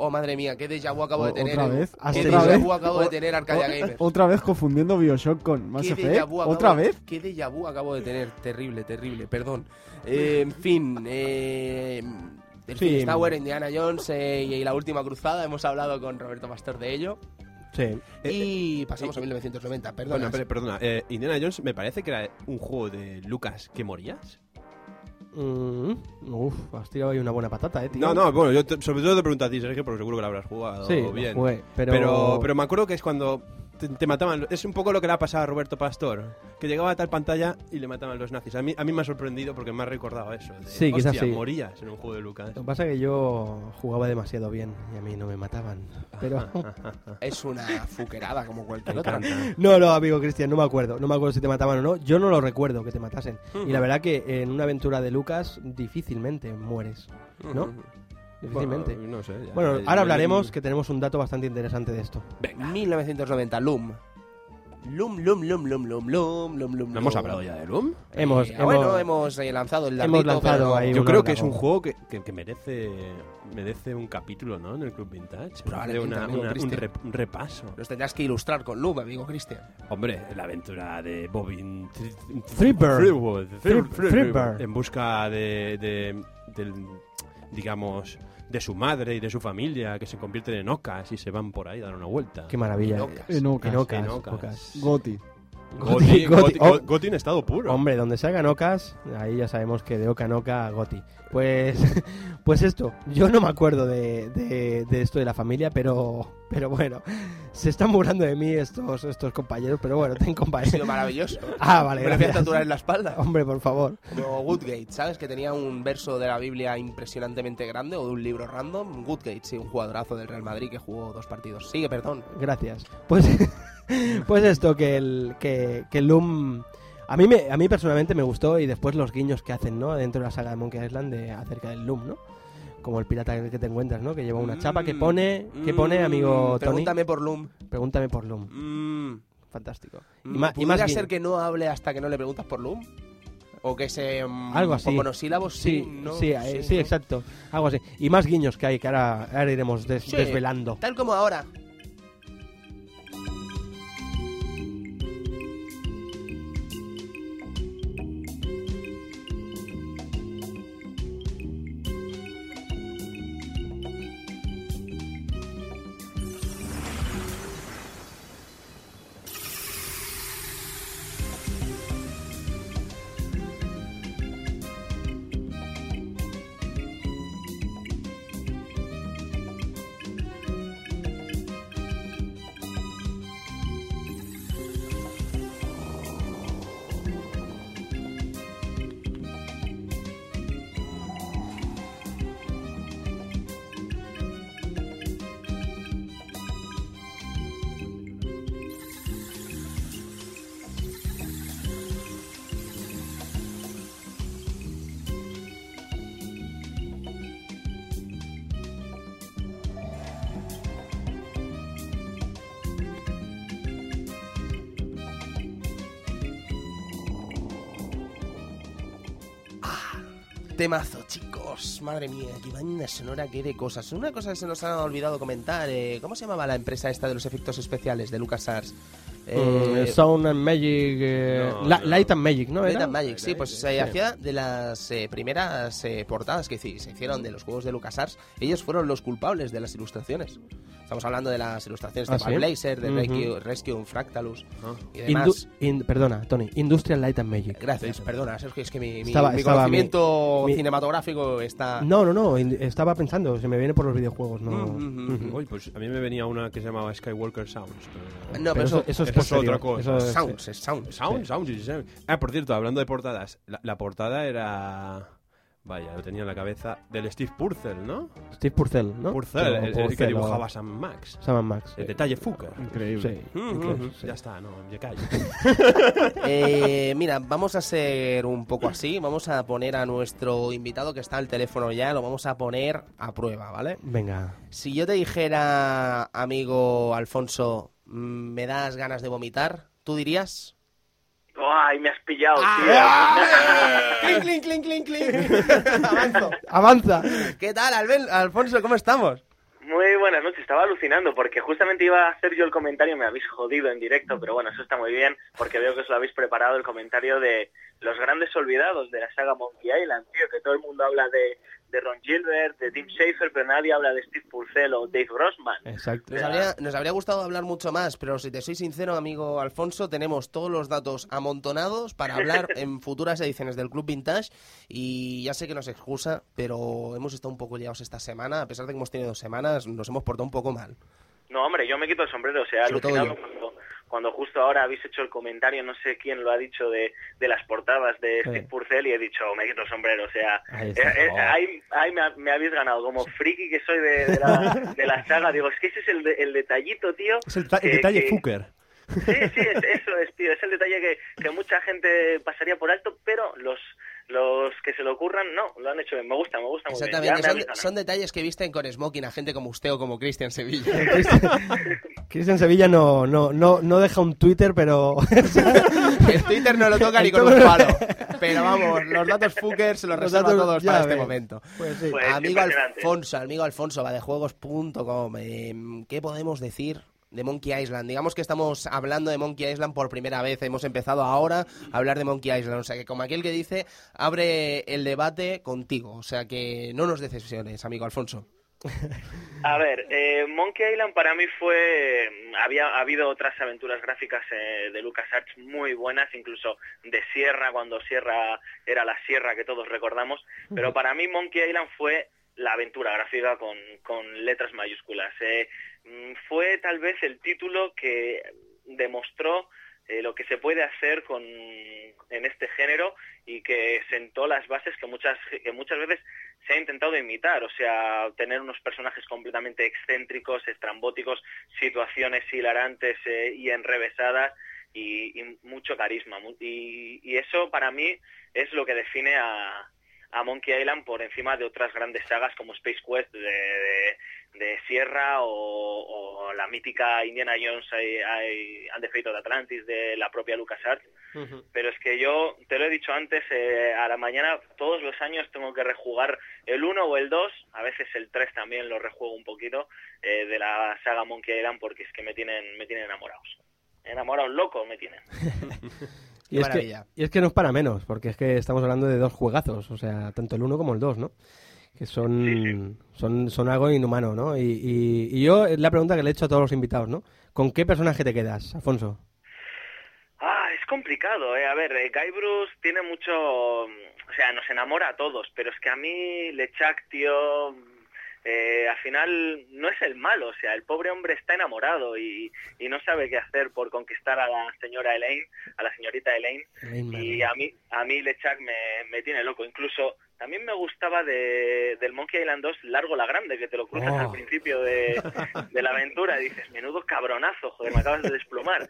Speaker 1: Oh, madre mía, qué déjà vu acabo de
Speaker 4: O-
Speaker 1: tener.
Speaker 4: otra
Speaker 1: eh.
Speaker 4: vez,
Speaker 1: Qué
Speaker 2: otra
Speaker 1: déjà
Speaker 2: vez.
Speaker 1: vu acabo de tener, Arcadia
Speaker 4: O-
Speaker 1: Gamer.
Speaker 4: Oh, eh, Otra vez confundiendo Bioshock con Mass
Speaker 1: ¿Qué
Speaker 4: Effect.
Speaker 1: déjà vu acabo
Speaker 4: ¿Otra
Speaker 1: de-
Speaker 4: vez?
Speaker 1: ¿Qué déjà vu acabo de tener? Terrible, terrible, perdón. Eh, en fin, eh, el
Speaker 2: Sí.
Speaker 1: Phoenix Tower, Indiana Jones eh, y la última cruzada, hemos hablado con Roberto Pastor de ello.
Speaker 2: Sí. eh,
Speaker 1: y pasamos a 1990, perdón.
Speaker 3: Bueno, pero- perdona, eh, Indiana Jones me parece que era un juego de Lucas que morías.
Speaker 2: Mm, uf, has tirado ahí una buena patata, eh, tío.
Speaker 3: No, no, bueno, yo te- sobre todo te pregunto a ti, Sergio, porque seguro que lo habrás jugado
Speaker 2: Sí, lo
Speaker 3: bien.
Speaker 2: jugué, pero-
Speaker 3: pero pero me acuerdo que es cuando te, te mataban. Es un poco lo que le ha pasado a Roberto Pastor, que llegaba a tal pantalla y le mataban los nazis. A mí, a mí me ha sorprendido porque me ha recordado eso. de,
Speaker 2: Sí, quizás
Speaker 3: "Hostia,
Speaker 2: sí.
Speaker 3: morías en un juego de Lucas.
Speaker 2: Lo que pasa es que yo jugaba demasiado bien y a mí no me mataban.
Speaker 1: <laughs>
Speaker 2: Pero.
Speaker 1: Ah, Es una fuquerada como cualquier otra.
Speaker 2: <laughs> No, no, amigo Cristian, no me acuerdo. No me acuerdo si te mataban o no. Yo no lo recuerdo que te matasen. Y la verdad que en una aventura de Lucas difícilmente mueres, ¿no? Difícilmente.
Speaker 3: Bueno, no sé, ya.
Speaker 2: Bueno,
Speaker 3: Eh,
Speaker 2: ahora
Speaker 3: yo-
Speaker 2: hablaremos que tenemos un dato bastante interesante de esto.
Speaker 1: 1990, Loom. Loom, Loom, Loom, Loom, Loom, Loom, Loom, Loom.
Speaker 3: ¿No hemos hablado ya de Loom?
Speaker 2: Hemos,
Speaker 1: Eh,
Speaker 2: hemos-
Speaker 1: Bueno, hemos eh, lanzado el
Speaker 2: hemos
Speaker 1: datito,
Speaker 2: lanzado
Speaker 1: pero-
Speaker 2: ahí
Speaker 3: Yo
Speaker 2: un
Speaker 3: creo que es un
Speaker 2: órdago.
Speaker 3: juego que, que- que merece merece un capítulo, ¿no? En el Club Vintage. Merece
Speaker 1: Probablemente,
Speaker 3: una-
Speaker 1: amigo
Speaker 3: una- un,
Speaker 1: Cristian.
Speaker 3: rep- un repaso.
Speaker 1: Nos tendrás que ilustrar con Loom, amigo Cristian.
Speaker 3: Hombre, la aventura de Bobin
Speaker 2: Threepwood.
Speaker 3: Threepwood.
Speaker 2: Three-
Speaker 3: Threepwood.
Speaker 2: Threepwood.
Speaker 3: En busca de, de- del- digamos de su madre y de su familia que se convierten en ocas y se van por ahí a dar una vuelta.
Speaker 2: Qué maravilla.
Speaker 1: Locas.
Speaker 4: En Ocas.
Speaker 2: En Ocas,
Speaker 3: En Ocas.
Speaker 2: Ocas.
Speaker 4: Goti.
Speaker 3: Goti,
Speaker 2: Goti,
Speaker 3: Goti-
Speaker 2: Goti-
Speaker 3: Goti en estado puro.
Speaker 2: Hombre, donde se hagan ocas, ahí ya sabemos que de oca en oca a goti. Pues, <laughs> pues esto, yo no me acuerdo de, de- de esto de la familia, pero, pero bueno, se están burlando de mí estos, estos compañeros, pero bueno, ten
Speaker 1: Ha sido
Speaker 2: compañeros.
Speaker 1: maravilloso.
Speaker 2: Ah, vale,
Speaker 1: Me lo voy a
Speaker 2: gracias.
Speaker 1: tatuar en la espalda.
Speaker 2: Hombre, por favor.
Speaker 1: Como Woodgate, ¿sabes? Que tenía un verso de la Biblia impresionantemente grande o de un libro random. Woodgate, sí, un jugadorazo del Real Madrid que jugó dos partidos. Sigue, perdón.
Speaker 2: Gracias. Pues, <laughs> pues esto, que el, que, que el Loom... A mí, me, a mí personalmente me gustó y después los guiños que hacen, ¿no? Dentro de la saga de Monkey Island de, acerca del Loom, ¿no? Como el pirata que te encuentras, ¿no? Que lleva una chapa que
Speaker 1: Mm,
Speaker 2: pone, que pone,
Speaker 1: mm,
Speaker 2: amigo Tony,
Speaker 1: Pregúntame por Loom.
Speaker 2: pregúntame por Loom.
Speaker 1: Mm,
Speaker 2: Fantástico. Y,
Speaker 1: mm,
Speaker 2: ma- y
Speaker 1: ¿Pudiera
Speaker 2: más
Speaker 1: ser
Speaker 2: guiño.
Speaker 1: que no hable hasta que no le preguntas por Loom? O que se... mm,
Speaker 2: Algo así.
Speaker 1: Con monosílabos, sí,
Speaker 2: Sí,
Speaker 1: no,
Speaker 2: sí, eh, sí,
Speaker 1: no.
Speaker 2: exacto. Algo así. Y más guiños que hay, que ahora, ahora iremos des-
Speaker 1: Sí.
Speaker 2: desvelando.
Speaker 1: Tal como ahora. Temazo, chicos. Madre mía, qué banda sonora, qué de cosas. Una cosa que se nos ha olvidado comentar, eh, ¿cómo se llamaba la empresa esta de los efectos especiales de LucasArts?
Speaker 2: Mm, Sound and Magic. eh,
Speaker 3: No,
Speaker 2: la-
Speaker 3: no.
Speaker 2: Light and Magic, ¿no?
Speaker 1: Eh, Light
Speaker 2: era?
Speaker 1: and Magic, sí, pues se
Speaker 2: Sí.
Speaker 1: hacía de las eh, primeras eh, portadas que hici- se hicieron de los juegos de LucasArts. Ellos fueron los culpables de las ilustraciones. Estamos hablando de las ilustraciones de
Speaker 2: ¿Ah,
Speaker 1: Fire
Speaker 2: sí?
Speaker 1: Blazer, de
Speaker 2: Ujú. Ah.
Speaker 1: Rescue, Rescue Fractalus y demás.
Speaker 2: Indu- in- perdona, Tony. Industrial Light and Magic.
Speaker 1: Gracias, perdona, Sergio, es que mi, mi-
Speaker 2: Estaba-
Speaker 1: mi
Speaker 2: estaba mi-
Speaker 1: conocimiento
Speaker 2: mi-
Speaker 1: cinematográfico está...
Speaker 2: No, no, no. in- estaba pensando. Se me viene por los videojuegos. No.
Speaker 1: Mm, mm, mm, mm.
Speaker 3: Uy, pues a mí me venía una que se llamaba Skywalker Sounds. pero-
Speaker 1: No, pero eso-
Speaker 2: es
Speaker 3: eso es
Speaker 2: posterior,
Speaker 3: otra cosa.
Speaker 2: eso es-
Speaker 1: Sounds, es Sounds.
Speaker 3: Sound, sound, sí, sí, sound. Ah, por cierto, hablando de portadas, la, la portada era Vaya, lo tenía en la cabeza. Del Steve Purcell, ¿no?
Speaker 2: Steve Purcell, ¿no?
Speaker 3: Purcell,
Speaker 2: Pero
Speaker 3: el- el, que
Speaker 2: Purcell o-
Speaker 3: dibujaba Sam Max.
Speaker 2: Sam and Max.
Speaker 3: El
Speaker 2: sí.
Speaker 3: detalle Fucker.
Speaker 4: Increíble.
Speaker 2: Sí,
Speaker 3: Mm,
Speaker 2: incluso,
Speaker 3: mm,
Speaker 2: sí.
Speaker 3: Ya está, no, me callo.
Speaker 1: <laughs> Eh, mira, vamos a ser un poco así. Vamos a poner a nuestro invitado que está al teléfono ya, lo vamos a poner a prueba, ¿vale?
Speaker 2: Venga.
Speaker 1: Si yo te dijera, amigo Alfonso, mm, me das ganas de vomitar, ¿tú dirías?
Speaker 6: ¡Ay, me has pillado, tío!
Speaker 5: Ah. <laughs>
Speaker 1: ¡Clink, clink, clink, clink, clink! <laughs> Avanzo.
Speaker 2: ¡Avanza!
Speaker 1: ¿Qué tal, Albel- Alfonso? ¿Cómo estamos?
Speaker 6: Muy buenas noches, estaba alucinando porque justamente iba a hacer yo el comentario, me habéis jodido en directo, pero bueno, eso está muy bien porque veo que os lo habéis preparado el comentario de los grandes olvidados de la saga Monkey Island, tío, que todo el mundo habla de, de Ron Gilbert, de Tim Schafer, pero nadie habla de Steve Purcell o Dave Grossman.
Speaker 2: Exacto.
Speaker 1: Nos habría, nos habría gustado hablar mucho más, pero si te soy sincero, amigo Alfonso, tenemos todos los datos amontonados para hablar en futuras ediciones del Club Vintage y ya sé que nos excusa, pero hemos estado un poco liados esta semana, a pesar de que hemos tenido dos semanas, nos hemos portado un poco mal.
Speaker 6: No, hombre, yo me quito el sombrero, o sea,
Speaker 1: Sobre todo
Speaker 6: alucinado cuando, cuando justo ahora habéis hecho el comentario, no sé quién lo ha dicho, de, de las portadas de
Speaker 2: Sí.
Speaker 6: Steve Purcell y he dicho, "Oh, me quito el sombrero, o sea,
Speaker 2: Ahí
Speaker 6: eh,
Speaker 2: está.
Speaker 6: eh, ahí, ahí me, ha- me habéis ganado, como friki que soy de, de la, de la saga, digo, es que ese es el, de- el detallito, tío.
Speaker 3: Es el, ta- el
Speaker 6: que-
Speaker 3: detalle
Speaker 6: que-
Speaker 3: Fucker.
Speaker 6: <laughs> Sí, sí, es- eso es, tío, es el detalle que, que mucha gente pasaría por alto, pero los los que se lo ocurran, no, lo han hecho bien, me gusta, me gusta, muy bien. Ya
Speaker 1: Exactamente,
Speaker 6: me
Speaker 1: son,
Speaker 6: habéis ganado.
Speaker 1: son detalles que visten con smoking a gente como usted o como Cristian
Speaker 2: <laughs>
Speaker 1: Sevilla. <laughs>
Speaker 2: Cristian Sevilla no, no, no, no deja un Twitter, pero
Speaker 1: <laughs> El Twitter no lo toca ni con un palo, pero vamos, los datos fuckers los
Speaker 2: Los
Speaker 1: reserva
Speaker 2: datos-
Speaker 1: todos
Speaker 2: ya
Speaker 1: para este
Speaker 2: ves.
Speaker 1: momento.
Speaker 2: pues sí.
Speaker 6: Pues,
Speaker 1: amigo
Speaker 6: impresionante.
Speaker 1: Alfonso, amigo Alfonso, va de juegos.com. Em, ¿Qué podemos decir de Monkey Island? Digamos que estamos hablando de Monkey Island por primera vez. Hemos empezado ahora a hablar de Monkey Island. O sea que, como aquel que dice, abre el debate contigo. O sea que no nos decepciones, amigo Alfonso.
Speaker 6: A ver, eh, Monkey Island para mí fue... Había ha habido otras aventuras gráficas eh, de LucasArts muy buenas, incluso de Sierra, cuando Sierra era la Sierra que todos recordamos, pero para mí Monkey Island fue la aventura gráfica con, con letras mayúsculas. Eh, mm, fue tal vez el título que demostró eh, lo que se puede hacer con, en este género y que sentó las bases que muchas, que muchas veces se ha intentado imitar, o sea, tener unos personajes completamente excéntricos, estrambóticos, situaciones hilarantes eh, y enrevesadas y, y mucho carisma. mu- Y, y eso para mí es lo que define a, a Monkey Island por encima de otras grandes sagas como Space Quest de, de- de Sierra o, o la mítica Indiana Jones eh, eh, and the Fate of Atlantis de la propia LucasArts pero es que yo, te lo he dicho antes, eh, a la mañana todos los años tengo que rejugar el 1 o el 2, a veces el 3 también lo rejuego un poquito, eh, de la saga Monkey Island porque es que me tienen, me tienen enamorados. Enamorados locos me
Speaker 2: <laughs>
Speaker 6: tienen.
Speaker 2: Y
Speaker 1: Qué
Speaker 2: es, que,
Speaker 1: maravilla.
Speaker 2: y es que no es para menos, porque es que estamos hablando de dos juegazos, o sea, tanto el uno como el dos, ¿no? Que son, son, son algo inhumano, ¿no? Y, y, y yo, es la pregunta que le he hecho a todos los invitados, ¿no? ¿Con qué personaje te quedas, Alfonso?
Speaker 6: Ah, es complicado, eh. A ver, eh, Guy Bruce tiene mucho... O sea, nos enamora a todos, pero es que a mí Lechak, tío... eh, al final no es el malo, o sea, el pobre hombre está enamorado y, y no sabe qué hacer por conquistar a la señora Elaine, a la señorita Elaine, y a mí, a mí Lechak me, me tiene loco. Incluso también me gustaba de, del Monkey Island 2 Largo la Grande, que te lo cruzas
Speaker 2: Oh.
Speaker 6: al principio de, de la aventura. Y dices, menudo cabronazo, joder, me acabas de desplumar.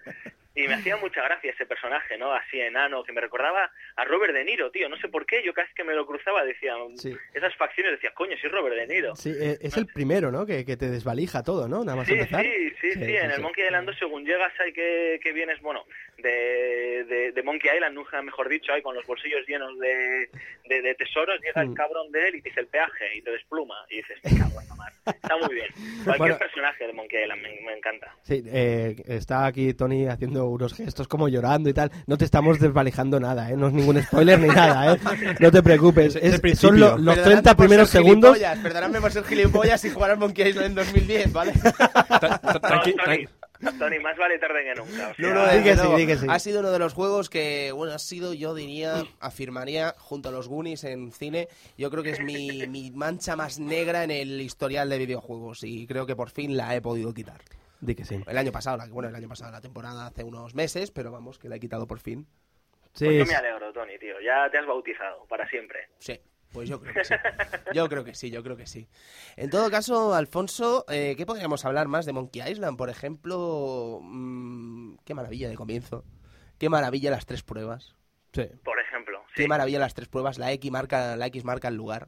Speaker 6: Y me hacía mucha gracia ese personaje, ¿no? Así enano, que me recordaba a Robert De Niro, tío. No sé por qué, yo casi que me lo cruzaba, decía,
Speaker 2: Sí.
Speaker 6: esas facciones, decía, coño, sí, Robert De Niro.
Speaker 2: Sí, eh, es el primero, ¿no? Que, que te desvalija todo, ¿no? Nada más
Speaker 6: Sí,
Speaker 2: empezar.
Speaker 6: sí, sí, sí, en el Monkey Island 2 según llegas hay que, que vienes, bueno, de, de, de Monkey Island, nunca mejor dicho, ahí con los bolsillos llenos de, de, de tesoros, llega
Speaker 2: Mm.
Speaker 6: el cabrón de él y te dice el peaje y te despluma y dices, me cago en la mar". Está muy
Speaker 2: <laughs>
Speaker 6: bien. Cualquier
Speaker 2: Bueno.
Speaker 6: personaje de Monkey Island me, me encanta.
Speaker 2: Sí, eh, está aquí Tony haciendo unos gestos como llorando y tal. No te estamos desvalijando nada, ¿eh? No es ningún spoiler ni
Speaker 6: <laughs>
Speaker 2: nada, ¿eh? No te preocupes.
Speaker 3: Es el
Speaker 2: Es-
Speaker 3: principio.
Speaker 2: son lo- los 30 primeros segundos.
Speaker 1: Perdonadme por ser gilipollas y jugar al Monkey Island en 2010, ¿vale?
Speaker 3: <laughs> Ta- ta- tranqui-
Speaker 6: No, Tony,
Speaker 3: tranqui-
Speaker 6: Tony, más vale tarde que nunca. o sea,
Speaker 1: No, no, desde
Speaker 2: Di que sí,
Speaker 1: luego.
Speaker 2: di que sí.
Speaker 1: Ha sido uno de los juegos que, bueno, ha sido, yo diría, afirmaría, junto a los Goonies en cine, yo creo que es mi, mi mancha más negra en el historial de videojuegos y creo que por fin la he podido quitar.
Speaker 2: Di que sí.
Speaker 1: El año pasado, la, bueno, el año pasado, la temporada hace unos meses, pero vamos, que la he quitado por fin.
Speaker 2: Sí,
Speaker 6: pues yo
Speaker 2: sí.
Speaker 6: me alegro, Tony, tío. Ya te has bautizado para siempre.
Speaker 1: Sí. Pues yo creo que sí. Yo creo que sí, yo creo que sí. En todo caso, Alfonso, eh, ¿qué podríamos hablar más de Monkey Island? Por ejemplo, mm, qué maravilla de comienzo. Qué maravilla las tres pruebas.
Speaker 2: Sí.
Speaker 6: <laughs> Por ejemplo.
Speaker 1: Qué
Speaker 6: sí.
Speaker 1: maravilla las tres pruebas. La X marca, la X marca el lugar.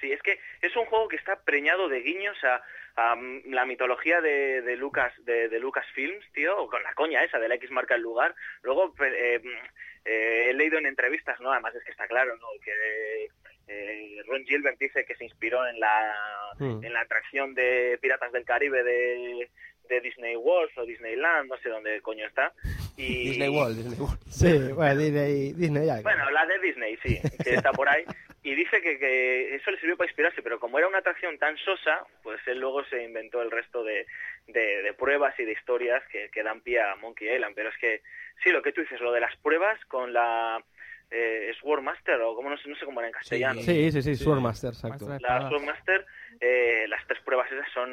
Speaker 6: Sí, es que es un juego que está preñado de guiños a, a, mm, la mitología de, de Lucas de, de Lucasfilms, tío, o con la coña esa de la X marca el lugar. Luego pe- eh, mm, eh, he leído en entrevistas, ¿no? Además es que está claro, ¿no? Que eh, Ron Gilbert dice que se inspiró en la
Speaker 2: Mm.
Speaker 6: en la <laughs> atracción de Piratas del Caribe de, de Disney World o Disneyland, no sé dónde coño está. Y,
Speaker 1: Disney World, Disney World.
Speaker 2: <laughs> Sí, bueno, Disney, Disney ya.
Speaker 6: Bueno, la de Disney, sí, que está por ahí. Y dice que, que eso le sirvió para inspirarse, pero como era una atracción tan sosa, pues él luego se inventó el resto de, de- de pruebas y de historias que, que dan pie a Monkey Island. Pero es que, sí, lo que tú dices, lo de las pruebas con la eh, Sword Master, o como no sé, no sé cómo era en castellano.
Speaker 2: Sí, sí, sí, Swordmaster, exacto.
Speaker 5: Maestra de
Speaker 6: La
Speaker 5: espadas.
Speaker 6: Swordmaster, eh, las tres pruebas esas son,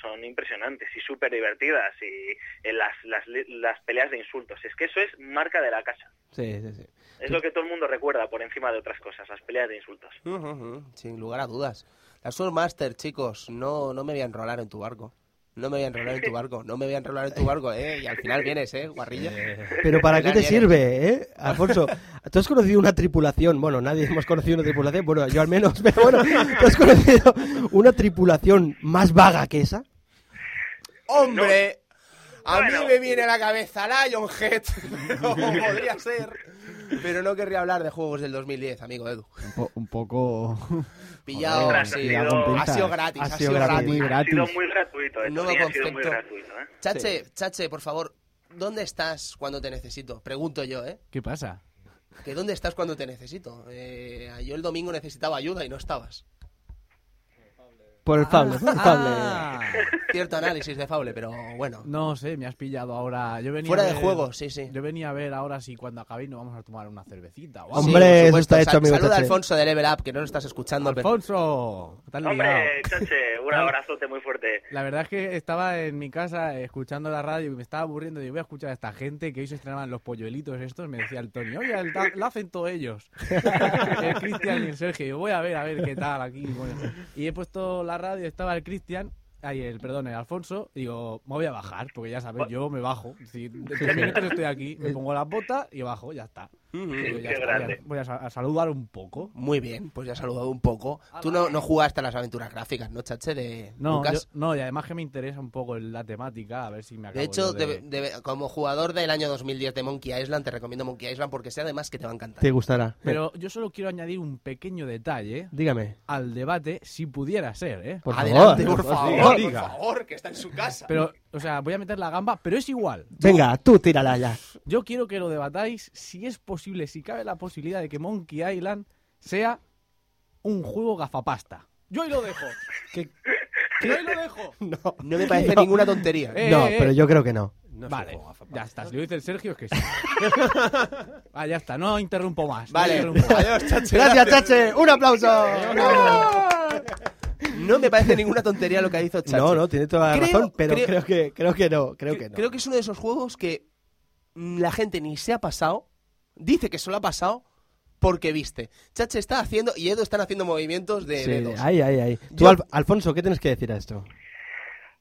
Speaker 6: son impresionantes y súper divertidas. Y eh, las, las, las peleas de insultos. Es que eso es marca de la casa.
Speaker 2: Sí, sí, sí.
Speaker 6: Es lo que todo el mundo recuerda por encima de otras cosas, las peleas de insultos.
Speaker 1: Ujú, ujú, Sin lugar a dudas. La Swordmaster, chicos, no, no me voy a enrolar en tu barco. No me voy a enrolar en tu barco, no me voy a enrolar en tu barco, eh. Y al final vienes, eh, guarrilla.
Speaker 2: Pero ¿para
Speaker 1: Al
Speaker 2: qué
Speaker 1: final
Speaker 2: te
Speaker 1: vienes.
Speaker 2: sirve, eh? Alfonso, tú has conocido una tripulación. Bueno, nadie hemos conocido una tripulación. Bueno, yo al menos. <laughs> Pero bueno, ¿tú has conocido una tripulación más vaga que esa?
Speaker 1: ¡Hombre! A mí
Speaker 6: Bueno.
Speaker 1: me viene a la cabeza Lionhead, <laughs> pero podría ser. Pero no querría hablar de juegos del 2010, amigo Edu.
Speaker 4: Un, po- un poco.
Speaker 1: <laughs> Pillado
Speaker 4: Joder,
Speaker 1: así.
Speaker 6: pillado
Speaker 4: con
Speaker 1: Ha
Speaker 4: pinzas.
Speaker 1: sido gratis, ha,
Speaker 4: eh. Ha
Speaker 1: sido
Speaker 4: sido
Speaker 1: gratis.
Speaker 4: gratis.
Speaker 6: Ha
Speaker 4: Muy
Speaker 6: sido
Speaker 4: gratis.
Speaker 6: muy gratuito, esto,
Speaker 1: Nuevo
Speaker 6: sí, ha sido muy
Speaker 1: concepto.
Speaker 6: gratuito. ¿eh?
Speaker 1: Chache, Chache, por favor, ¿dónde estás cuando te necesito? Pregunto yo, ¿eh?
Speaker 10: ¿Qué pasa?
Speaker 1: ¿Que ¿Dónde estás cuando te necesito? Eh, yo el domingo necesitaba ayuda y no estabas.
Speaker 2: Por el Fable, por el Fable.
Speaker 10: Ah,
Speaker 1: Cierto análisis de Fable, pero bueno.
Speaker 10: no sé, me has pillado ahora. Yo venía
Speaker 1: Fuera
Speaker 10: a
Speaker 1: de
Speaker 10: ver-
Speaker 1: juego, sí, sí.
Speaker 10: Yo venía a ver ahora si cuando acabéis nos vamos a tomar una cervecita. o algo.
Speaker 1: Sí,
Speaker 2: Hombre,
Speaker 1: por
Speaker 2: eso
Speaker 1: supuesto.
Speaker 2: está hecho, amigo
Speaker 1: Saluda a
Speaker 2: Chache.
Speaker 1: Alfonso de Level Up, que no nos estás escuchando, pero-
Speaker 10: Alfonso, ¿qué tal liado?
Speaker 6: Hombre, chache, Eh, un abrazote muy fuerte.
Speaker 10: La verdad es que estaba en mi casa escuchando la radio y me estaba aburriendo. Digo, voy a escuchar a esta gente que hoy se estrenaban los polluelitos estos. Me decía el Tony, oye, el- lo hacen todos
Speaker 1: <laughs>
Speaker 10: ellos. el Cristian y el Sergio. Yo voy a ver, a ver qué tal aquí. bueno. Y he puesto la radio, estaba el Cristian. Ay, el, perdón, el Alfonso, digo, me voy a bajar, porque ya sabes, yo me bajo. Si en tres minutos estoy aquí, me pongo las botas y bajo, ya está. Digo, Pues ya
Speaker 6: qué
Speaker 10: está,
Speaker 6: grande.
Speaker 10: ya- voy a, sa- a saludar un poco. eh.
Speaker 1: Muy bien, pues ya he saludado un poco. Tú no, no jugaste a las aventuras gráficas, ¿no, Chache? De
Speaker 10: No, yo-
Speaker 1: Lucas.
Speaker 10: no, y además que me interesa un poco el- la temática, a ver si me acabo
Speaker 1: De
Speaker 10: yo
Speaker 1: hecho, debe- debe- como jugador del año 2010 de Monkey Island, te recomiendo Monkey Island porque sé además que te va a encantar.
Speaker 2: Te gustará.
Speaker 10: Pero yo solo quiero añadir un pequeño detalle
Speaker 2: Dígame,
Speaker 10: al debate, si pudiera ser, ¿eh?
Speaker 2: por
Speaker 1: Adelante,
Speaker 2: favor.
Speaker 1: por favor, por
Speaker 10: diga.
Speaker 1: favor, que está en su casa.
Speaker 10: Pero, o sea, voy a meter la gamba, pero es igual.
Speaker 2: Venga, tú tírala ya.
Speaker 10: Yo quiero que lo debatáis si es posible, si cabe la posibilidad de que Monkey Island sea un juego gafapasta. Yo ahí lo dejo.
Speaker 2: ¿Qué?
Speaker 10: Yo ahí lo dejo.
Speaker 1: <laughs> No
Speaker 4: <laughs>
Speaker 1: me parece ninguna tontería.
Speaker 10: Eh,
Speaker 2: No,
Speaker 10: eh,
Speaker 2: pero yo creo que no.
Speaker 3: No es un
Speaker 10: Vale,
Speaker 3: juego gafapasta.
Speaker 10: ya está. Si lo dice el Sergio, es que
Speaker 1: <laughs>
Speaker 10: sí. ah, ya está. No interrumpo más. no
Speaker 1: vale,
Speaker 10: interrumpo más.
Speaker 1: adiós, Chache.
Speaker 2: Gracias, Chache. Un aplauso.
Speaker 1: <laughs> No me parece ninguna tontería lo que ha dicho Chache.
Speaker 2: No, no, tiene toda la
Speaker 1: Creo-
Speaker 2: razón, pero
Speaker 1: creo-
Speaker 2: creo, que, creo que no, creo
Speaker 1: Cre-
Speaker 2: que no.
Speaker 1: creo que es uno de esos juegos que mm, la gente ni se ha pasado, dice que solo ha pasado porque viste. Chache está haciendo y Edo están haciendo movimientos de
Speaker 2: Sí,
Speaker 1: dedos.
Speaker 2: ahí, ahí, ahí. Tú,
Speaker 1: Yo-
Speaker 2: Alf- Alfonso, ¿qué tienes que decir a esto?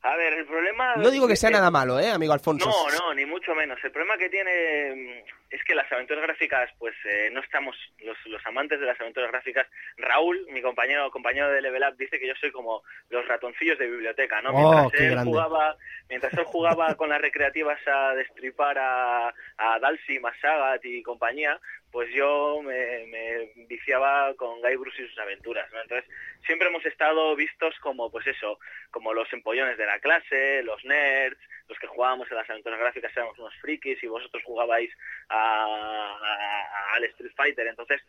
Speaker 6: A ver, el problema...
Speaker 1: No digo que sea
Speaker 6: eh,
Speaker 1: nada malo, ¿eh, amigo Alfonso?
Speaker 6: No, no, ni mucho menos. El problema que tiene mm, es que las aventuras gráficas, pues eh, no estamos, los, los amantes de las aventuras gráficas, Raúl, mi compañero compañero de Level Up, dice que yo soy como los ratoncillos de biblioteca, ¿no?
Speaker 2: Oh,
Speaker 6: Mientras,
Speaker 2: qué
Speaker 6: él
Speaker 2: grande.
Speaker 6: jugaba, mientras él
Speaker 2: <laughs>
Speaker 6: jugaba con las recreativas a destripar a, a Dalsy, Masagat y compañía, pues yo me, me viciaba con Guy Bruce y sus aventuras, ¿no? Entonces, siempre hemos estado vistos como, pues eso, como los empollones de la clase, los nerds, los que jugábamos en las aventuras gráficas éramos unos frikis y vosotros jugabais a- a- al Street Fighter. Entonces,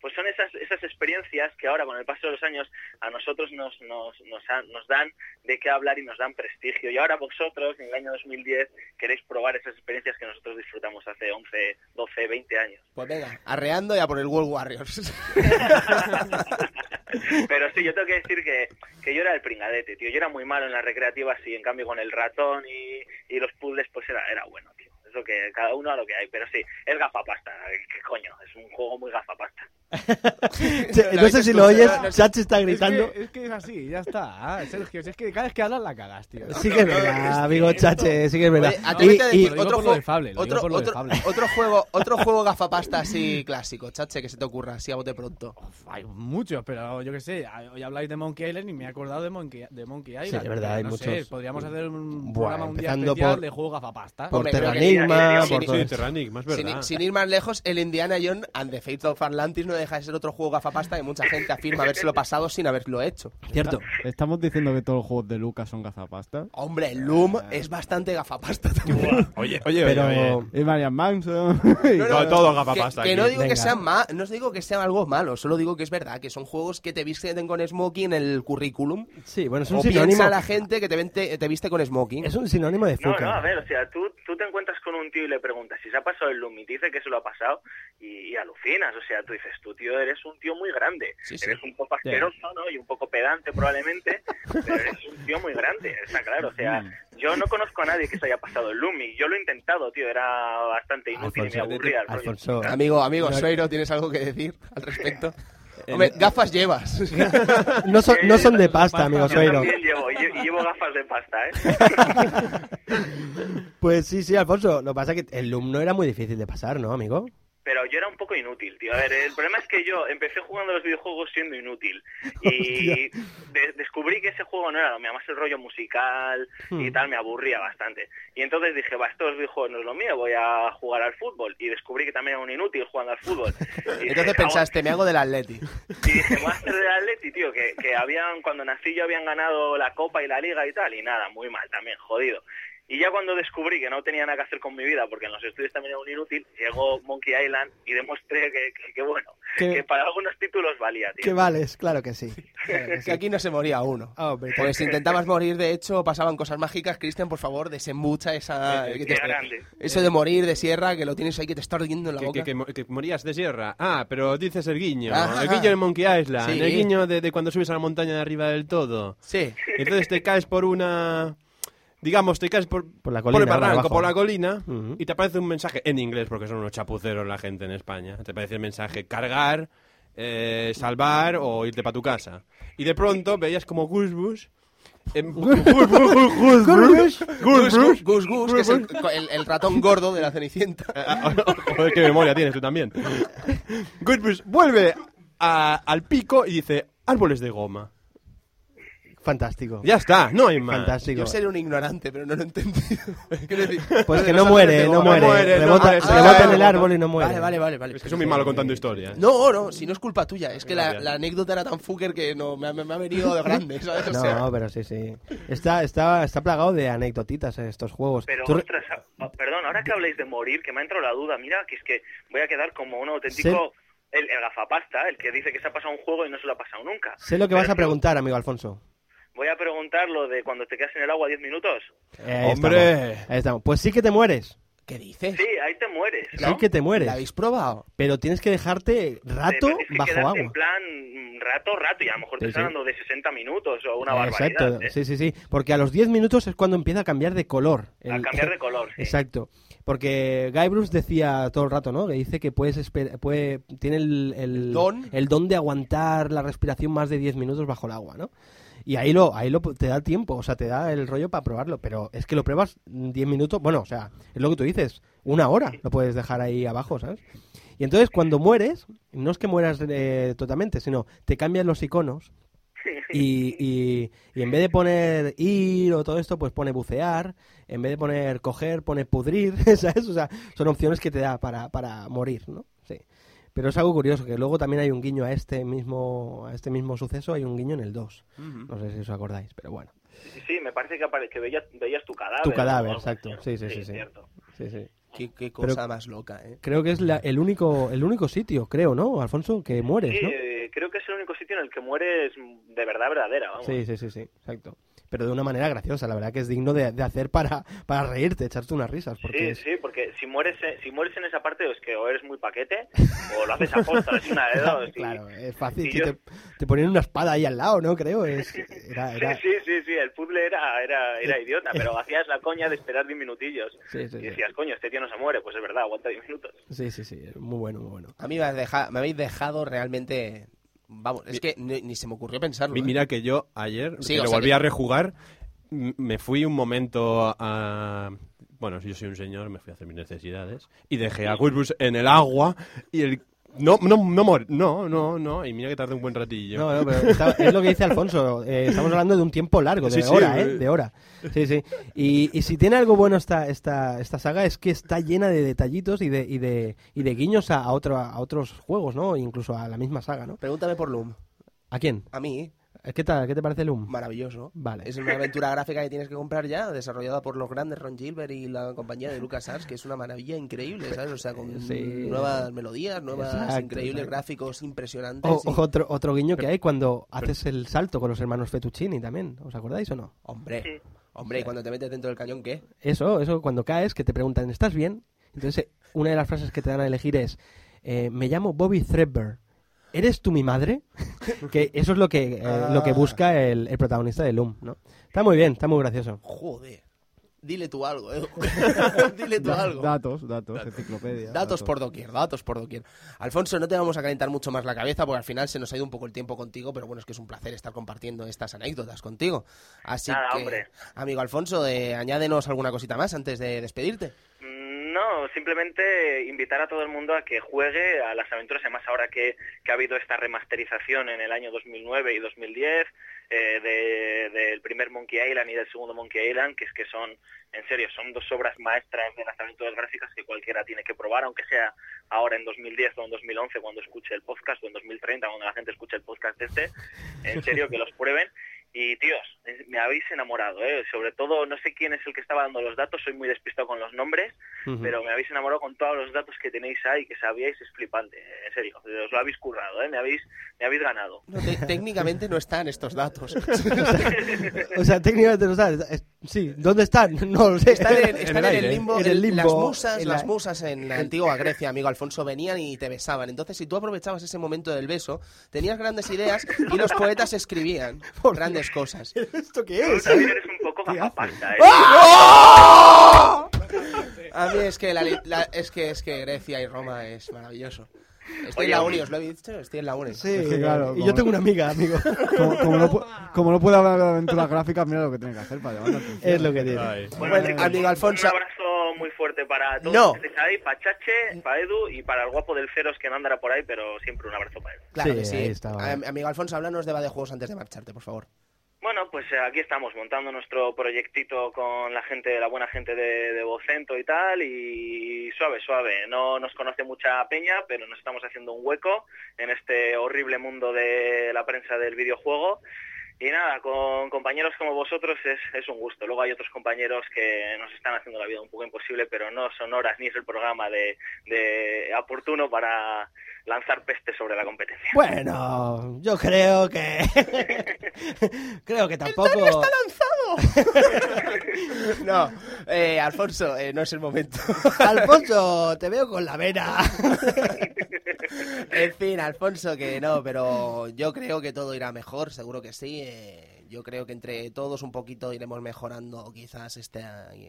Speaker 6: pues son esas, esas experiencias que ahora, con el paso de los años, a nosotros nos, nos, nos, han- nos dan de qué hablar y nos dan prestigio. Y ahora vosotros, en el año 2010, queréis probar esas experiencias que nosotros disfrutamos hace 11, 12, 20 años.
Speaker 1: Pues venga, arreando ya por el World
Speaker 10: <laughs>
Speaker 1: Warriors.
Speaker 6: <laughs> Pero sí, yo tengo que decir que, que yo era el pringadete, tío. Yo era muy malo en las recreativas y en cambio con el ratón y, y los puzzles, pues era, era bueno, tío. Es lo que cada uno a lo que hay, pero sí, es gafapasta, ¿qué coño? Es un juego muy gafapasta.
Speaker 10: <laughs>
Speaker 2: no sé si lo oyes, Sachi está
Speaker 10: Es que,
Speaker 2: gritando.
Speaker 10: es que es así, ya está. Ah, Sergio, si es que cada vez que hablas la cagas, tío.
Speaker 2: Sí que es verdad, amigo eh. Chache, sí que es verdad.
Speaker 1: Oye, atrévete a
Speaker 2: Y-
Speaker 1: decir
Speaker 10: lo digo
Speaker 1: otro
Speaker 10: por lo
Speaker 1: juego-
Speaker 10: de Fable, lo digo
Speaker 1: otro-
Speaker 10: por lo de
Speaker 1: otro-
Speaker 10: Fable.
Speaker 1: otro juego, otro juego gafapasta así clásico, chache, que se te ocurra así a bote pronto.
Speaker 10: Uf, hay muchos, pero yo qué sé. Hoy habláis de Monkey Island y me he acordado de Monkey, de Monkey Island.
Speaker 2: es verdad, hay
Speaker 10: no sé,
Speaker 2: muchos.
Speaker 10: podríamos hacer un
Speaker 2: Buah,
Speaker 10: programa un día
Speaker 2: empezando
Speaker 10: especial
Speaker 2: por-
Speaker 10: de juego gafapasta.
Speaker 2: Por
Speaker 1: Hombre, creo que
Speaker 2: Terranigma,
Speaker 1: sí,
Speaker 2: por
Speaker 1: sí,
Speaker 2: todo
Speaker 1: sí,
Speaker 2: esto.
Speaker 3: Terranic, más verdad.
Speaker 1: Sin, sin ir más lejos, el Indiana Jones and the Fates of Atlantis no deja de ser otro juego gafapasta y mucha gente afirma habérselo pasado sin haberlo hecho.
Speaker 2: Cierto.
Speaker 4: Estamos diciendo que todos los juegos de Lucas son gazapasta.
Speaker 1: Hombre, el Loom es bastante gafapasta también.
Speaker 3: Oye, oye,
Speaker 2: Pero
Speaker 3: oye, oye.
Speaker 4: Es Marian <laughs> Manson.
Speaker 1: No,
Speaker 3: Todo-
Speaker 1: no,
Speaker 3: todo
Speaker 1: Que,
Speaker 3: gafapasta
Speaker 1: que
Speaker 3: aquí.
Speaker 1: no digo
Speaker 2: Venga.
Speaker 1: que sean ma- no os digo que sean algo malo, solo digo que es verdad que son juegos que te visten con smoking en el currículum.
Speaker 2: Sí, bueno, es un
Speaker 1: O piensa
Speaker 2: sinónimo.
Speaker 1: la gente que te, vente- te viste con smoking.
Speaker 2: Es un sinónimo de
Speaker 6: No, no, a
Speaker 2: fuca.
Speaker 6: ver, o sea, tú, tú te encuentras con un tío y le preguntas si se ha pasado el loom y te dice que se lo ha pasado y, y alucinas. O sea, tú dices, tú, tío, eres un tío muy grande.
Speaker 1: Sí, sí.
Speaker 6: Eres un poco asqueroso, ¿no? Y un poco pedante
Speaker 1: <laughs>
Speaker 6: probablemente, pero eres un tío muy grande, está claro. O sea,
Speaker 1: Mm.
Speaker 6: yo no conozco a nadie que se haya pasado el loom y yo lo he intentado, tío, era bastante inútil y me aburría el rollo.
Speaker 2: Alfonso,
Speaker 1: Amigo, amigo, Sueiro, ¿tienes algo que decir al
Speaker 2: <laughs>
Speaker 1: respecto? Hombre, gafas llevas.
Speaker 2: Eh, no son, no son de pasta,
Speaker 10: Pasta,
Speaker 2: amigo
Speaker 10: no.
Speaker 6: Yo
Speaker 2: Sueiro.
Speaker 6: también llevo, y lle- y llevo gafas de pasta, ¿eh?
Speaker 2: Pues sí, sí, Alfonso. Lo que pasa es que el Loom no era muy difícil de pasar, ¿no, amigo?
Speaker 6: Pero yo era un poco inútil, tío. A ver, el problema es que yo empecé jugando a los videojuegos siendo
Speaker 1: <laughs>
Speaker 6: inútil. Y de- descubrí que ese juego no era lo mío. Además, el rollo musical
Speaker 1: Hmm.
Speaker 6: y tal me aburría bastante. Y entonces dije, va, estos videojuegos no es lo mío, voy a jugar al fútbol. Y descubrí que también era un inútil jugando al
Speaker 1: <laughs>
Speaker 6: fútbol. Y dije, "Ah,
Speaker 1: Entonces pensaste, me hago del Atleti.
Speaker 6: Y dije, voy a hacer del Atleti, tío, que, que habían, cuando nací yo habían ganado la Copa y la Liga y tal, y nada, muy mal también, jodido. Y ya cuando descubrí que no tenía nada que hacer con mi vida, porque en los estudios también era un inútil, llegó Monkey Island y demostré que, que- que, bueno,
Speaker 2: Que-
Speaker 6: que para algunos títulos valía, tío.
Speaker 2: Que vales, claro que sí. Claro que
Speaker 6: <laughs>
Speaker 1: Que
Speaker 2: sí.
Speaker 1: aquí no se moría uno.
Speaker 2: Ah, hombre,
Speaker 1: Porque si intentabas morir, de hecho, pasaban cosas mágicas. Cristian, por favor, desembucha esa...
Speaker 6: Eh,
Speaker 1: que
Speaker 6: qué
Speaker 1: te-
Speaker 6: grande.
Speaker 1: Eso de morir de sierra, que lo tienes ahí, que te está ardiendo en la
Speaker 3: Que,
Speaker 1: boca.
Speaker 3: que- que mo- que morías de sierra. Ah, pero dices el guiño.
Speaker 1: Ajá.
Speaker 3: El guiño de Monkey Island.
Speaker 1: Sí.
Speaker 3: El guiño de, de cuando subes a la montaña de arriba del todo.
Speaker 1: Sí.
Speaker 3: Entonces Pues te caes por una. Digamos, te caes por,
Speaker 2: Por la
Speaker 3: por
Speaker 2: colina,
Speaker 3: el
Speaker 2: por
Speaker 3: barranco,
Speaker 2: abajo.
Speaker 3: por la colina,
Speaker 2: Ujú.
Speaker 3: y te aparece un mensaje en inglés, porque son unos chapuceros la gente en España. Te aparece el mensaje cargar, eh, salvar o irte para tu casa. Y de pronto veías como Gusbus. em, <laughs> Gusbus.
Speaker 1: Gus,
Speaker 3: Gusbus.
Speaker 1: Gus, Gus, Gus, que es el, el- el ratón gordo de la
Speaker 3: <laughs>
Speaker 1: Cenicienta.
Speaker 3: Ah, Joder, qué memoria tienes tú también. Goodbush vuelve a- al pico y dice árboles de goma. <laughs>
Speaker 2: Fantástico.
Speaker 3: Ya está, no hay más.
Speaker 2: Fantástico.
Speaker 1: Yo seré un ignorante, pero no lo he entendido. <laughs> Quiero decir...
Speaker 2: eh. Pues que
Speaker 3: Los
Speaker 2: no muere,
Speaker 3: árboles de
Speaker 2: no
Speaker 3: goma.
Speaker 2: muere.
Speaker 3: No muere, no
Speaker 2: Rebota,
Speaker 3: muere, sí.
Speaker 2: rebota
Speaker 1: Ah,
Speaker 2: en el
Speaker 1: rebota.
Speaker 2: árbol y no muere.
Speaker 1: Vale, vale, vale. vale.
Speaker 3: Es que soy muy malo contando historias.
Speaker 1: No, no, si no es culpa tuya. Es que la,
Speaker 3: Gracias.
Speaker 1: la anécdota era tan fucker que no, me, ha- me ha venido de grande, ¿sabes? O sea,
Speaker 2: No, pero sí, sí. Está, está, está plagado de anecdotitas en estos juegos.
Speaker 6: Pero,
Speaker 2: Tú re-
Speaker 6: ostras, a- a- perdón, ahora que habléis de morir, que me ha entrado la duda, mira, que es que voy a quedar como un auténtico... El, el gafapasta, el que dice que se ha pasado un juego y no se lo ha pasado nunca.
Speaker 2: Sé lo que
Speaker 6: Pero
Speaker 2: vas a
Speaker 6: es
Speaker 2: preguntar, amigo Alfonso.
Speaker 6: Voy a preguntar lo de cuando te quedas en el agua 10 minutos.
Speaker 2: Eh, ahí
Speaker 3: Hombre.
Speaker 2: estamos, ahí estamos. Pues sí que te mueres.
Speaker 1: ¿Qué dices?
Speaker 6: Sí, ahí te mueres. ¿no?
Speaker 2: Sí que te
Speaker 1: ¿La
Speaker 2: mueres.
Speaker 1: habéis probado?
Speaker 2: Pero tienes que dejarte
Speaker 6: Te
Speaker 2: rato
Speaker 6: tienes que
Speaker 2: bajo
Speaker 6: quedarte
Speaker 2: agua.
Speaker 6: En plan, mm, rato, rato, y a lo mejor te
Speaker 2: Sí,
Speaker 6: están
Speaker 2: sí.
Speaker 6: hablando de 60 minutos o una
Speaker 2: Eh,
Speaker 6: barbaridad.
Speaker 2: Exacto,
Speaker 6: ¿eh?
Speaker 2: sí, sí, sí. Porque a los 10 minutos es cuando empieza a cambiar de color. eh,
Speaker 6: A cambiar de color. sí.
Speaker 2: Exacto. Porque Guy Bruce decía todo el rato, ¿no? Que dice que puedes esper- puede, tiene el, el-
Speaker 1: don.
Speaker 2: el don de aguantar la respiración más de 10 minutos bajo el agua, ¿no? Y ahí lo ahí lo te da tiempo, o sea, te da el rollo para probarlo, pero es que lo pruebas 10 minutos, bueno, o sea, es lo que tú dices, una hora lo puedes dejar ahí abajo, ¿sabes? Y entonces cuando mueres, no es que mueras eh, totalmente, sino te cambian los iconos y, y- y en vez de poner ir o todo esto, pues pone bucear, en vez de poner coger, pone pudrir, <laughs> ¿sabes? O sea, son opciones que te da para, para morir, ¿no? Sí. Pero es algo curioso, que luego también hay un guiño a este mismo, a este mismo suceso, hay un guiño en el 2. No sé si os acordáis, pero bueno.
Speaker 6: Sí, sí, me parece que, apare- que veías, veías tu cadáver.
Speaker 2: Tu
Speaker 6: ¿no?
Speaker 2: cadáver,
Speaker 6: Algo así,
Speaker 2: exacto.
Speaker 6: ¿no?
Speaker 2: Sí, sí, sí, sí.
Speaker 6: cierto.
Speaker 2: Sí, sí.
Speaker 1: Qué, qué cosa más loca, ¿eh?
Speaker 2: Creo que es la- el, único, el único sitio, creo, ¿no, Alfonso? Que mueres,
Speaker 6: Sí,
Speaker 2: ¿no?
Speaker 6: eh, creo que es el único sitio en el que mueres mm, de verdad verdadera, vamos.
Speaker 2: Sí, sí, sí, sí, exacto. Pero de una manera graciosa, la verdad que es digno de, de hacer para, para reírte, echarte unas risas. Porque
Speaker 6: Sí,
Speaker 2: es-
Speaker 6: sí, porque si mueres, eh, si mueres en esa parte es que o eres muy paquete o lo
Speaker 2: <laughs>
Speaker 6: haces a posta, es una de dos. y-
Speaker 2: Claro, es fácil.
Speaker 6: y
Speaker 2: si
Speaker 6: yo-
Speaker 2: te, te ponen una espada ahí al lado, ¿no? Creo. Es, Era, era...
Speaker 6: Sí, sí, sí, el puzzle era, era, era idiota, pero hacías la coña de esperar 10 minutillos.
Speaker 2: Sí, sí,
Speaker 6: Y
Speaker 2: sí.
Speaker 6: decías, coño, este tío no se muere, pues es verdad, aguanta 10 minutos.
Speaker 2: Sí, sí, sí, Muy bueno, muy bueno.
Speaker 1: A mí me, has deja- me habéis dejado realmente... Vamos, es que ni, ni se me ocurrió pensarlo.
Speaker 3: Mi-
Speaker 1: ¿eh?
Speaker 3: Mira que yo ayer,
Speaker 1: Sí,
Speaker 3: que
Speaker 1: o
Speaker 3: lo
Speaker 1: sea
Speaker 3: volví
Speaker 1: que-
Speaker 3: a rejugar, m- me fui un momento a... Bueno, yo soy un señor, me fui a hacer mis necesidades y dejé a Gurbus en el agua y el... No, no, no, mor- no, no, no, y mira que tardé un buen ratillo.
Speaker 2: No, no, pero está- es lo que dice Alfonso. eh, estamos hablando de un tiempo largo, de
Speaker 3: Sí, sí,
Speaker 2: hora,
Speaker 3: eh.
Speaker 2: ¿eh? De hora. Sí, sí. Y, y si tiene algo bueno esta, esta, esta saga es que está llena de detallitos y de, y de, y de guiños a, a otro, a otros juegos, ¿no? Incluso a la misma saga, ¿no?
Speaker 1: Pregúntame por Loom.
Speaker 2: ¿A quién?
Speaker 1: A mí,
Speaker 2: ¿Qué, tal, ¿Qué te parece Loom?
Speaker 1: maravilloso.
Speaker 2: Vale.
Speaker 1: Es una aventura gráfica que tienes que comprar ya, desarrollada por los grandes Ron Gilbert y la compañía de LucasArts, que es una maravilla increíble, ¿sabes? O sea, con
Speaker 2: <laughs> Sí.
Speaker 1: nuevas melodías, nuevas
Speaker 2: Exacto, Oh,
Speaker 1: increíbles
Speaker 2: exacto.
Speaker 1: gráficos impresionantes.
Speaker 2: O-
Speaker 1: y-
Speaker 2: o otro, otro guiño que hay cuando haces el salto con los hermanos Fettuccini también, ¿os acordáis o no?
Speaker 1: Hombre, hombre, y cuando te metes dentro del cañón, ¿qué?
Speaker 2: Eso, eso cuando caes, que te preguntan, ¿estás bien? Entonces, eh, una de las frases que te dan a elegir es, eh, me llamo Bobby Threadbare, ¿eres tú
Speaker 1: <laughs>
Speaker 2: mi madre? que eso es lo que, eh, lo que
Speaker 1: Ah.
Speaker 2: busca el, el protagonista de Loom, ¿no? Está muy bien, está muy gracioso.
Speaker 1: Joder. Dile tú algo,
Speaker 4: <laughs>
Speaker 1: ¿eh? Dile tú
Speaker 4: Da-
Speaker 1: algo.
Speaker 4: Datos, datos, enciclopedia.
Speaker 1: Datos por doquier, datos por doquier. Alfonso, no te vamos a calentar mucho más la cabeza porque al final se nos ha ido un poco el tiempo contigo, pero bueno, es que es un placer estar compartiendo estas anécdotas contigo. Así
Speaker 6: Nada,
Speaker 1: que,
Speaker 6: hombre.
Speaker 1: amigo Alfonso, eh, añádenos alguna cosita más antes de despedirte.
Speaker 6: Mm, No, simplemente invitar a todo el mundo a que juegue a las aventuras, además ahora que, que ha habido esta remasterización en el año 2009 y 2010 eh, de- del primer Monkey Island y del segundo Monkey Island, que es que son, en serio, son dos obras maestras de las aventuras gráficas que cualquiera tiene que probar, aunque sea ahora en 2010 o en 2011 cuando escuche el podcast o en 2030 cuando la gente escuche el podcast este, en serio que los prueben. Y tíos, es- me habéis enamorado, ¿eh? sobre todo no sé quién es el que estaba dando los datos, soy muy despistado con los nombres,
Speaker 2: <laughs> Ujú.
Speaker 6: pero me habéis enamorado con todos los datos que tenéis ahí, que sabíais, es flipante, en serio, os lo habéis currado, ¿eh? me, habéis, me habéis ganado.
Speaker 1: No, te- técnicamente no están estos
Speaker 4: <laughs>
Speaker 1: datos. <laughs>
Speaker 2: O sea, técnicamente no sabes, eh, sí, ¿dónde están? <laughs> No lo sé.
Speaker 1: Están en,
Speaker 2: <laughs> En
Speaker 1: están
Speaker 2: el
Speaker 1: en
Speaker 2: aire. ¿eh?
Speaker 1: el limbo.
Speaker 2: En el limbo,
Speaker 1: Las musas,
Speaker 2: en
Speaker 1: las
Speaker 2: la-
Speaker 1: musas en la antigua Grecia, amigo Alfonso, venían y te besaban. Entonces, si tú aprovechabas ese momento del beso, tenías grandes ideas y los poetas
Speaker 2: <laughs>
Speaker 1: escribían grandes cosas.
Speaker 2: ¿Esto qué
Speaker 6: Tú también eres un poco gafapasta, ¿eh?
Speaker 1: ¡Ah!
Speaker 2: ¡Ah!
Speaker 1: A mí es que, la li- la- es que es que Grecia y Roma es maravilloso. Estoy
Speaker 6: Oye,
Speaker 1: en la
Speaker 6: oye.
Speaker 1: uni, os lo he dicho, estoy en la uni. <laughs>
Speaker 2: Sí,
Speaker 4: que claro,
Speaker 2: Eh, y yo
Speaker 4: como-
Speaker 2: tengo una amiga, amigo.
Speaker 4: Como, como no, pu- como no puede hablar de aventuras gráficas, mira lo que tiene que hacer para llamar la atención.
Speaker 2: es lo que tiene.
Speaker 3: Ay.
Speaker 1: Bueno,
Speaker 6: chicos,
Speaker 1: amigo Alfonso.
Speaker 6: Un abrazo muy fuerte para todos
Speaker 1: No. Mm.
Speaker 6: los que estáis ahí, para Chache, para Edu y para el guapo del Ceros que no andará por ahí, pero siempre un abrazo para él.
Speaker 1: Claro
Speaker 2: Sí,
Speaker 1: que sí.
Speaker 2: ahí está, vale.
Speaker 1: Am- Amigo Alfonso, háblanos de va de juegos antes de marcharte, por favor.
Speaker 6: Bueno, pues eh, aquí estamos montando nuestro proyectito con la gente, la buena gente de, de Vocento y tal, y suave, suave. No nos conoce mucha peña, pero nos estamos haciendo un hueco en este horrible mundo de la prensa del videojuego. Y nada, con compañeros como vosotros es, es un gusto. Luego hay otros compañeros que nos están haciendo la vida un poco imposible, pero no son horas ni es el programa de, de oportuno para lanzar peste sobre la competencia.
Speaker 2: Bueno, yo creo que. <laughs> creo que tampoco.
Speaker 1: <laughs> No, eh, Alfonso, eh, no es el momento.
Speaker 2: Alfonso, te veo con la vena.
Speaker 1: <laughs> en fin, Alfonso, que no, pero yo creo que todo irá mejor, seguro que sí. eh, yo creo que entre todos un poquito iremos mejorando quizás este,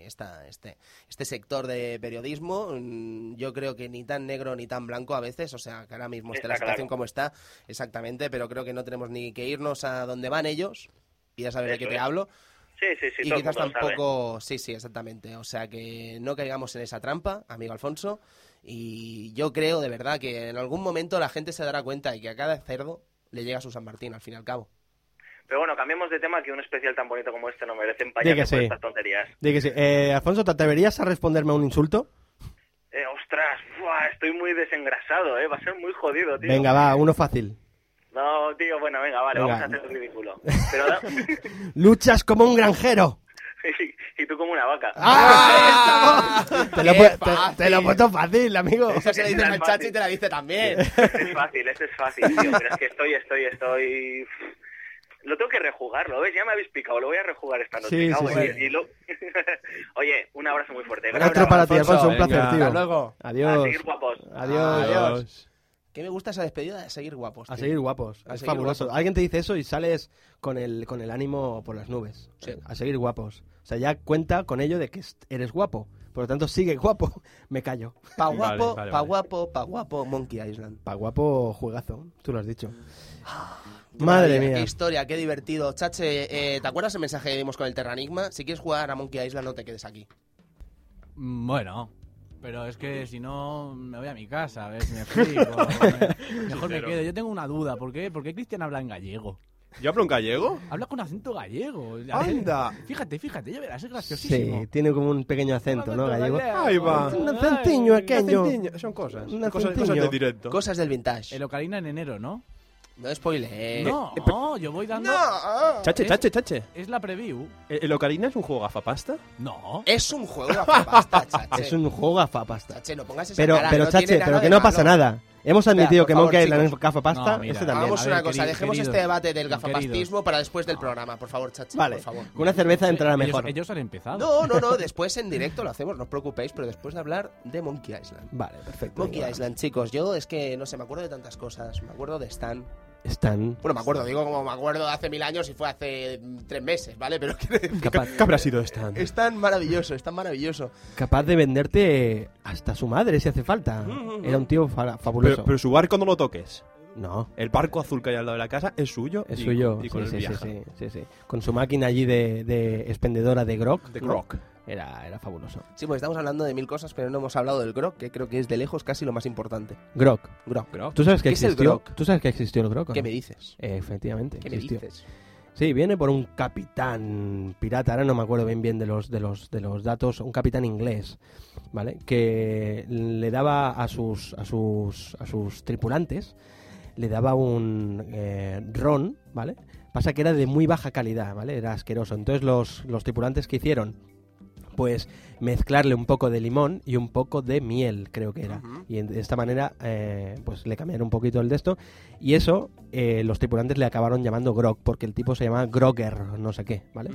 Speaker 1: esta, este, este sector de periodismo. Mm, Yo creo que ni tan negro ni tan blanco a veces, o sea, que ahora mismo está la
Speaker 6: Está
Speaker 1: situación
Speaker 6: claro.
Speaker 1: como está, exactamente, pero creo que no tenemos ni que irnos a donde van ellos. Y ya sabes de
Speaker 6: Eso
Speaker 1: qué te
Speaker 6: es.
Speaker 1: hablo.
Speaker 6: <laughs> Sí, sí, sí,
Speaker 1: y
Speaker 6: todo el
Speaker 1: quizás
Speaker 6: mundo lo sabe.
Speaker 1: tampoco. Sí, sí, exactamente. O sea que no caigamos en esa trampa, amigo Alfonso. Y yo creo de verdad que en algún momento la gente se dará cuenta de que a cada cerdo le llega su San Martín, al fin y al cabo.
Speaker 6: Pero bueno, cambiemos de tema que un especial tan bonito como este no merece
Speaker 2: Di
Speaker 6: empañarse
Speaker 2: que
Speaker 6: por
Speaker 2: sí.
Speaker 6: estas tonterías.
Speaker 2: que sí. Eh, Alfonso, ¿te atreverías a responderme a un insulto?
Speaker 6: Eh, ostras, buah, estoy muy desengrasado, eh, va a ser muy jodido, tío.
Speaker 2: Venga, va, uno fácil.
Speaker 6: No, tío, bueno, venga, vale,
Speaker 2: Venga.
Speaker 6: vamos a hacer el ridículo. Pero da- <laughs>
Speaker 2: Luchas como un granjero.
Speaker 6: y, tú como una vaca.
Speaker 2: ¡Ah! Te lo,
Speaker 1: ¡Qué
Speaker 2: he pu- te-
Speaker 1: fácil!
Speaker 2: te lo he puesto fácil, amigo.
Speaker 1: Esa se la dice
Speaker 6: Era
Speaker 1: al
Speaker 6: fácil.
Speaker 1: chachi y te la dice también.
Speaker 6: Este es fácil, este es fácil, tío, pero es que estoy, estoy, estoy... Lo tengo que rejugar, ¿lo ves? Ya me habéis picado, lo voy a rejugar esta noche.
Speaker 2: Sí,
Speaker 6: cago
Speaker 2: sí,
Speaker 6: en
Speaker 2: sí.
Speaker 6: diez. Y lo- <laughs> Oye, un abrazo muy fuerte.
Speaker 2: Otro <laughs> para ti,
Speaker 1: Alfonso,
Speaker 2: Alfonso, un
Speaker 3: venga.
Speaker 2: placer, tío.
Speaker 1: Hasta luego.
Speaker 6: A
Speaker 2: Adiós.
Speaker 6: seguir guapos.
Speaker 2: Adiós.
Speaker 1: Adiós. Que me gusta esa despedida de seguir guapos.
Speaker 2: A
Speaker 1: tío.
Speaker 2: seguir guapos.
Speaker 1: A
Speaker 2: es
Speaker 1: seguir
Speaker 2: fabuloso.
Speaker 1: guapos.
Speaker 2: Alguien te dice eso y sales con el, con el ánimo por las nubes.
Speaker 1: Sí.
Speaker 2: A seguir guapos. O sea, ya cuenta con ello de que est- eres guapo. Por lo tanto, sigue guapo. <laughs> Me callo.
Speaker 1: Pa
Speaker 3: Vale,
Speaker 1: guapo,
Speaker 3: vale,
Speaker 1: pa
Speaker 3: vale.
Speaker 1: guapo, pa guapo, Monkey Island. Ah,
Speaker 2: Pa guapo juegazo. Tú lo has dicho.
Speaker 1: Qué
Speaker 2: Madre
Speaker 1: maravilla,
Speaker 2: mía.
Speaker 1: Qué historia, qué divertido. Chache, eh, ¿te acuerdas el mensaje que dimos con el Terranigma? Si quieres jugar a Monkey Island, no te quedes aquí.
Speaker 10: Mm, Bueno, pero es que si no me voy a mi casa, a ver
Speaker 2: <laughs>
Speaker 10: si me explico. Me- Mejor me
Speaker 3: Sincero.
Speaker 10: quedo. Yo tengo una duda, ¿por qué, ¿Por qué Cristian habla en gallego?
Speaker 3: ¿Yo hablo en gallego?
Speaker 10: Habla con acento gallego.
Speaker 3: ¡Anda!
Speaker 10: Fíjate, fíjate, ya verás, es graciosísimo.
Speaker 2: Sí, tiene como un pequeño acento, ¿no? Gallego.
Speaker 3: Ahí va.
Speaker 2: Un acentillo aquello.
Speaker 3: Son cosas.
Speaker 2: Un
Speaker 3: Cosas,
Speaker 2: acentillo.
Speaker 3: cosas de directo.
Speaker 1: Cosas del vintage.
Speaker 10: El Ocarina en enero, ¿no?
Speaker 1: No spoiler. eh.
Speaker 10: no,
Speaker 3: Eh,
Speaker 10: no, yo voy dando...
Speaker 3: Chache,
Speaker 10: Es-
Speaker 3: chache, chache.
Speaker 10: Es la preview.
Speaker 3: ¿El el Ocarina es un juego gafapasta? Oh.
Speaker 10: No.
Speaker 1: Es un juego de
Speaker 3: <laughs>
Speaker 1: pasta, <laughs> chache.
Speaker 2: Es un juego gafapasta.
Speaker 1: Chache, no pongas esa
Speaker 2: Pero,
Speaker 1: cara,
Speaker 2: pero
Speaker 1: no tiene
Speaker 2: chache,
Speaker 1: nada
Speaker 2: pero
Speaker 1: de
Speaker 2: que no
Speaker 1: malo.
Speaker 2: pasa nada. Hemos
Speaker 1: Espera,
Speaker 2: admitido
Speaker 1: por
Speaker 2: que
Speaker 1: favor,
Speaker 2: Monkey Island
Speaker 1: chicos.
Speaker 2: es gafapasta.
Speaker 10: No, mira.
Speaker 2: Este también.
Speaker 1: Hagamos
Speaker 10: a ver,
Speaker 1: una cosa,
Speaker 10: querido-
Speaker 1: dejemos
Speaker 10: queridos,
Speaker 1: este debate del
Speaker 10: queridos.
Speaker 1: gafapastismo para después del programa, por favor, chache.
Speaker 2: Vale,
Speaker 1: Por favor.
Speaker 2: con una cerveza entrará mejor.
Speaker 10: Ellos, ellos han empezado.
Speaker 1: No,
Speaker 10: <laughs>
Speaker 1: no, no, después en directo lo hacemos, no os preocupéis, pero después de hablar de Monkey Island.
Speaker 2: Vale, perfecto.
Speaker 1: Monkey Island, chicos, yo es que no sé, me acuerdo de tantas cosas. Me acuerdo de Stan.
Speaker 2: Están.
Speaker 1: Bueno, me acuerdo, digo como me acuerdo de hace mil años y fue hace mm, tres meses, ¿vale? Pero <laughs> quiero decir,
Speaker 2: Capaz,
Speaker 3: ¿Qué habrá sido esta?
Speaker 1: es tan maravilloso, es tan maravilloso.
Speaker 2: capaz de venderte hasta su madre si hace falta. Era un tío fa- fabuloso.
Speaker 3: Pero, pero su barco no lo toques.
Speaker 2: no,
Speaker 3: El barco azul que hay al lado de la casa es suyo.
Speaker 2: es
Speaker 3: y-
Speaker 2: suyo.
Speaker 3: Y con él
Speaker 2: sí, sí, sí,
Speaker 3: viaja.
Speaker 2: sí, sí, sí. Con su máquina allí de, de expendedora de grog.
Speaker 3: De
Speaker 2: ¿no?
Speaker 3: Croc.
Speaker 2: Era, era fabuloso.
Speaker 1: Sí, pues estamos hablando de mil cosas, pero no hemos hablado del Grog, que creo que es de lejos casi lo más importante.
Speaker 2: Grog.
Speaker 1: Grog.
Speaker 2: ¿Tú sabes que
Speaker 1: ¿Qué es el
Speaker 2: existió?
Speaker 1: grog?
Speaker 2: ¿Tú sabes que existió el grog? o
Speaker 1: ¿Qué
Speaker 2: no?
Speaker 1: me dices?
Speaker 2: Eh, Efectivamente.
Speaker 1: ¿Qué me
Speaker 2: existió.
Speaker 1: dices?
Speaker 2: Sí, viene por un capitán pirata, ahora no me acuerdo bien bien de los de los de los datos, un capitán inglés, ¿vale? Que le daba a sus a sus a sus tripulantes le daba un eh, ron, ¿vale? Pasa que era de muy baja calidad, ¿vale? Era asqueroso. Entonces los los tripulantes que hicieron pues mezclarle un poco de limón y un poco de miel, creo que era. Y en- de esta manera, eh, pues le cambiaron un poquito el de esto. Y eso, eh, los tripulantes le acabaron llamando Grog, porque el tipo se llamaba Grogger, no sé qué, ¿vale?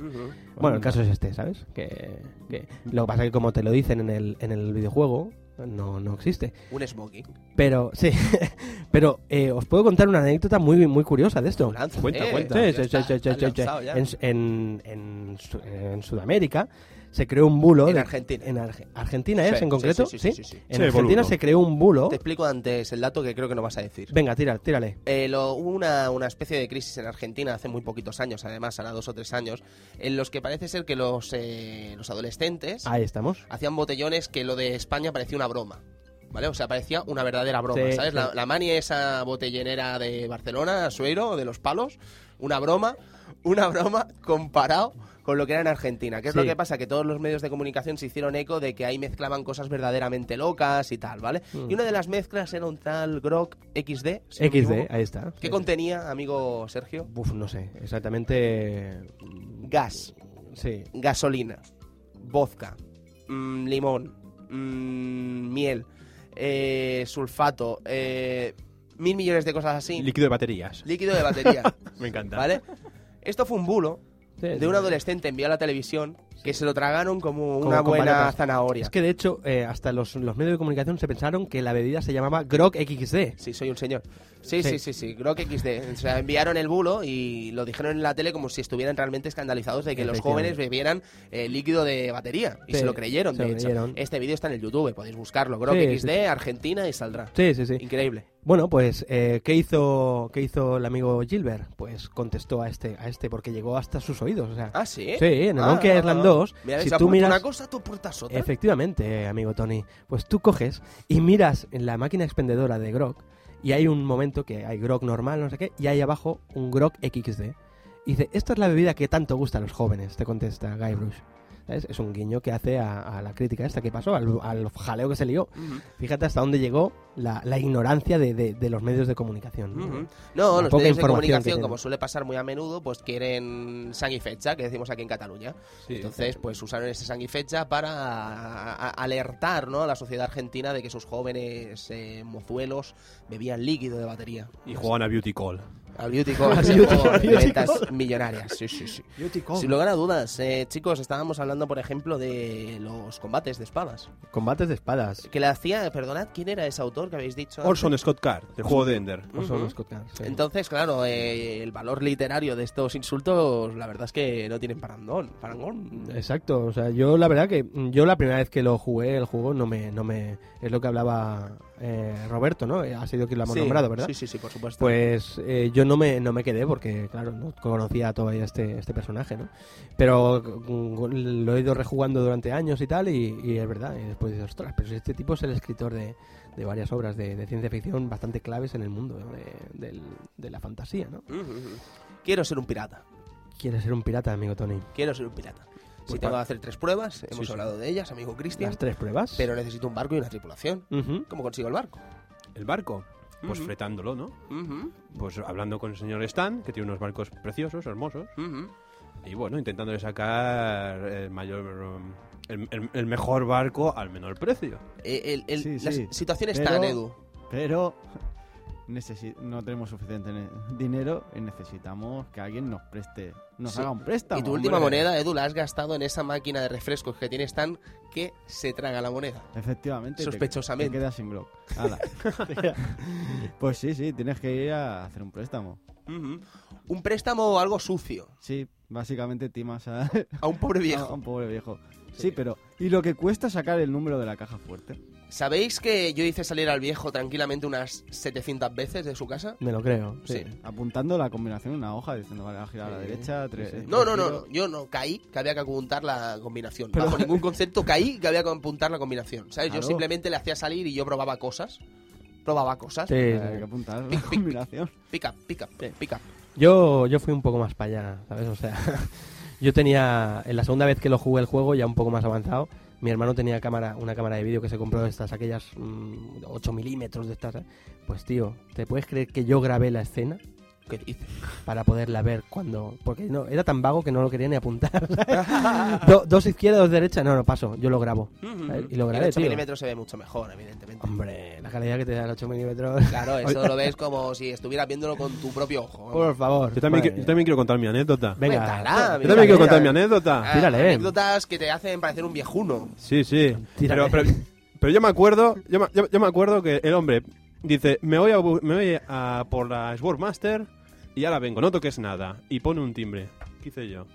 Speaker 2: Bueno, el caso es este, ¿sabes? Que, que- Lo que pasa es que como te lo dicen en el, en el videojuego, no, no existe.
Speaker 1: Un smoking.
Speaker 2: Pero, <laughs> sí, pero eh, os puedo contar una anécdota muy, muy curiosa de esto.
Speaker 1: Lanza,
Speaker 3: Cuenta,
Speaker 1: eh,
Speaker 3: cuenta.
Speaker 1: ya
Speaker 2: Sí, sí,
Speaker 1: está,
Speaker 2: sí, sí,
Speaker 1: está
Speaker 2: sí, sí.
Speaker 1: lanzado ya.
Speaker 2: En, en- en Su- en Sudamérica se creó un bulo.
Speaker 1: En
Speaker 2: de-
Speaker 1: Argentina.
Speaker 2: En Arge- Argentina ¿eh?
Speaker 1: Sí,
Speaker 2: es, en
Speaker 1: sí,
Speaker 2: concreto.
Speaker 1: sí, sí, sí, sí.
Speaker 2: En
Speaker 3: Sí,
Speaker 2: Argentina
Speaker 3: boludo.
Speaker 2: se creó un bulo.
Speaker 1: Te explico antes el dato que creo que no vas a decir.
Speaker 2: Venga, tira, tírale.
Speaker 1: Eh, lo- hubo una, una especie de crisis en Argentina hace muy poquitos años, además, ahora dos o tres años, en los que parece ser que los, eh, los adolescentes
Speaker 2: Ahí estamos.
Speaker 1: hacían botellones que lo de España parecía una broma. ¿Vale? O sea, parecía una verdadera broma,
Speaker 2: Sí,
Speaker 1: ¿sabes?
Speaker 2: sí.
Speaker 1: La, la mani esa botellenera de Barcelona, Suero, de los palos, una broma, una broma comparado con lo que era en Argentina. ¿Qué es lo
Speaker 2: Sí.
Speaker 1: que pasa? Que todos los medios de comunicación se hicieron eco de que ahí mezclaban cosas verdaderamente locas y tal, ¿vale?
Speaker 2: Mm.
Speaker 1: Y una de las mezclas era un tal Grog XD. si no me
Speaker 2: XD,
Speaker 1: equivoco.
Speaker 2: ahí está.
Speaker 1: ¿Qué
Speaker 2: Sí.
Speaker 1: contenía, amigo Sergio?
Speaker 2: Uf, no sé, exactamente. mm,
Speaker 1: Gas,
Speaker 2: Sí.
Speaker 1: gasolina, vodka, mm, limón, mm, miel, eh, sulfato, eh, mil millones de cosas así.
Speaker 3: Líquido de baterías.
Speaker 1: líquido de batería,
Speaker 3: <laughs> Me encanta.
Speaker 1: ¿vale? Esto fue un bulo de un adolescente enviado a la televisión que se lo tragaron como
Speaker 2: Como
Speaker 1: una
Speaker 2: con
Speaker 1: buena
Speaker 2: paletas.
Speaker 1: zanahoria.
Speaker 2: Es que de hecho, eh, hasta los, los medios de comunicación se pensaron que la bebida se llamaba Grog XD.
Speaker 1: Sí, soy un señor. Sí, sí,
Speaker 2: Sí.
Speaker 1: sí, sí, creo que XD. O sea, enviaron el bulo y lo dijeron en la tele como si estuvieran realmente escandalizados de que los
Speaker 2: Efectivamente.
Speaker 1: jóvenes bebieran eh, líquido de batería. Y
Speaker 2: Sí,
Speaker 1: se lo creyeron,
Speaker 2: se
Speaker 1: de
Speaker 2: lo
Speaker 1: hecho.
Speaker 2: creyeron.
Speaker 1: Este vídeo está en el YouTube, podéis buscarlo. Grok
Speaker 2: Sí, sí,
Speaker 1: XD,
Speaker 2: sí.
Speaker 1: Argentina y saldrá.
Speaker 2: Sí, sí, sí.
Speaker 1: Increíble.
Speaker 2: Bueno, pues, eh, ¿qué, hizo, ¿qué hizo el amigo Gilbert? Pues contestó a este, a este porque llegó hasta sus oídos. O sea,
Speaker 1: Ah, sí.
Speaker 2: Sí, en el
Speaker 1: Ah,
Speaker 2: Monkey
Speaker 1: ah,
Speaker 2: Island
Speaker 1: ah.
Speaker 2: 2,
Speaker 1: Mira,
Speaker 2: si
Speaker 1: esa
Speaker 2: tú
Speaker 1: aporta
Speaker 2: miras-
Speaker 1: una cosa, tú aportas otra.
Speaker 2: Efectivamente, amigo Tony. Pues tú coges y miras en la máquina expendedora de Grog y hay un momento que hay Grog normal, no sé qué, y hay abajo un Grog XD. Y dice, esta es la bebida que tanto gusta a los jóvenes, te contesta Guybrush. ¿Sabes? Es un guiño que hace a, a la crítica esta que pasó, al, al jaleo que se lió.
Speaker 1: Ujú,
Speaker 2: Fíjate hasta dónde llegó la, la ignorancia de, de- de los medios de comunicación. ¿no?
Speaker 1: ujú. No, los medios
Speaker 2: La poca
Speaker 1: de
Speaker 2: información que
Speaker 1: comunicación,
Speaker 2: tienen.
Speaker 1: como suele pasar muy a menudo, pues quieren sang y fecha, que decimos aquí en Cataluña. Entonces, pues usaron ese sanguifecha para a- a- alertar ¿no? a la sociedad argentina de que sus jóvenes eh, mozuelos bebían líquido de batería.
Speaker 3: Y juegan a Beauty Call.
Speaker 1: Al
Speaker 2: <laughs>
Speaker 1: Beauty Code,
Speaker 2: Al
Speaker 1: ese
Speaker 2: Beauty-
Speaker 1: juego
Speaker 2: al
Speaker 1: de
Speaker 2: Beauty
Speaker 1: ventas
Speaker 2: Code.
Speaker 1: millonarias. Sí, sí, sí.
Speaker 2: Beauty Code.
Speaker 1: Sin lugar a dudas, eh, chicos, estábamos hablando, por ejemplo, de los combates de espadas.
Speaker 2: Combates de espadas.
Speaker 1: Que le hacía, perdonad, ¿quién era ese autor que habéis dicho? antes?
Speaker 3: Orson Scott Card, del juego de Ender.
Speaker 2: Orson
Speaker 1: Ujú.
Speaker 2: Scott Card, sí.
Speaker 1: Entonces, claro, eh, el valor literario de estos insultos, la verdad es que no tienen parangón. parangón.
Speaker 2: Exacto, o sea, yo la verdad que mm, yo la primera vez que lo jugué, el juego no me, no me es lo que hablaba eh, Roberto, ¿no? Ha sido quien lo hemos
Speaker 1: Sí,
Speaker 2: nombrado, ¿verdad?
Speaker 1: Sí, sí, sí, por supuesto.
Speaker 2: Pues eh, yo no me, no me quedé porque, claro, no conocía todavía este, este personaje, ¿no? Pero mm, lo he ido rejugando durante años y tal, y, y es verdad, y después dices, ostras, pero si este tipo es el escritor de, de varias obras de, de ciencia ficción bastante claves en el mundo de, del- de la fantasía, ¿no?
Speaker 1: Ujú, ujú. Quiero ser un pirata.
Speaker 2: Quieres ser un pirata, amigo Tony.
Speaker 1: Quiero ser un pirata. si
Speaker 2: Pues
Speaker 1: tengo
Speaker 2: va.
Speaker 1: que hacer tres pruebas, hemos
Speaker 2: sí.
Speaker 1: hablado de ellas, amigo Cristian.
Speaker 2: Las tres pruebas.
Speaker 1: Pero necesito un barco y una tripulación.
Speaker 2: Ujú.
Speaker 1: ¿Cómo consigo el barco?
Speaker 3: El barco, pues
Speaker 1: Ujú.
Speaker 3: fretándolo, ¿no?
Speaker 1: Ujú,
Speaker 3: Pues hablando con el señor Stan, que tiene unos barcos preciosos, hermosos,
Speaker 1: ujú.
Speaker 3: y bueno, intentándole sacar el mayor... um, El, el- el mejor barco al menor precio.
Speaker 1: Eh, el- el-
Speaker 4: Sí,
Speaker 1: La
Speaker 4: sí.
Speaker 1: situación
Speaker 4: Pero-
Speaker 1: está, Edu.
Speaker 4: Pero necesi- no tenemos suficiente ne- dinero y necesitamos que alguien nos preste, nos
Speaker 1: Sí.
Speaker 4: haga un préstamo.
Speaker 1: Y tu última
Speaker 4: hombre.
Speaker 1: moneda, Edu, la has gastado en esa máquina de refrescos que tiene Stan que se traga la moneda.
Speaker 4: Efectivamente. te-
Speaker 1: Sospechosamente.
Speaker 4: Te, quedas sin Glock.
Speaker 1: <laughs>
Speaker 4: Hala. <laughs> pues sí, sí, tienes que ir a hacer un préstamo.
Speaker 1: Ujú. Un préstamo o algo sucio
Speaker 4: Sí, básicamente timas a,
Speaker 1: a un
Speaker 4: <laughs>
Speaker 1: pobre
Speaker 4: a
Speaker 1: viejo.
Speaker 4: un pobre viejo. Sí, pero... ¿Y lo que cuesta sacar el número de la caja fuerte?
Speaker 1: ¿Sabéis que yo hice salir al viejo tranquilamente unas 700 veces de su casa?
Speaker 2: Me lo creo.
Speaker 1: Sí.
Speaker 4: Apuntando la combinación en una hoja, diciendo, vale, a girar a la
Speaker 2: Sí,
Speaker 4: derecha,
Speaker 2: sí,
Speaker 4: tres... eh,
Speaker 2: sí.
Speaker 1: No, no, no, no, yo no caí que había que apuntar la combinación. Bajo ningún concepto caí que había que apuntar la combinación. ¿Sabes? Yo
Speaker 4: Claro.
Speaker 1: simplemente le hacía salir y yo probaba cosas. Probaba cosas.
Speaker 2: Sí,
Speaker 4: Eh,
Speaker 2: sí.
Speaker 4: Hay que apuntar
Speaker 1: Pic,
Speaker 4: la
Speaker 1: pic, pic.
Speaker 4: combinación.
Speaker 1: Pick up, pick up, pick up.
Speaker 2: Yo, yo fui un poco más para allá, ¿sabes? O sea, <laughs> yo tenía, en la segunda vez que lo jugué el juego, ya un poco más avanzado, mi hermano tenía cámara, una cámara de vídeo que se compró de estas, aquellas mm, 8 milímetros de estas. ¿eh? Pues tío, ¿te puedes creer que yo grabé la escena
Speaker 1: ¿Qué dices?
Speaker 2: para poderla ver cuando...? Porque no, era tan vago que no lo quería ni apuntar. <laughs>
Speaker 1: <laughs>
Speaker 2: ¿sabes? Do- dos izquierdas, dos derechas, no, no paso, yo lo grabo. ¿sabes? Y lo grabé,
Speaker 1: 8
Speaker 2: tío.
Speaker 1: milímetros se ve mucho mejor, evidentemente.
Speaker 2: Hombre, la calidad que te da el 8 milímetros...
Speaker 1: Claro, eso lo ves como si estuvieras viéndolo con tu propio ojo.
Speaker 2: <laughs> Por favor.
Speaker 3: Yo también,
Speaker 2: madre
Speaker 3: qui-
Speaker 2: mía.
Speaker 3: yo también quiero contar mi anécdota.
Speaker 2: Venga,
Speaker 1: Cuéntala,
Speaker 3: Yo también quiero
Speaker 1: mira,
Speaker 3: contar mi
Speaker 1: mira.
Speaker 3: anécdota.
Speaker 1: Ah,
Speaker 2: Tírale, eh.
Speaker 1: anécdotas que te hacen parecer un viejuno.
Speaker 3: Sí, sí.
Speaker 2: Tírale.
Speaker 3: Pero, pero, pero yo me acuerdo, yo me, yo- yo me acuerdo que el hombre dice, me voy a, bu- me voy a por la Swordmaster y ahora vengo, no toques nada. Y pone un timbre. ¿Qué hice yo?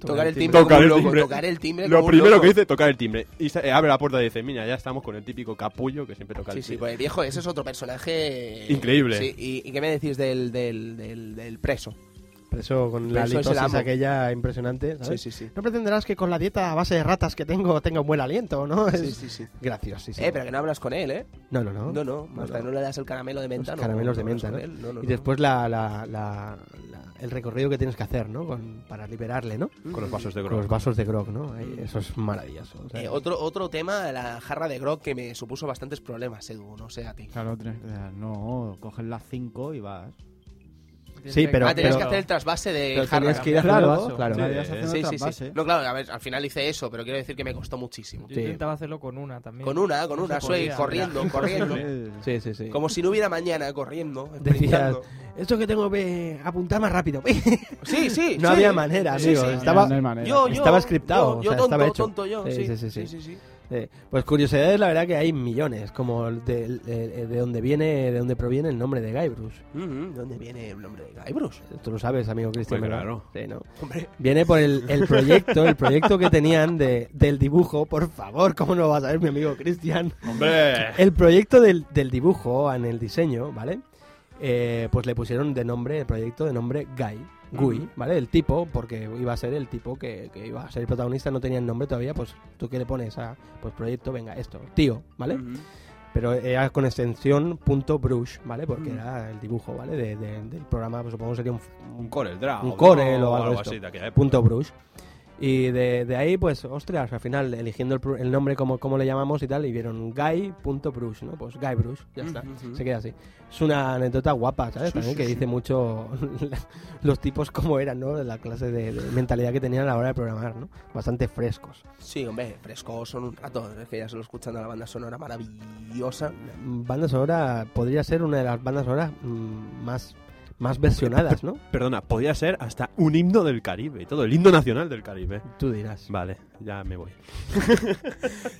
Speaker 1: Tocar el timbre.
Speaker 3: Tocar
Speaker 1: como un
Speaker 3: el
Speaker 1: loco,
Speaker 3: timbre.
Speaker 1: Tocar el timbre.
Speaker 3: Lo
Speaker 1: como un
Speaker 3: primero
Speaker 1: loco.
Speaker 3: que hice, tocar el timbre. Y se- eh, abre la puerta y dice, mira, ya estamos con el típico capullo que siempre toca
Speaker 1: Sí,
Speaker 3: el
Speaker 1: sí,
Speaker 3: timbre.
Speaker 1: pues el viejo, ese es otro personaje. eh,
Speaker 3: Increíble.
Speaker 1: Sí, y, y qué me decís del, del, del, del preso?
Speaker 2: Preso con la
Speaker 1: Preso es el
Speaker 2: litosis
Speaker 1: amo.
Speaker 2: aquella impresionante, ¿sabes?
Speaker 1: Sí, sí, sí.
Speaker 2: No pretenderás que con la dieta a base de ratas que tengo tenga un buen aliento, ¿no?
Speaker 1: Sí,
Speaker 2: Es
Speaker 1: sí, sí.
Speaker 2: Gracias, sí, sí.
Speaker 1: Eh, pero que no hablas con él, ¿eh?
Speaker 2: No, no, no.
Speaker 1: No, no, hasta que no le das el caramelo de menta.
Speaker 2: Los
Speaker 1: no,
Speaker 2: caramelos
Speaker 1: no
Speaker 2: de
Speaker 1: hablas
Speaker 2: menta,
Speaker 1: con
Speaker 2: ¿no?
Speaker 1: él, no, Eh, no,
Speaker 2: Y
Speaker 1: no.
Speaker 2: después la, la- la- la- el recorrido que tienes que hacer, ¿no? Con- para liberarle, ¿no?
Speaker 3: Con los vasos de
Speaker 2: Con los
Speaker 3: Grog.
Speaker 2: vasos de grog, ¿no? Ahí, eso es maravilloso. o sea,
Speaker 1: Eh, otro, otro tema, la jarra de Grog que me supuso bastantes problemas, Edu, no sé a ti.
Speaker 4: Claro, tienes que... No, coges las cinco y vas...
Speaker 2: Sí, pero-
Speaker 1: ah, tenías que
Speaker 2: pero-
Speaker 1: hacer el trasvase de
Speaker 2: pero
Speaker 1: jarra.
Speaker 2: tenías que ir a
Speaker 5: Claro,
Speaker 2: hacerlo,
Speaker 5: vaso.
Speaker 2: claro.
Speaker 3: Sí.
Speaker 4: Vale, vas haciendo
Speaker 1: Sí, sí,
Speaker 4: trasvase.
Speaker 1: sí. No, claro, a ver, al final hice eso, pero quiero decir que me costó muchísimo.
Speaker 5: Yo
Speaker 2: Sí.
Speaker 5: intentaba hacerlo con una también.
Speaker 1: Con una, con
Speaker 5: No
Speaker 1: una,
Speaker 5: se
Speaker 1: soy
Speaker 5: podía,
Speaker 2: <laughs>
Speaker 1: corriendo,
Speaker 5: era
Speaker 1: corriendo.
Speaker 5: imposible.
Speaker 4: Eh,
Speaker 2: Sí, sí, sí.
Speaker 1: Como si no hubiera mañana, corriendo,
Speaker 2: Decías,
Speaker 1: sprintando.
Speaker 2: esto que tengo que Eh, apuntar más rápido. <laughs>
Speaker 1: Sí, sí.
Speaker 2: no
Speaker 1: sí.
Speaker 2: había manera,
Speaker 1: Sí,
Speaker 2: amigo.
Speaker 1: sí.
Speaker 2: Estaba...
Speaker 4: no hay manera.
Speaker 1: Yo, yo,
Speaker 2: estaba scriptado,
Speaker 1: Yo,
Speaker 2: o
Speaker 1: yo
Speaker 2: sea,
Speaker 1: tonto,
Speaker 2: estaba hecho.
Speaker 1: tonto yo.
Speaker 2: Sí,
Speaker 1: Sí,
Speaker 2: sí, sí, sí. Eh, pues curiosidades, la verdad que hay millones, como de, eh, de, de dónde viene, de dónde proviene el nombre de Guybrush.
Speaker 1: Ujú, ¿Dónde viene el nombre de Guybrush?
Speaker 2: Tú lo sabes, amigo Cristian.
Speaker 3: Hombre,
Speaker 2: ¿verdad?
Speaker 3: claro.
Speaker 2: Sí, ¿no?
Speaker 1: Hombre,
Speaker 2: Viene por el,
Speaker 1: <laughs>
Speaker 2: el proyecto, el proyecto que tenían de, del dibujo, por favor, ¿cómo no lo vas a ver, mi amigo Cristian?
Speaker 3: ¡Hombre!
Speaker 2: El proyecto del, del dibujo en el diseño, ¿vale? Eh, pues le pusieron de nombre, el proyecto de nombre Guy, Gui, ¿vale? El tipo, porque iba a ser el tipo que, que iba a ser el protagonista, no tenía el nombre todavía, pues tú qué le pones a, pues proyecto, venga, esto, tío, ¿vale?
Speaker 1: Ujú.
Speaker 2: Pero era con extensión punto brush, ¿vale?
Speaker 3: Mm.
Speaker 2: Porque era el dibujo, ¿vale? De- de- del programa, pues, supongo que sería un,
Speaker 3: Un Corel Draw.
Speaker 2: Un Corel
Speaker 3: ¿no?
Speaker 2: o algo de esto.
Speaker 3: así de aquella época.
Speaker 2: punto brush. Y de, de ahí, pues, ostras, al final, eligiendo el, pro- el nombre como, como le llamamos y tal, y vieron guy.brush, ¿no? Pues guy brush, ya está.
Speaker 1: Ujú, ujú.
Speaker 2: Se queda así. Es una anécdota guapa, ¿sabes? También que dice mucho <laughs> los tipos como eran, ¿no? La clase de, de mentalidad que tenían a la hora de programar, ¿no? Bastante frescos.
Speaker 1: Sí, hombre, frescos son un rato. Es que ya solo escuchando la banda sonora maravillosa.
Speaker 2: Banda sonora podría ser una de las bandas sonoras mm, más más versionadas, ¿no?
Speaker 3: Perdona, podía ser hasta un himno del Caribe, y todo el himno nacional del Caribe.
Speaker 2: Tú dirás.
Speaker 3: Vale, ya me voy.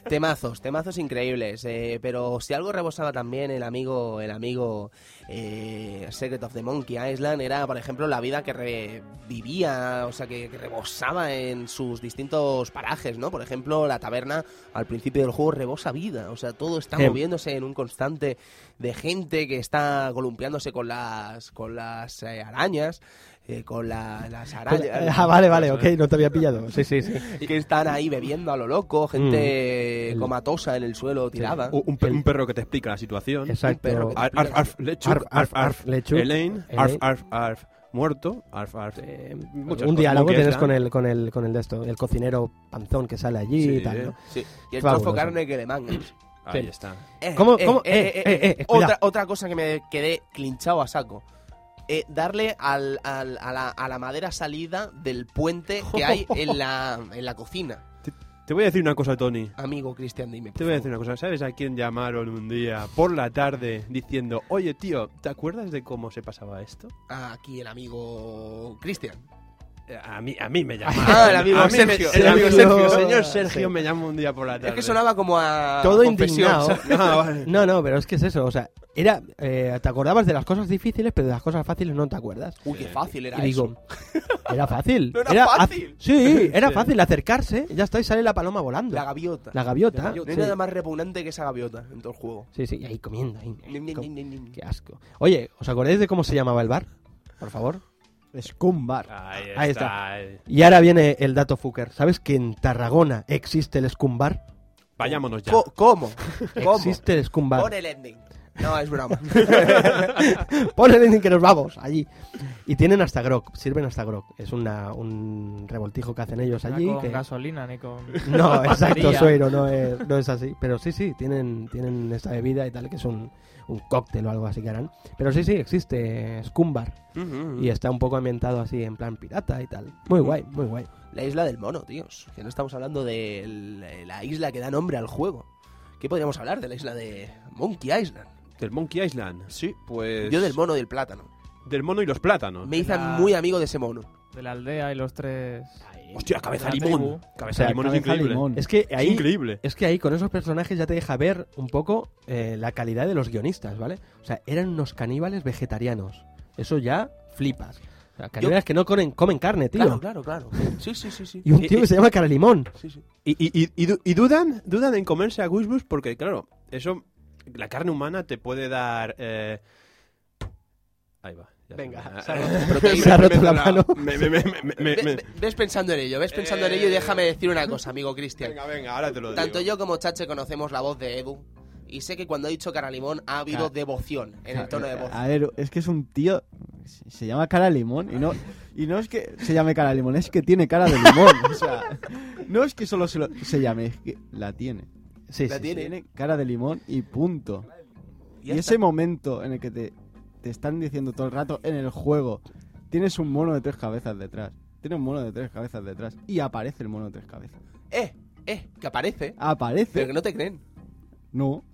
Speaker 1: Temazos, temazos increíbles. eh, pero si algo rebosaba también el amigo, el amigo eh, Secret of the Monkey Island era, por ejemplo, la vida que revivía, o sea, que, que rebosaba en sus distintos parajes, ¿no? Por ejemplo, la taberna al principio del juego rebosa vida, o sea, todo está
Speaker 2: Em.
Speaker 1: moviéndose en un constante de gente que está columpiándose con las, con las eh, arañas. eh, con la- las arañas.
Speaker 2: Ah, vale, vale, ok, no te
Speaker 1: <laughs>
Speaker 2: había pillado. Sí, sí, Mm. sí.
Speaker 1: que están ahí bebiendo a lo loco, gente comatosa en el suelo tirada.
Speaker 3: Un, un pe- un perro que te explica la situación.
Speaker 2: Exacto.
Speaker 1: perro que te
Speaker 3: Arf, arf, arf, lechuk,
Speaker 2: Arf, arf,
Speaker 3: arf,
Speaker 2: arf,
Speaker 3: arf,
Speaker 2: lechuk,
Speaker 3: Elaine,
Speaker 2: Elaine.
Speaker 3: arf, arf, arf, muerto, arf, arf.
Speaker 2: Eh,
Speaker 3: muchas
Speaker 2: un
Speaker 3: cosas, ¿eh?
Speaker 2: diálogo
Speaker 3: Monkey
Speaker 2: tienes
Speaker 3: Island.
Speaker 2: con el, con el, con el de esto, el cocinero panzón que sale allí y
Speaker 3: Sí.
Speaker 2: tal. ¿no?
Speaker 1: Sí, Y el
Speaker 2: Fabuloso.
Speaker 1: trozo carne que le mangas.
Speaker 3: Ahí
Speaker 2: Sí.
Speaker 3: está.
Speaker 1: Eh,
Speaker 2: ¿Cómo- cómo? Eh, eh, eh,
Speaker 1: otra,
Speaker 2: cuidado.
Speaker 1: otra cosa que me quedé clinchado a saco. Eh, darle al, al- a, la, a la madera salida del puente que
Speaker 2: <laughs>
Speaker 1: hay en la, en la cocina.
Speaker 3: Te voy a decir una cosa, Tony.
Speaker 1: Amigo Cristian, dime. por
Speaker 3: Te voy a decir
Speaker 1: favor.
Speaker 3: una cosa. ¿Sabes a quién llamaron un día por la tarde diciendo, oye, tío, ¿te acuerdas de cómo se pasaba esto?
Speaker 1: Ah, Aquí el amigo Cristian.
Speaker 3: Eh, A mí, a mí me llamaron.
Speaker 1: Ah, el amigo
Speaker 3: A mí me-
Speaker 1: Sergio.
Speaker 3: el amigo
Speaker 2: Sergio.
Speaker 3: Sergio. Señor Sergio
Speaker 2: Sí.
Speaker 3: me llamó un día por la tarde.
Speaker 1: Es que sonaba como a.
Speaker 2: Todo
Speaker 1: confesión,
Speaker 2: indignado.
Speaker 1: <laughs>
Speaker 3: <laughs>
Speaker 1: ¿sabes?
Speaker 3: Ah, vale.
Speaker 2: No, no, pero es que es eso, o sea, era, eh, te acordabas de las cosas difíciles, pero de las cosas fáciles no te acuerdas.
Speaker 1: Uy, qué fácil era
Speaker 2: y digo, <laughs> era fácil.
Speaker 1: No era
Speaker 2: ac-
Speaker 1: fácil.
Speaker 2: Sí,
Speaker 1: <laughs>
Speaker 2: era fácil acercarse, ya está, y sale la paloma volando.
Speaker 1: eso. La gaviota.
Speaker 2: La gaviota.
Speaker 1: No hay
Speaker 2: sí.
Speaker 1: nada más repugnante que esa gaviota en todo el juego.
Speaker 2: Sí, sí, y ahí comiendo. ahí, ahí,
Speaker 1: Nin, nin,
Speaker 2: com-
Speaker 1: nin, nin, nin.
Speaker 2: Qué asco. Oye, ¿os acordáis de cómo se llamaba el bar? Por favor.
Speaker 4: Scumbar.
Speaker 3: Ahí
Speaker 2: Ahí
Speaker 3: está.
Speaker 2: está. Y ahora viene el dato fucker. ¿Sabes que en Tarragona existe el Scumbar?
Speaker 3: Vayámonos ya.
Speaker 1: Co-
Speaker 2: <laughs>
Speaker 1: ¿Cómo? ¿Cómo?
Speaker 2: Existe el
Speaker 1: Por
Speaker 2: Scumbar.
Speaker 1: el ending. No, es
Speaker 2: <laughs>
Speaker 1: broma.
Speaker 2: Pon el ending que nos vamos allí. Y tienen hasta grog, sirven hasta grog. Es una, un revoltijo que hacen ellos allí.
Speaker 5: No Ah, con
Speaker 2: que-
Speaker 5: gasolina ni con. <laughs>
Speaker 2: No, exacto,
Speaker 5: batería.
Speaker 2: suero, no es, no es así. Pero sí, sí, tienen, tienen esta bebida y tal, que es un, un cóctel o algo así que harán. Pero sí, sí, existe Scumbar. Y está un poco ambientado así en plan pirata y tal. Muy guay, muy guay.
Speaker 1: La isla del mono, tíos. Que no estamos hablando de el- la isla que da nombre al juego. ¿Qué podríamos hablar de la isla de Monkey Island?
Speaker 3: Del Monkey Island. Sí, pues.
Speaker 1: Yo del mono y del plátano.
Speaker 3: Del mono y los plátanos.
Speaker 1: Me hice
Speaker 5: la-
Speaker 1: muy amigo de ese mono.
Speaker 5: De la aldea y los tres.
Speaker 3: Hostia, cabeza
Speaker 5: La
Speaker 3: limón.
Speaker 5: tribu.
Speaker 3: Cabeza
Speaker 2: O sea,
Speaker 3: limón es
Speaker 4: cabeza
Speaker 3: increíble.
Speaker 4: limón.
Speaker 2: Es que
Speaker 3: Es
Speaker 2: ahí,
Speaker 3: increíble.
Speaker 2: es que ahí con esos personajes ya te deja ver un poco eh, la calidad de los guionistas, ¿vale? O sea, eran unos caníbales vegetarianos. Eso ya flipas. O sea, caníbales que no comen, comen carne, tío.
Speaker 1: Claro, claro, claro. Sí, sí, sí, sí.
Speaker 2: Y un tío que se llama Cara Limón.
Speaker 1: Sí, sí.
Speaker 3: Y, y- y- y du- y dudan, dudan en comerse a Goosebumps porque, claro, eso. La carne humana te puede dar. eh, Ahí va.
Speaker 2: <laughs>
Speaker 3: ya se
Speaker 2: Venga,
Speaker 3: <laughs> me-
Speaker 2: se ha
Speaker 1: Proteína.
Speaker 2: Se ha roto la
Speaker 3: me-
Speaker 2: mano.
Speaker 3: me- me- me- me- me-
Speaker 1: Ve-
Speaker 3: me-
Speaker 1: ve- Ves pensando en ello, ves pensando en ello y déjame decir una cosa, amigo Cristian.
Speaker 3: Venga, venga, ahora te lo digo.
Speaker 1: Tanto yo como Chache conocemos la voz de Edu. Y sé que cuando ha dicho cara limón ha habido
Speaker 4: Ca-
Speaker 1: devoción en el tono de voz.
Speaker 4: A ver, es que es un tío. se- Se llama cara limón y no, y no es que se llame cara limón, es que tiene cara de limón. O sea, no es que solo se, lo- se llame, es que la tiene.
Speaker 2: Sí,
Speaker 1: La
Speaker 2: sí,
Speaker 1: tiene.
Speaker 4: Tiene cara de limón y punto. Y
Speaker 1: Y ya está.
Speaker 4: ese momento en el que te, te están diciendo todo el rato en el juego, tienes un mono de tres cabezas detrás. Tiene un mono de tres cabezas detrás. Y aparece el mono de tres cabezas.
Speaker 1: Eh, eh, que aparece. Pero
Speaker 4: Aparece.
Speaker 1: que no te creen.
Speaker 4: No.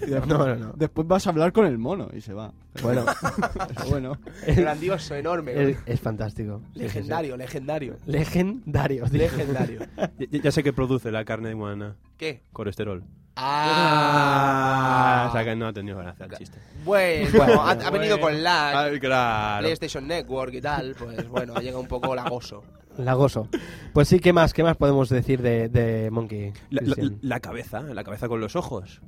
Speaker 4: Y después-
Speaker 2: No, no, no.
Speaker 4: Después vas a hablar con el mono y se va.
Speaker 2: sí. Bueno,
Speaker 4: <laughs> Pero bueno.
Speaker 1: Grandioso, enorme.
Speaker 2: es, es fantástico. Sí, sí, sí.
Speaker 1: Legendario, legendario.
Speaker 2: Legendario. tío.
Speaker 1: Legendario.
Speaker 3: <laughs> Ya, ya sé que produce la carne humana.
Speaker 1: ¿Qué?
Speaker 3: Colesterol.
Speaker 1: Ah,
Speaker 3: o sea que no ha tenido ganas de hacer el chiste.
Speaker 1: Bueno, ha, ha venido con la
Speaker 3: Ay, claro.
Speaker 1: PlayStation Network y tal, pues bueno, llega un
Speaker 3: <laughs>
Speaker 1: poco lagoso.
Speaker 2: Lagoso. Pues sí, ¿qué más, qué más podemos decir de, de Monkey?
Speaker 3: La, la-
Speaker 2: Christian?
Speaker 3: la cabeza, la cabeza con los ojos.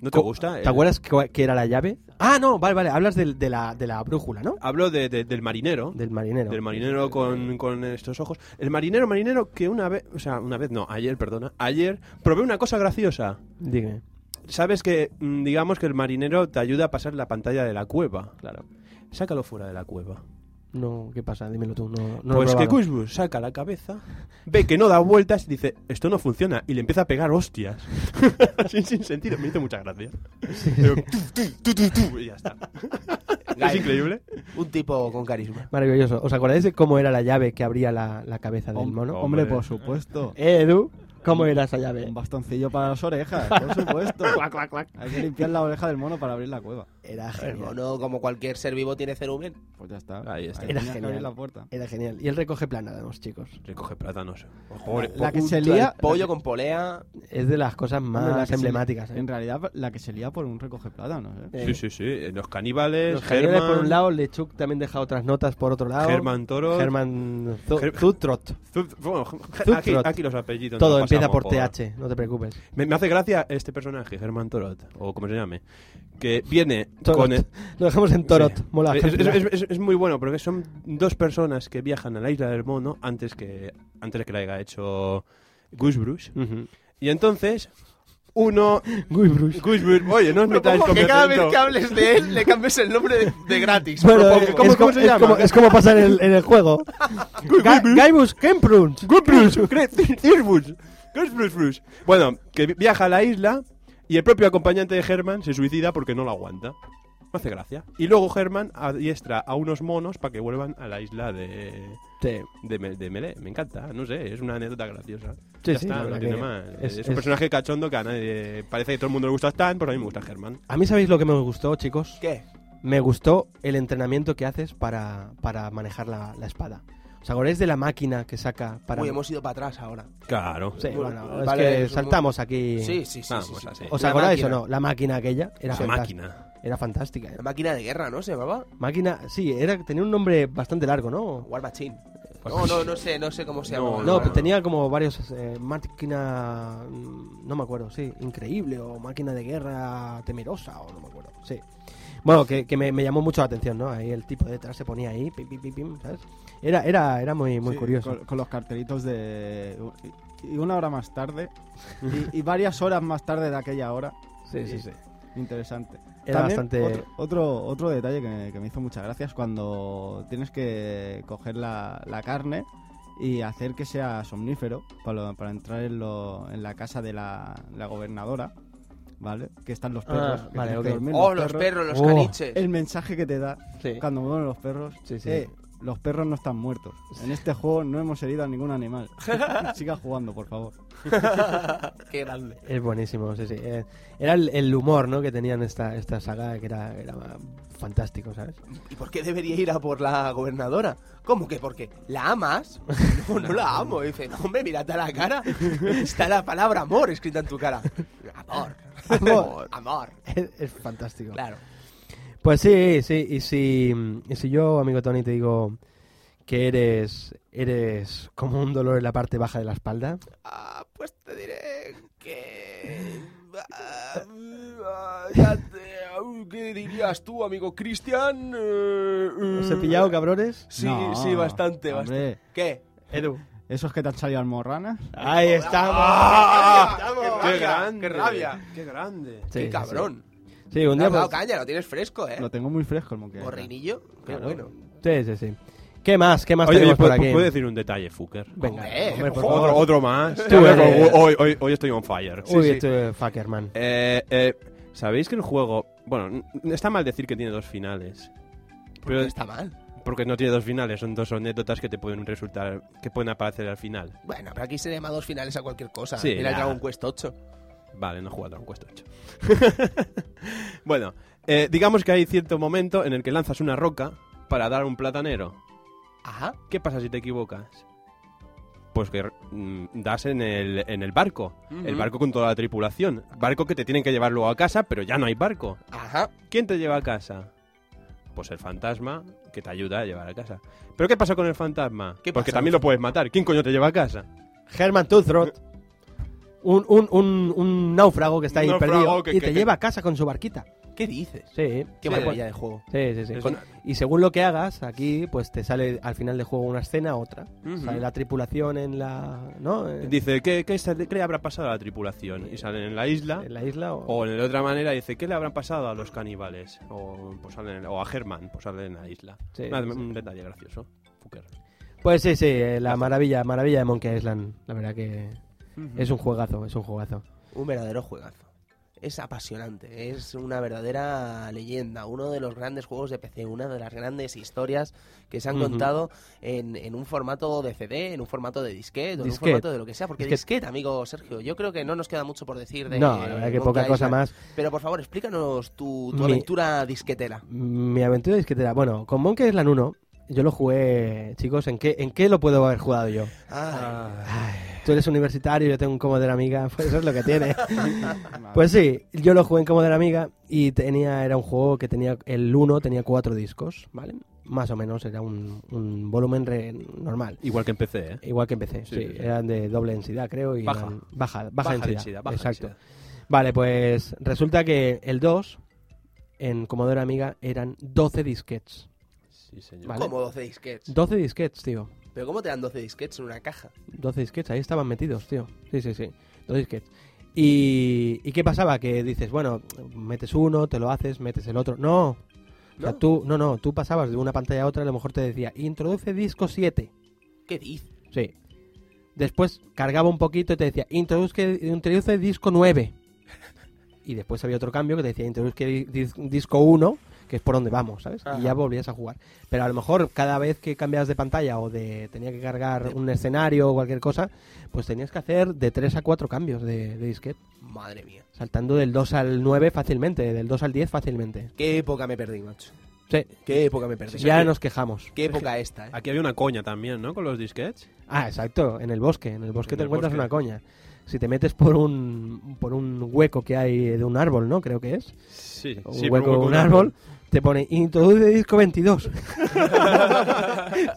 Speaker 3: ¿No te
Speaker 2: Co-
Speaker 3: gusta? Eh,
Speaker 2: ¿Te acuerdas que, que era la llave? Ah, no, vale, vale. Hablas del- de, la, de la brújula, ¿no?
Speaker 3: Hablo de- de- del marinero.
Speaker 2: Del marinero.
Speaker 3: Del marinero con, con estos ojos. El marinero, marinero que una vez, o sea, una vez no, ayer, perdona, ayer probé una cosa graciosa.
Speaker 2: Dime.
Speaker 3: Sabes que, mm, digamos que el marinero te ayuda a pasar la pantalla de la cueva.
Speaker 2: Claro.
Speaker 3: Sácalo fuera de la cueva.
Speaker 2: No, ¿qué pasa? Dímelo tú. No, no lo he
Speaker 3: pues que
Speaker 2: probado.
Speaker 3: Kushbus saca la cabeza, ve que no da vueltas y dice, esto no funciona, y le empieza a pegar hostias. <laughs> sin, sin sentido, me hizo mucha gracia. Pero, tu, tu, tu, tu, tu, y ya
Speaker 1: <laughs>
Speaker 3: está. es
Speaker 1: Guy,
Speaker 3: increíble.
Speaker 1: Un tipo con carisma.
Speaker 2: Maravilloso. ¿Os acordáis de cómo era la llave que abría la, la cabeza del
Speaker 4: Hom-
Speaker 2: mono?
Speaker 4: Hombre,
Speaker 3: Hombre.
Speaker 4: por supuesto.
Speaker 2: Eh, Edu. ¿Cómo era esa llave?
Speaker 4: Un bastoncillo para las orejas, <laughs> por supuesto. Hay que limpiar la oreja del mono para abrir la cueva.
Speaker 2: Era
Speaker 1: El
Speaker 2: genial.
Speaker 1: mono, como cualquier ser vivo, tiene cerumen.
Speaker 4: Pues ya está.
Speaker 3: Ahí está.
Speaker 4: Ahí
Speaker 2: Era
Speaker 4: tenía que abrir
Speaker 2: genial.
Speaker 4: la puerta.
Speaker 2: <laughs> Era genial. Y él recoge plátanos, chicos.
Speaker 3: Recoge plátanos.
Speaker 4: La que
Speaker 1: Un-
Speaker 4: se lía-
Speaker 1: el pollo con polea.
Speaker 2: Es de las cosas más
Speaker 4: Hombre, la que se-
Speaker 2: emblemáticas. ¿eh?
Speaker 4: En realidad, la que se lía por un recoge plátanos, ¿eh?
Speaker 2: Eh,
Speaker 3: Sí, sí, sí. Eh, Los caníbales,
Speaker 2: Los
Speaker 3: Germán,
Speaker 2: cañones por un lado, Lechuk también deja otras notas por otro lado.
Speaker 3: Germán Toro.
Speaker 2: Germán Zu-
Speaker 3: Ger-
Speaker 2: Zutrot.
Speaker 3: Zu- bueno, ge-
Speaker 2: Zutrot.
Speaker 3: aquí, aquí los apellidos.
Speaker 2: Todo
Speaker 3: nos
Speaker 2: empieza
Speaker 3: pasamos
Speaker 2: por TH, no te preocupes.
Speaker 3: Me, me hace gracia este personaje, Germán Torot, o como se llame, que viene
Speaker 2: Torot.
Speaker 3: con. el-
Speaker 2: Lo dejamos en Torot.
Speaker 3: Sí.
Speaker 2: Mola.
Speaker 3: Es, es- es- es muy bueno porque son dos personas que viajan a la isla del mono antes que antes de que la haya hecho Goosebrush.
Speaker 2: Ujú.
Speaker 3: Y entonces, uno.
Speaker 2: <laughs> Guybrush.
Speaker 3: Goosebrush. Oye, no os metáis
Speaker 1: Propongo
Speaker 3: con mi
Speaker 1: que cada vez
Speaker 3: acento.
Speaker 1: que hables de él <laughs> le cambies el nombre de, de gratis.
Speaker 2: Bueno,
Speaker 1: propongo.
Speaker 2: eh, es, como, es como- es como pasa en el, en
Speaker 3: <laughs>
Speaker 2: el juego. Ga- Guybrush Kempruns.
Speaker 3: Goosebrush. Cre- Goosebrush. Goosebrush. Bueno, que vi- viaja a la isla y el propio acompañante de Herman se suicida porque no lo aguanta. No hace gracia. Y luego Herman adiestra a unos monos para que vuelvan a la isla de.
Speaker 2: Sí,
Speaker 3: de, Me- de Melee. Me encanta, no sé, es una anécdota graciosa.
Speaker 2: sí,
Speaker 3: ya
Speaker 2: sí,
Speaker 3: está,
Speaker 2: la
Speaker 3: no
Speaker 2: verdad
Speaker 3: tiene
Speaker 2: que
Speaker 3: más.
Speaker 2: es-
Speaker 3: Es, un
Speaker 2: es-
Speaker 3: personaje cachondo que a nadie. Parece que a todo el mundo le gusta Stan, pero a mí me gusta Germán.
Speaker 2: A mí, ¿sabéis lo que me gustó, chicos?
Speaker 1: ¿Qué?
Speaker 2: Me gustó el entrenamiento que haces para, para manejar la, la espada. ¿Os acordáis de la máquina que saca para.?
Speaker 1: Uy, hemos ido para atrás ahora.
Speaker 3: Claro.
Speaker 2: Sí,
Speaker 1: Bueno,
Speaker 2: bueno, es
Speaker 1: vale,
Speaker 2: que
Speaker 1: es un-
Speaker 2: saltamos aquí.
Speaker 1: Sí, sí, sí.
Speaker 3: Vamos
Speaker 1: sí, sí.
Speaker 3: así.
Speaker 2: ¿Os
Speaker 1: La
Speaker 2: acordáis o
Speaker 1: máquina.
Speaker 2: no? La máquina aquella era,
Speaker 3: La
Speaker 2: fantástica.
Speaker 3: máquina.
Speaker 2: era fantástica. ¿eh?
Speaker 1: La máquina de guerra, ¿no se llamaba?
Speaker 2: Máquina, sí, era, tenía un nombre bastante largo, ¿no?
Speaker 1: War Machine. No, no, no sé, no sé cómo se
Speaker 3: Pues No,
Speaker 1: llamaba.
Speaker 2: No,
Speaker 3: no,
Speaker 2: pero tenía como varios. eh, máquina. mm, No me acuerdo, sí. Increíble, o máquina de guerra temerosa, o no me acuerdo, sí. Bueno, que, que me, me llamó mucho la atención, ¿no? Ahí el tipo de detrás se ponía ahí, pim, pim, pim, pim, ¿sabes? Era, era, era muy, muy
Speaker 4: Sí,
Speaker 2: curioso.
Speaker 4: Con, con los cartelitos de. Y una hora más tarde. y, y varias horas más tarde de aquella hora.
Speaker 2: <laughs> Sí, sí, sí.
Speaker 4: Interesante.
Speaker 2: Era
Speaker 4: También
Speaker 2: bastante.
Speaker 4: Otro, otro, otro detalle que me, que me hizo muchas gracias cuando tienes que coger la, la carne y hacer que sea somnífero para, lo- para entrar en, lo- en la casa de la, la gobernadora, ¿vale? Que están los perros.
Speaker 2: Ah,
Speaker 4: que
Speaker 2: vale,
Speaker 4: tienes
Speaker 2: ok.
Speaker 4: que dormir
Speaker 1: Oh, los perros, los
Speaker 2: Oh.
Speaker 1: caniches.
Speaker 4: El mensaje que te da
Speaker 2: Sí.
Speaker 4: cuando mueren los perros.
Speaker 2: Sí, sí.
Speaker 4: eh, los perros no están muertos. En este juego no hemos herido a ningún
Speaker 1: <laughs>
Speaker 4: animal. Siga jugando, por favor.
Speaker 1: <laughs> Qué grande.
Speaker 2: Es buenísimo, sí, sí. Eh, era el, el humor, ¿no? Que tenían esta, esta saga, que era, era fantástico, ¿sabes?
Speaker 1: ¿Y por qué debería ir a por la gobernadora? ¿Cómo que por qué? ¿La amas? No, no la amo. Dice, no, hombre, mírate a la cara. Está la palabra amor escrita en tu cara. Amor.
Speaker 2: Amor.
Speaker 1: Amor. Amor.
Speaker 2: Es, es fantástico.
Speaker 1: Claro.
Speaker 2: Pues sí, sí. Y si, y si yo, amigo Tony, te digo que eres, eres como un dolor en la parte baja de la espalda.
Speaker 1: Ah, pues te diré que... Ah, ah, ya te- ah, ¿Qué dirías tú, amigo Cristian? Eh, eh,
Speaker 2: ¿Os he pillado, cabrones?
Speaker 1: Sí,
Speaker 4: No,
Speaker 1: sí, bastante, bastante.
Speaker 4: hombre,
Speaker 1: ¿Qué? ¡Ah!
Speaker 2: Edu.
Speaker 4: ¿Esos que te han salido almorranas?
Speaker 2: Ahí estamos.
Speaker 1: ¡Qué rabia! ¡Qué rabia!
Speaker 3: ¡Ah! ¡Qué grande!
Speaker 2: Sí,
Speaker 1: ¡Qué
Speaker 2: sí,
Speaker 1: cabrón!
Speaker 2: Sí, Sí, un
Speaker 1: Le
Speaker 2: día.
Speaker 1: has dado
Speaker 2: pues-
Speaker 1: caña, lo tienes fresco, ¿eh?
Speaker 4: Lo tengo muy fresco el moquete.
Speaker 1: Borrinillo. Qué
Speaker 4: Claro.
Speaker 1: bueno.
Speaker 2: sí, sí, sí. ¿Qué más? ¿Qué más
Speaker 3: Oye,
Speaker 2: tenemos
Speaker 3: oye,
Speaker 2: por
Speaker 3: ¿puedo,
Speaker 2: aquí?
Speaker 3: puedo decir un detalle, Fucker?
Speaker 2: Venga,
Speaker 1: Hombre,
Speaker 2: hombre, por
Speaker 1: ojo.
Speaker 2: favor.
Speaker 3: Otro, otro más. pues,
Speaker 2: Tú eres-
Speaker 3: hoy, hoy, hoy estoy on fire.
Speaker 2: Uy, este fucker, man.
Speaker 3: Eh, eh, ¿Sabéis que el juego. Bueno, n- está mal decir que tiene dos finales.
Speaker 1: Pero
Speaker 3: Pero
Speaker 1: está mal.
Speaker 3: porque no tiene dos finales, son dos anécdotas que te pueden resultar. que pueden aparecer al final.
Speaker 1: Bueno, pero aquí se le llama dos finales a cualquier cosa.
Speaker 3: Sí,
Speaker 1: Mira el
Speaker 3: ya.
Speaker 1: Dragon Quest 8.
Speaker 3: Vale, no he jugado Dragon Quest 8. <laughs> bueno, eh, digamos que hay cierto momento en el que lanzas una roca para dar a un platanero.
Speaker 1: Ajá.
Speaker 3: ¿Qué pasa si te equivocas? Pues que mm, das en el, en el barco. El
Speaker 1: Ujú.
Speaker 3: barco con toda la tripulación. Barco que te tienen que llevar luego a casa, pero ya no hay barco.
Speaker 1: Ajá.
Speaker 3: ¿Quién te lleva a casa? Pues el fantasma que te ayuda a llevar a casa. ¿Pero qué pasa con el fantasma?
Speaker 1: ¿Qué
Speaker 3: Porque
Speaker 1: pasa?
Speaker 3: también lo puedes matar. ¿Quién coño te lleva a casa?
Speaker 2: Herman Tuthrot. Un, un, un, un náufrago que está ahí
Speaker 3: Un náufrago
Speaker 2: perdido
Speaker 3: que- que-
Speaker 2: y te
Speaker 3: que-
Speaker 2: lleva a casa con su barquita.
Speaker 1: ¿Qué dices?
Speaker 2: Sí.
Speaker 1: Qué
Speaker 3: Sí.
Speaker 1: maravilla de juego.
Speaker 2: Sí, sí, sí.
Speaker 3: Es
Speaker 2: Con-
Speaker 3: una-
Speaker 2: Y según lo que hagas, aquí pues te sale al final del juego una escena, otra.
Speaker 1: Ujú.
Speaker 2: Sale la tripulación en la... ¿No? Eh,
Speaker 3: Dice, ¿qué, qué, sale- qué le habrá pasado a la tripulación? Y salen en la isla.
Speaker 2: En la isla o...
Speaker 3: O en de otra manera dice, ¿qué le habrán pasado a los caníbales? O, pues, salen- o a Germán, pues salen en la isla.
Speaker 2: Sí,
Speaker 3: Nada,
Speaker 2: sí,
Speaker 3: Un detalle gracioso. Fucker.
Speaker 2: Pues sí, sí, eh, la maravilla, maravilla de Monkey Island. La verdad que es un juegazo, es un juegazo.
Speaker 1: Un verdadero juegazo. es apasionante, es una verdadera leyenda, uno de los grandes juegos de PC, una de las grandes historias que se han
Speaker 2: Ujú.
Speaker 1: contado en, en un formato de CD, en un formato de disquete, o en un
Speaker 2: Disquete.
Speaker 1: formato de lo que sea, porque
Speaker 2: Disquete.
Speaker 1: disquete, amigo Sergio, yo creo que no nos queda mucho por decir de
Speaker 2: No, la verdad
Speaker 1: Monkey
Speaker 2: que poca cosa
Speaker 1: Island.
Speaker 2: más.
Speaker 1: Pero por favor, explícanos tu, tu
Speaker 2: Mi-
Speaker 1: aventura disquetera.
Speaker 2: Mi aventura disquetera. Bueno, con Monkey Island 1, yo lo jugué, chicos, ¿en qué, ¿en qué lo puedo haber jugado yo? Tú eres universitario, yo tengo un cómodo de la amiga, pues eso es lo que tiene. pues sí, yo lo jugué en cómodo de la amiga y tenía, era un juego que tenía, el 1 tenía cuatro discos, ¿vale? Más o menos, era un, un volumen re- normal.
Speaker 3: Igual que empecé, ¿eh?
Speaker 2: Igual que empecé, sí,
Speaker 3: Sí, sí, sí.
Speaker 2: eran de doble densidad, creo. Y
Speaker 3: Baja.
Speaker 2: eran- baja, baja,
Speaker 3: Baja
Speaker 2: densidad.
Speaker 3: densidad, baja
Speaker 2: exacto.
Speaker 3: densidad.
Speaker 2: Vale, pues resulta que el 2, en Commodore Amiga, eran 12 disquets.
Speaker 3: Sí, señor.
Speaker 2: Vale.
Speaker 1: Como 12 disquets.
Speaker 2: 12 disquets, tío.
Speaker 1: Pero ¿cómo te dan 12 disquets en una caja?
Speaker 2: 12 disquets, ahí estaban metidos, tío. Sí, sí, sí. 12 disquets. Y, ¿y qué pasaba? Que dices, bueno, metes uno, te lo haces, metes el otro. No. O sea,
Speaker 1: ¿No?
Speaker 2: tú, no, no, tú pasabas de una pantalla a otra, a lo mejor te decía, introduce disco 7.
Speaker 1: ¿Qué dices?
Speaker 2: Sí. Después cargaba un poquito y te decía, introduzque, introduce
Speaker 1: <laughs>
Speaker 2: disco 9. Y después había otro cambio que te decía, introduzque di- dis- disco 1, que es por donde vamos, ¿sabes?
Speaker 1: Ajá.
Speaker 2: Y ya volvías a jugar. Pero a lo mejor cada vez que cambiabas de pantalla o de tenía que cargar un escenario o cualquier cosa, pues tenías que hacer de 3 a 4 cambios de, de disquete.
Speaker 1: Madre mía.
Speaker 2: Saltando del 2 al 9 fácilmente, del 2 al 10 fácilmente.
Speaker 1: Qué época me perdí, macho.
Speaker 2: Sí,
Speaker 1: Qué época me perdí.
Speaker 2: ya nos quejamos.
Speaker 1: Qué época esta, eh.
Speaker 3: Aquí había una coña también, ¿no? Con los disquets.
Speaker 2: Ah, exacto, en el bosque. En el bosque
Speaker 3: En
Speaker 2: te
Speaker 3: el
Speaker 2: encuentras
Speaker 3: bosque.
Speaker 2: una coña. Si te metes por un, por un hueco que hay de un árbol, ¿no? Creo que es.
Speaker 3: Sí,
Speaker 2: Un
Speaker 3: sí,
Speaker 2: hueco
Speaker 3: pero
Speaker 2: de un árbol, te pone introduce disco 22. ¿Sabes?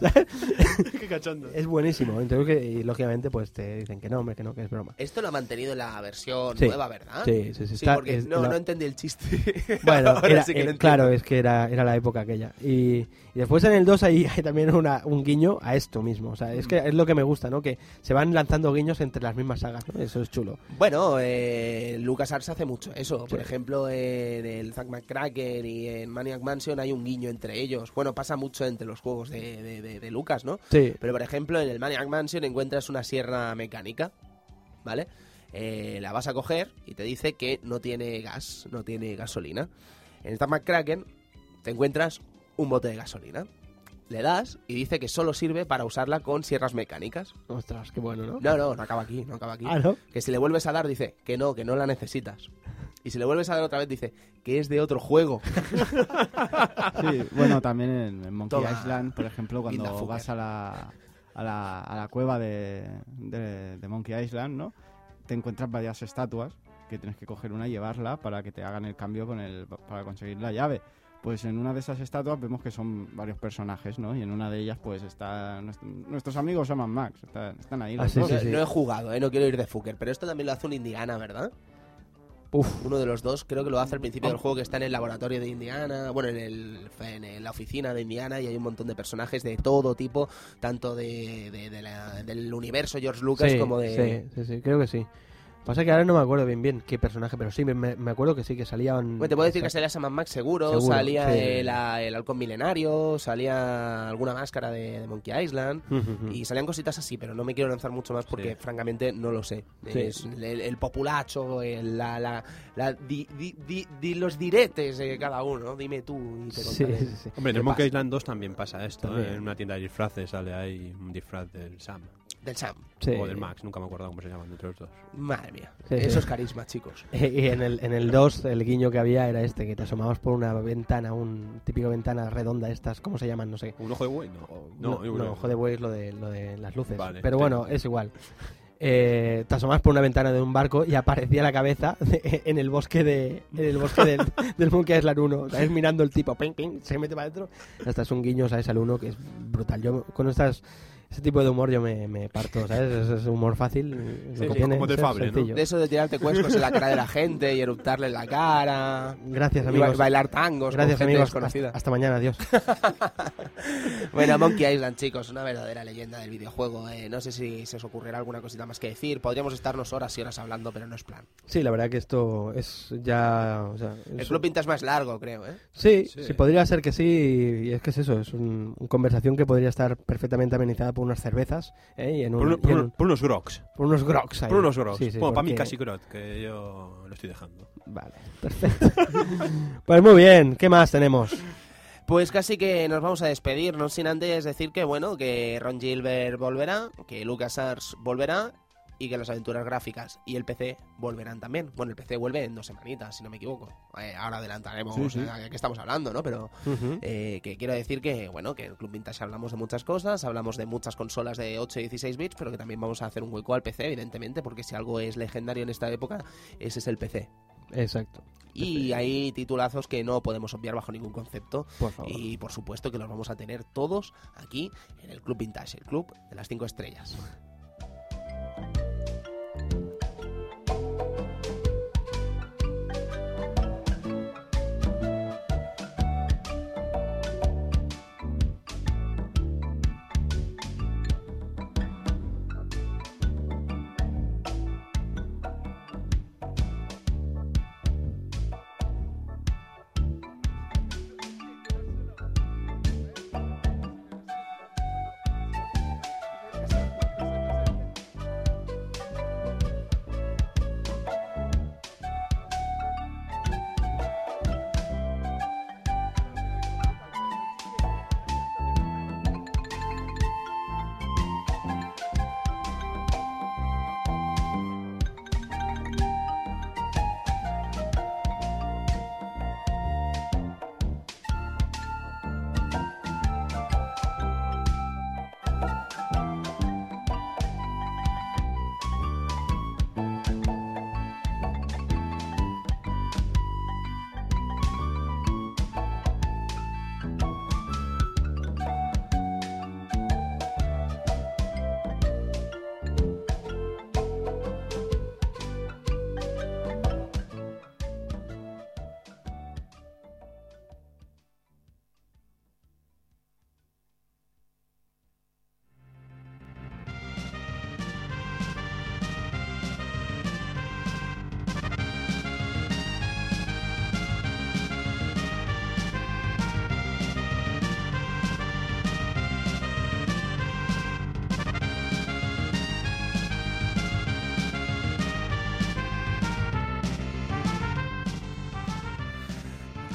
Speaker 3: Qué cachondo.
Speaker 2: es buenísimo. Introduce- y lógicamente, pues te dicen que no, hombre, que no, que es broma.
Speaker 1: Esto lo ha mantenido en la versión
Speaker 2: Sí.
Speaker 1: nueva, ¿verdad?
Speaker 2: Sí, sí, sí.
Speaker 1: Sí,
Speaker 2: está-
Speaker 1: porque
Speaker 2: es
Speaker 1: no,
Speaker 2: la-
Speaker 1: no entendí el chiste.
Speaker 2: <laughs>
Speaker 1: <laughs>
Speaker 2: Bueno,
Speaker 1: Ahora
Speaker 2: era-
Speaker 1: sí que
Speaker 2: eh,
Speaker 1: lo entiendo.
Speaker 2: claro, es que era, era la época aquella. Y, y después en el 2 ahí hay también una, un guiño a esto mismo. O sea, es que es lo que me gusta, ¿no? Que se van lanzando guiños entre las mismas sagas, ¿no? Eso es chulo.
Speaker 1: Bueno, eh, Lucas Arts hace mucho eso. Por
Speaker 2: Sí.
Speaker 1: ejemplo, en el Zack McCracken y en Maniac Mansion hay un guiño entre ellos. Bueno, pasa mucho entre los juegos de, de- de- de Lucas, ¿no?
Speaker 2: Sí,
Speaker 1: Pero, por ejemplo, en el Maniac Mansion encuentras una sierra mecánica, ¿vale? Eh, la vas a coger y te dice que no tiene gas, no tiene gasolina. En el Zack McCracken te encuentras un bote de gasolina. Le das y dice que solo sirve para usarla con sierras mecánicas.
Speaker 2: Ostras, qué bueno, ¿no?
Speaker 1: No, no, no acaba aquí, no acaba aquí.
Speaker 2: Ah, ¿no?
Speaker 1: Que si le vuelves a dar, dice que no, que no la necesitas. Y si le vuelves a dar otra vez, dice que es de otro
Speaker 2: <laughs>
Speaker 1: juego.
Speaker 2: Ah,
Speaker 4: Sí, bueno, también en, en Monkey
Speaker 1: Toma.
Speaker 4: Island, por ejemplo,
Speaker 1: Linda
Speaker 4: cuando
Speaker 1: Fugger.
Speaker 4: vas a la, a la, a la cueva de, de- de Monkey Island, ¿no? Te encuentras varias estatuas que tienes que coger una y llevarla para que te hagan el cambio con el, para conseguir la llave. Pues en una de esas estatuas vemos que son varios personajes, ¿no? Y en una de ellas, pues, está nuestro- nuestros amigos llaman Max. está- están ahí.
Speaker 2: Ah,
Speaker 4: los
Speaker 2: sí,
Speaker 4: dos.
Speaker 1: no, no he jugado, eh, no quiero ir de fucker, pero esto también lo hace un Indiana, ¿verdad?
Speaker 2: Uf. Ah.
Speaker 1: Uno de los dos, creo que lo hace al principio del juego que está en el laboratorio de Indiana, bueno, en, el- en el- la oficina de Indiana y hay un montón de personajes de todo tipo, tanto de, de- de la- del universo George Lucas
Speaker 2: Sí,
Speaker 1: como de...
Speaker 2: sí, sí, sí, creo que sí. Pasa que ahora no me acuerdo bien bien qué personaje, pero sí, me, me acuerdo que sí, que salían...
Speaker 1: Bueno, te puedo decir que salía Saman Max seguro,
Speaker 2: Seguro,
Speaker 1: salía
Speaker 2: sí.
Speaker 1: el, el halcón milenario, salía alguna máscara de- de Monkey Island. Y salían cositas así, pero no me quiero lanzar mucho más porque
Speaker 3: Sí.
Speaker 1: francamente no lo sé.
Speaker 2: Sí.
Speaker 1: Es el, el populacho, el- la, la- la- di- di- di- di- los diretes de cada uno. Dime tú y te
Speaker 2: Sí,
Speaker 1: contaré.
Speaker 2: sí, sí.
Speaker 3: Hombre, en
Speaker 1: ¿Qué
Speaker 3: el Monkey
Speaker 1: pasa?
Speaker 3: Island 2 también pasa esto.
Speaker 2: También.
Speaker 3: ¿eh? En una tienda de disfraces sale ahí un disfraz del Sam
Speaker 1: Del Sam.
Speaker 2: Sí.
Speaker 3: o del Max, nunca me acuerdo cómo se llaman entre los dos.
Speaker 1: Madre mía.
Speaker 2: Sí,
Speaker 1: Eso
Speaker 2: sí.
Speaker 1: es carisma, chicos.
Speaker 2: <laughs> Y en el, en el 2 el guiño que había era este, que te asomabas por una ventana, un típico ventana redonda estas, ¿cómo se llaman? No sé.
Speaker 3: ¿Un ojo de buey? No, o- no, yo creo-
Speaker 2: ojo de buey es lo de, lo de las luces.
Speaker 3: Vale,
Speaker 2: pero
Speaker 3: sí.
Speaker 2: bueno, es igual. Eh, te asomabas por una ventana de un barco y aparecía la cabeza de- en el bosque de en el bosque del,
Speaker 3: <laughs>
Speaker 2: del Monkey Island 1 ¿sabes? mirando el tipo ping, ping, se mete para adentro hasta es un guiño ¿sabes? al 1 que es brutal yo con estas ese tipo de humor yo me, me parto ¿sabes? es, es humor fácil es lo
Speaker 1: Sí,
Speaker 2: que
Speaker 1: sí,
Speaker 2: tiene,
Speaker 3: como de
Speaker 2: es
Speaker 3: Fable, ¿no?
Speaker 2: sencillo.
Speaker 1: De eso de tirarte cuescos en la cara de la gente y eruptarle en la cara.
Speaker 2: gracias
Speaker 1: y
Speaker 2: amigos
Speaker 1: ba- bailar tangos
Speaker 2: gracias
Speaker 1: con gente
Speaker 2: amigos
Speaker 1: desconocida.
Speaker 2: hasta, hasta
Speaker 1: <laughs>
Speaker 2: mañana adiós
Speaker 1: Bueno, Monkey Island, chicos, una verdadera leyenda del videojuego. eh. No sé si se os ocurrirá alguna cosita más que decir. Podríamos estarnos horas y horas hablando, pero no es plan.
Speaker 2: sí la verdad que esto es ya o sea, es-
Speaker 1: El club pintas más largo, creo, ¿eh?
Speaker 2: Sí, sí,
Speaker 3: Sí.
Speaker 2: podría ser que sí. Y es que es eso, es un- una conversación que podría estar perfectamente amenizada por unas cervezas ¿eh? y en un-
Speaker 3: Por, uno-
Speaker 2: y
Speaker 3: por
Speaker 2: en
Speaker 3: uno-
Speaker 2: un-
Speaker 3: por unos grogs.
Speaker 2: por unos grogs ahí.
Speaker 3: Por unos grogs.
Speaker 2: Sí, sí,
Speaker 3: bueno, para mí
Speaker 2: porque-
Speaker 3: casi grog, que yo lo estoy dejando.
Speaker 2: Vale, perfecto. <laughs> pues muy bien, ¿qué más tenemos?
Speaker 1: Pues casi que nos vamos a despedir, no sin antes decir que, bueno, que Ron Gilbert volverá, que Lucas Ars volverá y que las aventuras gráficas y el PC volverán también. Bueno, el PC vuelve en dos semanitas, si no me equivoco. Eh, ahora adelantaremos eh,
Speaker 4: Sí, sí.
Speaker 1: a qué estamos hablando, ¿no? Pero eh, que quiero decir que, bueno, que en el Club Vintage hablamos de muchas cosas, hablamos de muchas consolas de 8 y 16 bits, pero que también vamos a hacer un hueco al PC, evidentemente, porque si algo es legendario en esta época, ese es el PC. <laughs>
Speaker 2: Exacto.
Speaker 1: Y hay titulazos que no podemos obviar bajo ningún concepto.
Speaker 2: Por favor.
Speaker 1: Y por supuesto que los vamos a tener todos aquí en el Club Vintage, el Club de las 5 Estrellas.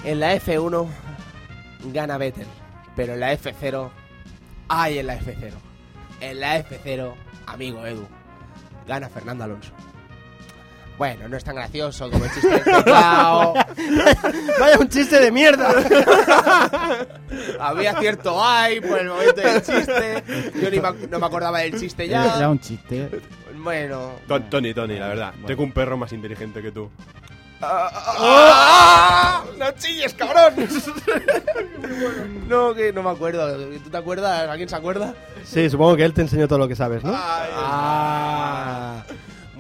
Speaker 1: En la F1 gana Vettel, pero en la F0 hay en la F0. En la F0, amigo Edu, gana Fernando Alonso. Bueno, no es tan gracioso como el chiste del teclado.
Speaker 2: <laughs> Vaya un chiste de mierda.
Speaker 3: <laughs>
Speaker 1: <laughs> Había cierto ay por el momento del chiste. Yo ni me ac- no me acordaba del chiste
Speaker 4: Era era
Speaker 1: ya.
Speaker 4: un chiste.
Speaker 1: Bueno.
Speaker 3: Ton- Tony, Tony, la verdad. Tengo un perro más inteligente que tú.
Speaker 1: ¡Ah! ¡No chilles, cabrón! <laughs> no, que no me acuerdo. ¿Tú te acuerdas? ¿A quién se acuerda?
Speaker 2: Sí, supongo que él te enseñó todo lo que sabes, ¿no?
Speaker 1: Ah.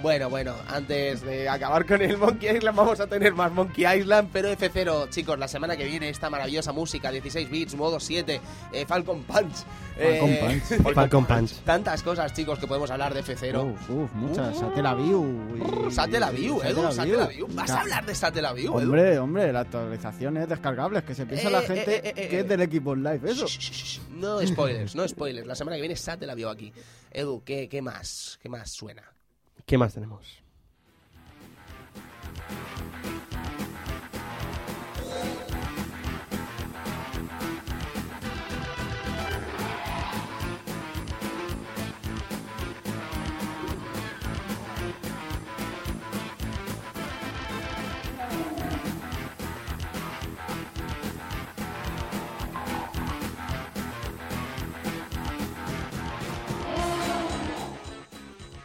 Speaker 1: Bueno, bueno, antes de acabar con el Monkey Island, vamos a tener más Monkey Island, pero F0, chicos, la semana que viene esta maravillosa música, 16 bits, modo 7, eh, Falcon Punch. Eh,
Speaker 4: Falcon Punch.
Speaker 1: <laughs>
Speaker 4: Oh.
Speaker 2: Falcon Punch.
Speaker 1: Tantas cosas, chicos, que podemos hablar de F0.
Speaker 4: Uf, uf, muchas. Satellaview. y-
Speaker 1: Satellaview,
Speaker 4: y-
Speaker 1: Edu,
Speaker 4: Satellaview.
Speaker 1: Satellaview. ¿Vas a hablar de Satellaview, Edu?
Speaker 4: Hombre, hombre, las actualizaciones descargables que se piensa
Speaker 1: Eh,
Speaker 4: la
Speaker 1: eh,
Speaker 4: gente
Speaker 1: eh, eh,
Speaker 4: que
Speaker 1: eh.
Speaker 4: es del equipo live, eso.
Speaker 1: Shh, shh, shh, shh. No spoilers, no spoilers. La semana que viene Satellaview aquí. Edu, ¿qué, qué más? ¿Qué más suena?
Speaker 2: ¿Qué más tenemos?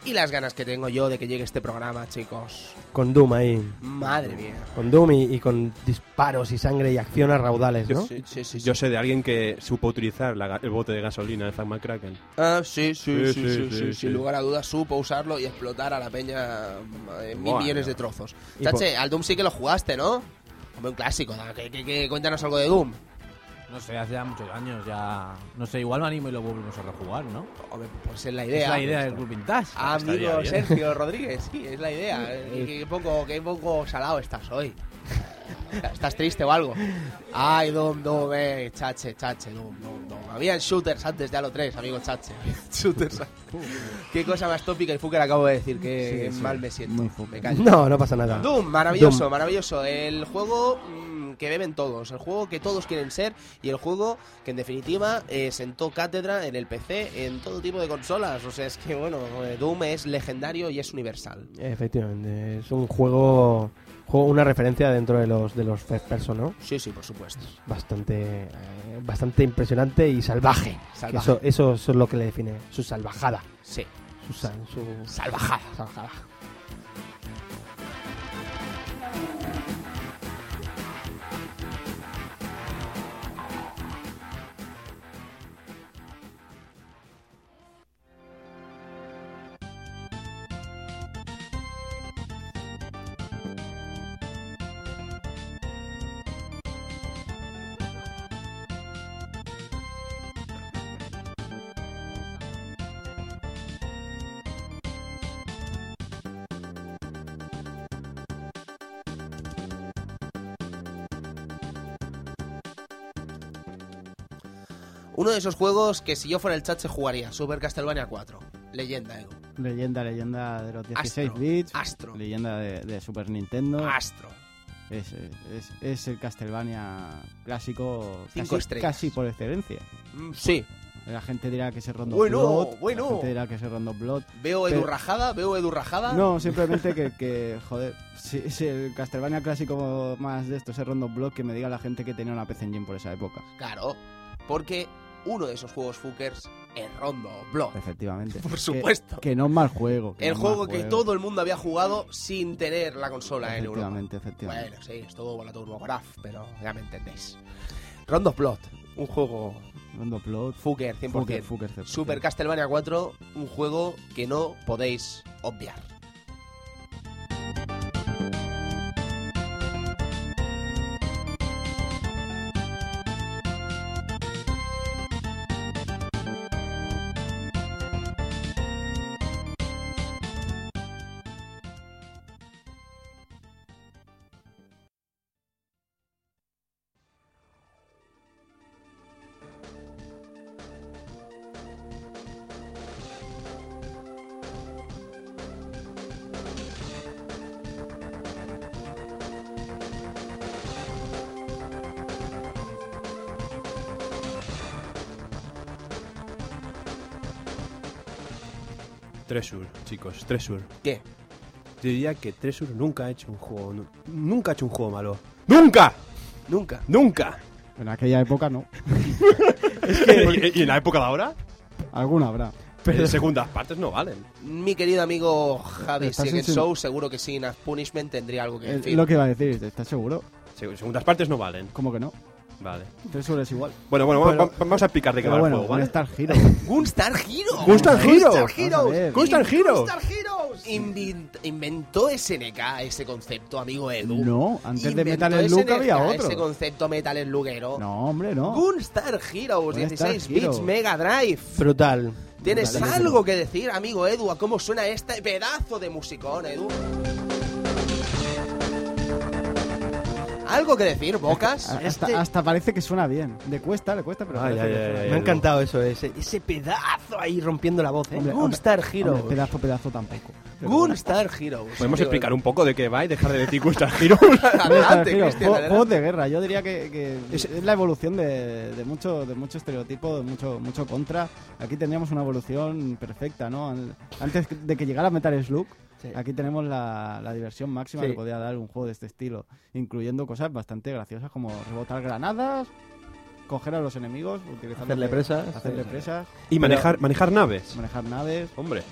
Speaker 1: Y las ganas que tengo yo de que llegue este programa, chicos.
Speaker 2: Con Doom ahí.
Speaker 1: Madre mía.
Speaker 2: Con Doom y, y con disparos y sangre y acción a raudales, ¿no?
Speaker 3: Sí,
Speaker 1: Sí, sí, sí.
Speaker 3: Yo sé de alguien que supo utilizar la ga- el bote de gasolina de Zack McCracken.
Speaker 1: Ah, sí, sí,
Speaker 3: Sí,
Speaker 1: sí, sí,
Speaker 3: sí,
Speaker 1: sí,
Speaker 3: sí, sí.
Speaker 1: sin lugar a dudas supo usarlo y explotar a la peña eh, en mil
Speaker 3: Bueno.
Speaker 1: millones de trozos.
Speaker 2: Y
Speaker 1: Chache, al Doom sí que lo jugaste, ¿no? Hombre, un clásico, ¿no? ¿Qué- qué- qué? cuéntanos algo de Doom.
Speaker 10: No sé, hace ya muchos años ya. No sé, igual me animo y lo volvemos a rejugar, ¿no?
Speaker 1: Hombre, pues es la idea.
Speaker 10: Es la idea del Club Vintage.
Speaker 3: Estaría
Speaker 1: Amigo
Speaker 3: bien.
Speaker 10: <laughs>
Speaker 1: Sergio Rodríguez, sí, es la idea. qué, qué poco, qué poco salado estás hoy. ¿Estás triste o algo? Ay, Dom, Dom, eh, chache, chache, Dom, Dom, Dom. Habían shooters antes de Halo 3, amigo chache. <laughs> shooters.
Speaker 2: uh.
Speaker 1: Qué cosa más tópica y fucker acabo de decir, que
Speaker 4: Sí, sí.
Speaker 1: mal me siento.
Speaker 4: Muy fucker.
Speaker 1: Me callo.
Speaker 2: No, no pasa nada.
Speaker 1: Doom, maravilloso,
Speaker 2: Doom.
Speaker 1: maravilloso. El juego mm, que deben todos, el juego que todos quieren ser y el juego que en definitiva eh, sentó cátedra en el PC, en todo tipo de consolas. O sea, es que bueno, eh, Doom es legendario y es universal.
Speaker 2: Efectivamente, es un juego, juego una referencia dentro de los de los first person, ¿no?
Speaker 1: Sí, sí, por supuesto.
Speaker 2: Bastante eh, bastante impresionante y salvaje.
Speaker 1: Salvaje.
Speaker 2: Que Eso, eso eso es lo que le define, su salvajada,
Speaker 1: Sí,
Speaker 2: su, sal- su-
Speaker 1: salvajada.
Speaker 2: salvajada.
Speaker 1: Uno de esos juegos que si yo fuera el chat se jugaría, Super Castlevania 4. Leyenda, Edu.
Speaker 4: Leyenda, leyenda de los 16
Speaker 1: Astro,
Speaker 4: bits.
Speaker 1: Astro.
Speaker 4: Leyenda de, de Super Nintendo.
Speaker 1: Astro.
Speaker 4: Es, es- es el Castlevania clásico
Speaker 1: Cinco
Speaker 4: casi,
Speaker 1: estrellas.
Speaker 4: casi por excelencia.
Speaker 1: Mm, Sí,
Speaker 4: La gente dirá que es el Rondo
Speaker 1: Bueno,
Speaker 4: Blood.
Speaker 1: bueno.
Speaker 4: La gente dirá que es el Rondo Blood.
Speaker 1: veo Edu
Speaker 4: Pero-
Speaker 1: Rajada, veo Edu Rajada.
Speaker 4: No, simplemente que, que, joder, si es el Castlevania clásico más de esto, es el Rondo Blood, que me diga la gente que tenía una PC Engine por esa época.
Speaker 1: <laughs> Claro, porque uno de esos juegos fuckers es Rondo Block.
Speaker 4: Efectivamente.
Speaker 1: <laughs> Por
Speaker 4: Que-
Speaker 1: supuesto.
Speaker 4: Que, no es mal juego. que
Speaker 1: El
Speaker 4: no es
Speaker 1: juego
Speaker 4: mal
Speaker 1: que todo el mundo había jugado sin tener la consola en Europa.
Speaker 4: Efectivamente, efectivamente.
Speaker 1: Bueno, sí, estuvo con la TurboGraf, pero ya me entendéis. Rondo Blood, un juego
Speaker 4: Rondo Blood.
Speaker 1: fucker 100%.
Speaker 4: Fucker, fucker, fucker.
Speaker 1: Super Castlevania 4, un juego que no podéis obviar.
Speaker 3: Tresur, chicos, Tresur.
Speaker 1: ¿Qué?
Speaker 3: Yo diría que Tresur nunca ha hecho un juego. nu- Nunca ha hecho un juego malo. ¡Nunca!
Speaker 1: Nunca.
Speaker 3: ¡Nunca!
Speaker 4: En aquella época
Speaker 3: <laughs>
Speaker 4: no.
Speaker 3: ¿Y, y en la época de ahora?
Speaker 4: Alguna habrá.
Speaker 3: Pero... segundas partes no valen.
Speaker 1: Mi querido amigo Javi
Speaker 4: Estás
Speaker 1: Second
Speaker 4: insinuando-
Speaker 1: Show, seguro que sin Punishment tendría algo que
Speaker 4: Es
Speaker 1: decir.
Speaker 4: Eh, lo que iba a decir, ¿estás seguro?
Speaker 3: Seg- segundas partes no valen.
Speaker 4: ¿Cómo que no?
Speaker 3: Vale.
Speaker 4: Tres sobre es igual.
Speaker 3: Bueno, bueno, va-
Speaker 4: Pero-
Speaker 3: va- vamos a explicar de qué va
Speaker 4: Pero
Speaker 3: el
Speaker 4: bueno,
Speaker 3: juego, ¿vale?
Speaker 4: Star
Speaker 1: <laughs>
Speaker 4: Hero.
Speaker 1: Gunstar Hero.
Speaker 3: Gunstar Hero.
Speaker 4: Vamos a ver.
Speaker 3: Constant Hero.
Speaker 1: Gunstar Heroes. Invin- inventó SNK ese concepto, amigo Edu.
Speaker 4: No, antes de
Speaker 1: Inventó
Speaker 4: Metal Slug
Speaker 1: SNK
Speaker 4: había otro.
Speaker 1: Ese concepto Metal Sluguero.
Speaker 4: No, hombre, no.
Speaker 1: Gunstar Heroes,
Speaker 4: Gunstar
Speaker 1: 16 bits,
Speaker 4: Heroes.
Speaker 1: Mega Drive.
Speaker 2: Brutal.
Speaker 1: ¿Tienes
Speaker 4: Brutal.
Speaker 1: algo que decir, amigo Edu, a cómo suena este pedazo de musicón, Edu? ¿Algo que decir, Bocas? Este
Speaker 4: A- Hasta, hasta parece que suena bien. Le cuesta, le cuesta, pero
Speaker 3: Ay,
Speaker 4: parece
Speaker 3: ay,
Speaker 4: que
Speaker 3: ay,
Speaker 4: suena
Speaker 3: ay,
Speaker 4: bien.
Speaker 2: Me ha encantado eso, ese, ese pedazo ahí rompiendo la voz. ¿eh?
Speaker 4: Hombre,
Speaker 2: Gunstar Heroes.
Speaker 4: Hombre, pedazo, pedazo tampoco.
Speaker 1: Gunstar Heroes.
Speaker 3: ¿Podemos
Speaker 1: amigo
Speaker 3: explicar
Speaker 1: Edu.
Speaker 3: un poco de qué va y dejar de decir <laughs> Gunstar Hero?
Speaker 4: <laughs> Gunstar
Speaker 1: Adelante,
Speaker 4: Hero,
Speaker 1: Cristian,
Speaker 4: juego-
Speaker 1: adelante.
Speaker 4: juegos de guerra. Yo diría que, que es, es la evolución de, de mucho de mucho estereotipo, de mucho mucho contra. Aquí tendríamos una evolución perfecta, ¿no? Al- Antes de que llegara Metal Slug,
Speaker 2: Sí.
Speaker 4: aquí tenemos la, la diversión máxima
Speaker 2: Sí.
Speaker 4: que podía dar un juego de este estilo, incluyendo cosas bastante graciosas como rebotar granadas, coger a los enemigos, utilizando
Speaker 2: Hacerle presas.
Speaker 4: hacerle
Speaker 2: Sí.
Speaker 4: presas,
Speaker 3: y manejar, manejar naves.
Speaker 4: manejar naves.
Speaker 3: Hombre,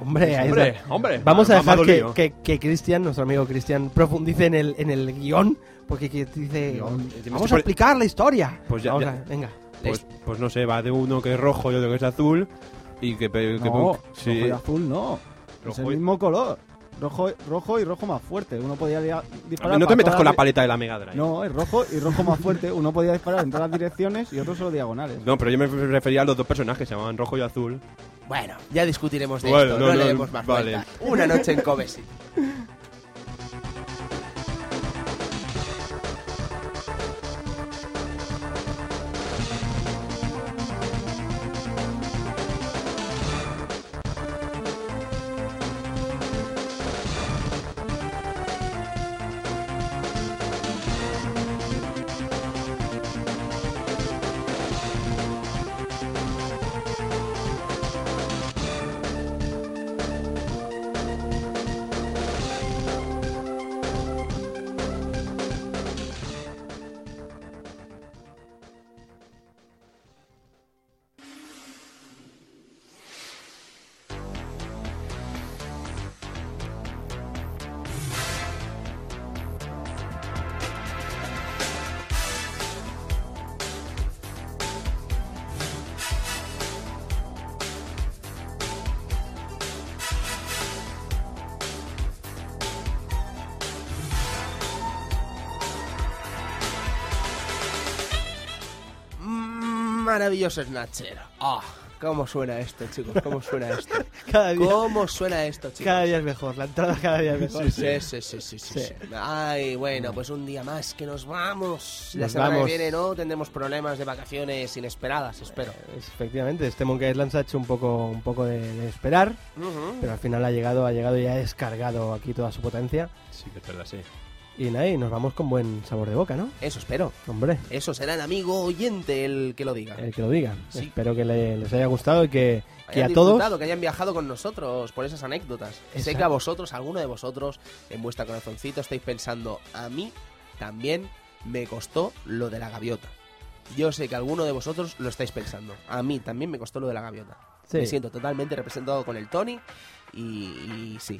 Speaker 2: Hombre, ahí
Speaker 3: hombre,
Speaker 2: está.
Speaker 3: hombre.
Speaker 2: Vamos a
Speaker 3: Me ha- me ha
Speaker 2: dejar que,
Speaker 3: dolido.
Speaker 2: que, que Cristian, nuestro amigo Cristian, profundice en el, en el guión, porque que dice, vamos a
Speaker 3: Por-
Speaker 2: explicar la historia.
Speaker 3: Pues ya-
Speaker 2: Vamos
Speaker 3: ya-
Speaker 2: a- venga.
Speaker 3: Pues, pues no sé, va de uno que es rojo y otro que es azul. Y que. pe- que
Speaker 4: No,
Speaker 3: pon- sí.
Speaker 4: rojo y azul no. es
Speaker 3: Rojo
Speaker 4: el
Speaker 3: y-
Speaker 4: mismo color. Rojo, rojo y rojo más fuerte. Uno podía lia-
Speaker 3: A
Speaker 4: disparar.
Speaker 3: mí no te
Speaker 4: para
Speaker 3: metas
Speaker 4: todas
Speaker 3: con la
Speaker 4: las-
Speaker 3: paleta de la Mega Drive.
Speaker 4: No, es rojo y rojo más fuerte. Uno podía disparar en todas las direcciones y otro solo diagonales.
Speaker 3: No, pero yo me refería a los dos personajes, se llamaban rojo y azul.
Speaker 1: Bueno, ya discutiremos de
Speaker 3: Bueno,
Speaker 1: esto, no,
Speaker 3: no,
Speaker 1: le
Speaker 3: no,
Speaker 1: demos más
Speaker 3: vale.
Speaker 1: vueltas. Una noche en Kobe City. Mm, maravilloso Snatcher. ¡Ah! ¿Cómo suena esto, chicos? ¿Cómo suena
Speaker 2: <laughs>
Speaker 1: esto? cada día, ¿Cómo suena esto, chicos?
Speaker 11: Cada día es mejor, la entrada
Speaker 2: <laughs>
Speaker 11: cada día es mejor.
Speaker 1: Sí, sí, sí, sí, sí, sí, sí. Ay, bueno, pues un día más que nos vamos. La
Speaker 2: Nos
Speaker 1: semana
Speaker 2: vamos.
Speaker 1: que viene no tendremos problemas de vacaciones inesperadas, espero.
Speaker 2: Es- Efectivamente, este Monkey Island se ha hecho un poco, un poco de, de esperar,
Speaker 1: Ujú.
Speaker 2: pero al final ha llegado, ha llegado y ha descargado aquí toda su potencia.
Speaker 3: Sí, que es verdad, sí.
Speaker 2: Y nada, y nos vamos con buen sabor de boca, ¿no?
Speaker 1: Eso espero.
Speaker 2: Hombre,
Speaker 1: Eso será el amigo oyente el que lo diga.
Speaker 2: el que lo diga.
Speaker 1: Sí.
Speaker 2: Espero que le- les haya gustado y que, que
Speaker 1: Hayan
Speaker 2: a todos...
Speaker 1: disfrutado, que hayan viajado con nosotros por esas anécdotas. Sé
Speaker 2: Exacto.
Speaker 1: que a vosotros, alguno de vosotros, en vuestro corazoncito estáis pensando, a mí también me costó lo de la gaviota. Yo sé que alguno de vosotros lo estáis pensando. A mí también me costó lo de la gaviota.
Speaker 2: Sí.
Speaker 1: Me siento totalmente representado con el Tony y, y sí.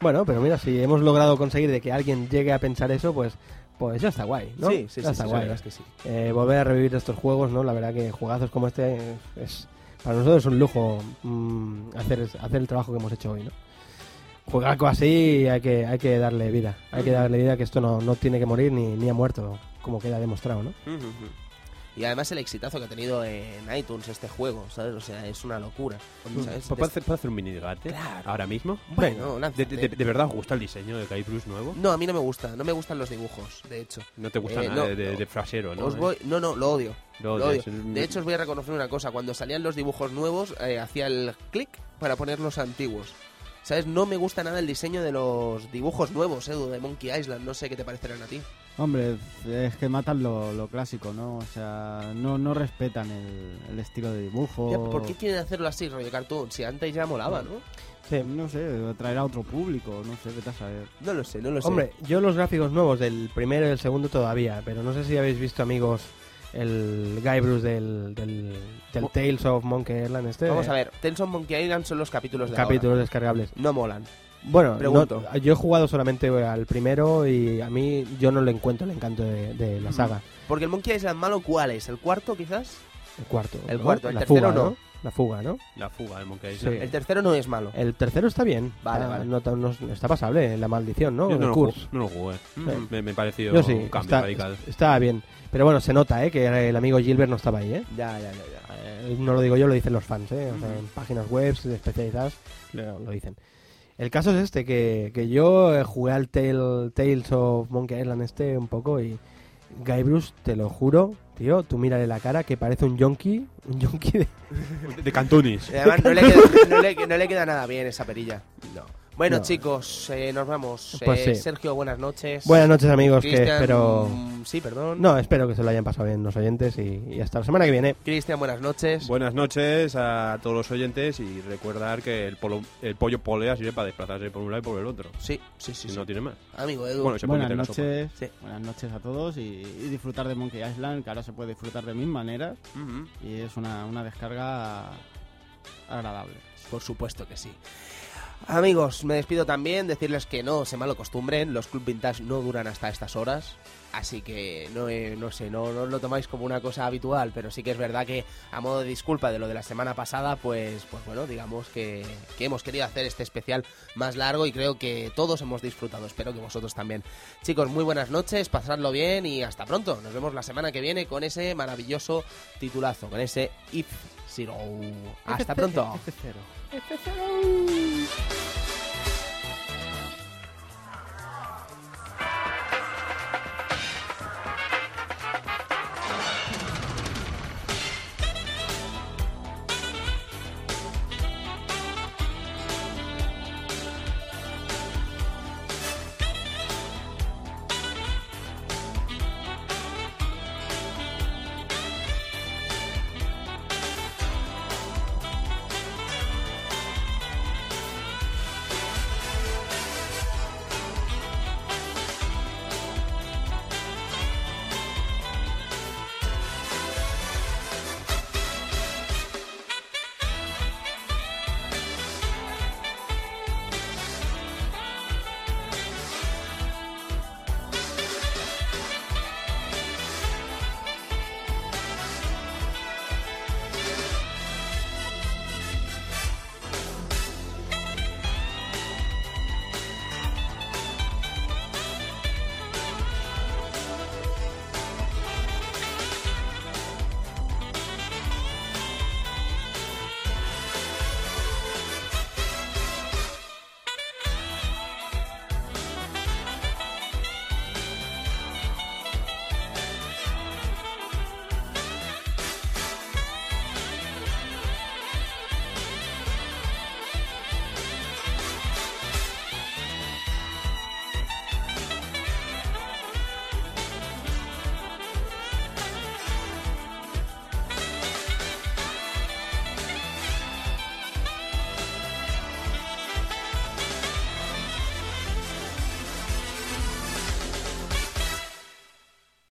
Speaker 2: Bueno, pero mira, si hemos logrado conseguir de que alguien llegue a pensar eso, pues, pues ya está guay, ¿no?
Speaker 1: Sí, sí,
Speaker 2: Ya
Speaker 1: sí,
Speaker 2: está
Speaker 1: sí, la
Speaker 2: guay.
Speaker 1: verdad es que sí.
Speaker 2: Eh, volver a revivir estos juegos, ¿no? La verdad que jugazos como este eh, es para nosotros es un lujo mm, hacer, hacer el trabajo que hemos hecho hoy, ¿no? Juegaco así hay que, hay que darle vida. Hay que darle vida que esto no, no tiene que morir ni, ni ha muerto, como queda demostrado, ¿no?
Speaker 1: Y además el exitazo que ha tenido en iTunes este juego, ¿sabes? O sea, es una locura.
Speaker 2: Mm.
Speaker 1: ¿sabes?
Speaker 2: Pues
Speaker 3: ¿Puedo hacer, puedo hacer un mini debate
Speaker 1: Claro.
Speaker 3: ahora mismo?
Speaker 1: Bueno,
Speaker 3: ¿De,
Speaker 1: lánzate.
Speaker 3: de- de verdad os gusta el diseño de Guy Bruce nuevo?
Speaker 1: No, a mí no me gusta. No me gustan los dibujos, de hecho.
Speaker 3: No te gusta
Speaker 1: Eh,
Speaker 3: nada
Speaker 1: no,
Speaker 3: de, de-
Speaker 1: no.
Speaker 3: de frasero, ¿no? Eh.
Speaker 2: ¿eh?
Speaker 1: Os voy- no, no, lo odio.
Speaker 3: Lo
Speaker 1: Lo odio.
Speaker 3: odias, es-
Speaker 1: De hecho, os voy a reconocer una cosa. Cuando salían los dibujos nuevos, eh, hacía el clic para poner los antiguos. ¿Sabes? No me gusta nada el diseño de los dibujos nuevos, Edu, de Monkey Island. No sé qué te parecerán a ti.
Speaker 4: Hombre, es que matan lo, lo clásico, ¿no? O sea, no, no respetan el, el estilo de dibujo.
Speaker 2: Oh.
Speaker 1: Ya, ¿Por qué quieren hacerlo así, rollo cartoon? Si antes ya molaba, ¿no?
Speaker 4: No sé, atraerá a otro público, no sé, vete a saber.
Speaker 1: No lo sé, no lo sé.
Speaker 2: Hombre, yo los gráficos nuevos del primero y del segundo todavía, pero no sé si habéis visto, amigos, el Guybrush del, del, del Tales of Monkey Island este.
Speaker 1: Vamos
Speaker 2: eh,
Speaker 1: a ver. Tales of Monkey Island son los capítulos de
Speaker 2: Capítulos descargables.
Speaker 1: ahora. No molan.
Speaker 2: Bueno,
Speaker 1: Pregunto.
Speaker 2: no- yo he jugado solamente al primero y a mí yo no le encuentro el encanto de, de
Speaker 1: Mm.
Speaker 2: la saga.
Speaker 1: Porque el Monkey Island malo, ¿cuál es? ¿El cuarto, quizás?
Speaker 2: El cuarto.
Speaker 1: El
Speaker 2: ¿no?
Speaker 1: cuarto, el
Speaker 2: la
Speaker 1: tercero
Speaker 2: fuga,
Speaker 1: no.
Speaker 2: La fuga, ¿no?
Speaker 3: La fuga del Monkey
Speaker 2: Sí. Eh,
Speaker 3: Island.
Speaker 1: El tercero no es malo.
Speaker 2: El tercero está bien.
Speaker 1: Vale,
Speaker 2: está,
Speaker 1: vale.
Speaker 2: no tan- no- está pasable, la maldición, ¿no?
Speaker 3: Yo
Speaker 2: El
Speaker 3: no, lo
Speaker 2: curse. Mm.
Speaker 3: jugué, no lo jugué. Me, me ha parecido
Speaker 2: Yo sí,
Speaker 3: un cambio
Speaker 2: está,
Speaker 3: radical.
Speaker 2: está bien. Pero bueno, se nota, ¿eh? Que el amigo Gilbert no estaba ahí, ¿eh?
Speaker 1: Ya, ya, ya. ya. Mm.
Speaker 2: Eh, No lo digo yo, lo dicen los fans, ¿eh? O sea, en páginas web especializadas lo, lo dicen. El caso es este, que, que yo eh, jugué al Tale- Tales of Monkey Island este un poco y Guybrush, te lo juro, tío, tú mírale la cara que parece un yonki, un yonki de...
Speaker 3: De, de Cantunis.
Speaker 1: Y además no le, queda, no le- no le queda nada bien esa perilla. Bueno,
Speaker 2: No.
Speaker 1: chicos, eh, nos vamos.
Speaker 2: Pues
Speaker 1: Eh,
Speaker 2: sí.
Speaker 1: Sergio, buenas noches.
Speaker 2: Buenas noches amigos, que
Speaker 1: Cristian,
Speaker 2: espero...
Speaker 1: mm, Sí, perdón.
Speaker 2: No, espero que se lo hayan pasado bien los oyentes y, y hasta la semana que viene.
Speaker 1: Cristian, buenas noches.
Speaker 3: Buenas noches a todos los oyentes y recordar que el, polo- el pollo polea sirve para desplazarse por un lado y por el otro.
Speaker 1: Sí, sí, sí. sí.
Speaker 3: No tiene más.
Speaker 1: Amigo Edu.
Speaker 3: Bueno, se puede
Speaker 4: Buenas
Speaker 3: meter la sopa.
Speaker 4: noches,
Speaker 1: Sí.
Speaker 4: buenas noches a todos y, y disfrutar de Monkey Island, que ahora se puede disfrutar de mil maneras
Speaker 1: Ujú,
Speaker 4: y es una, una descarga agradable.
Speaker 1: Por supuesto que sí. Amigos, me despido también, decirles que no se malo costumbren, los Club Vintage no duran hasta estas horas, así que no, eh, no sé, no, no os lo tomáis como una cosa habitual, pero sí que es verdad que a modo de disculpa de lo de la semana pasada, pues, pues bueno, digamos que, que hemos querido hacer este especial más largo y creo que todos hemos disfrutado, espero que vosotros también. Chicos, muy buenas noches, pasadlo bien y hasta pronto, nos vemos la semana que viene con ese maravilloso titulazo, con <laughs> 그 ese If Zero. Hasta pronto.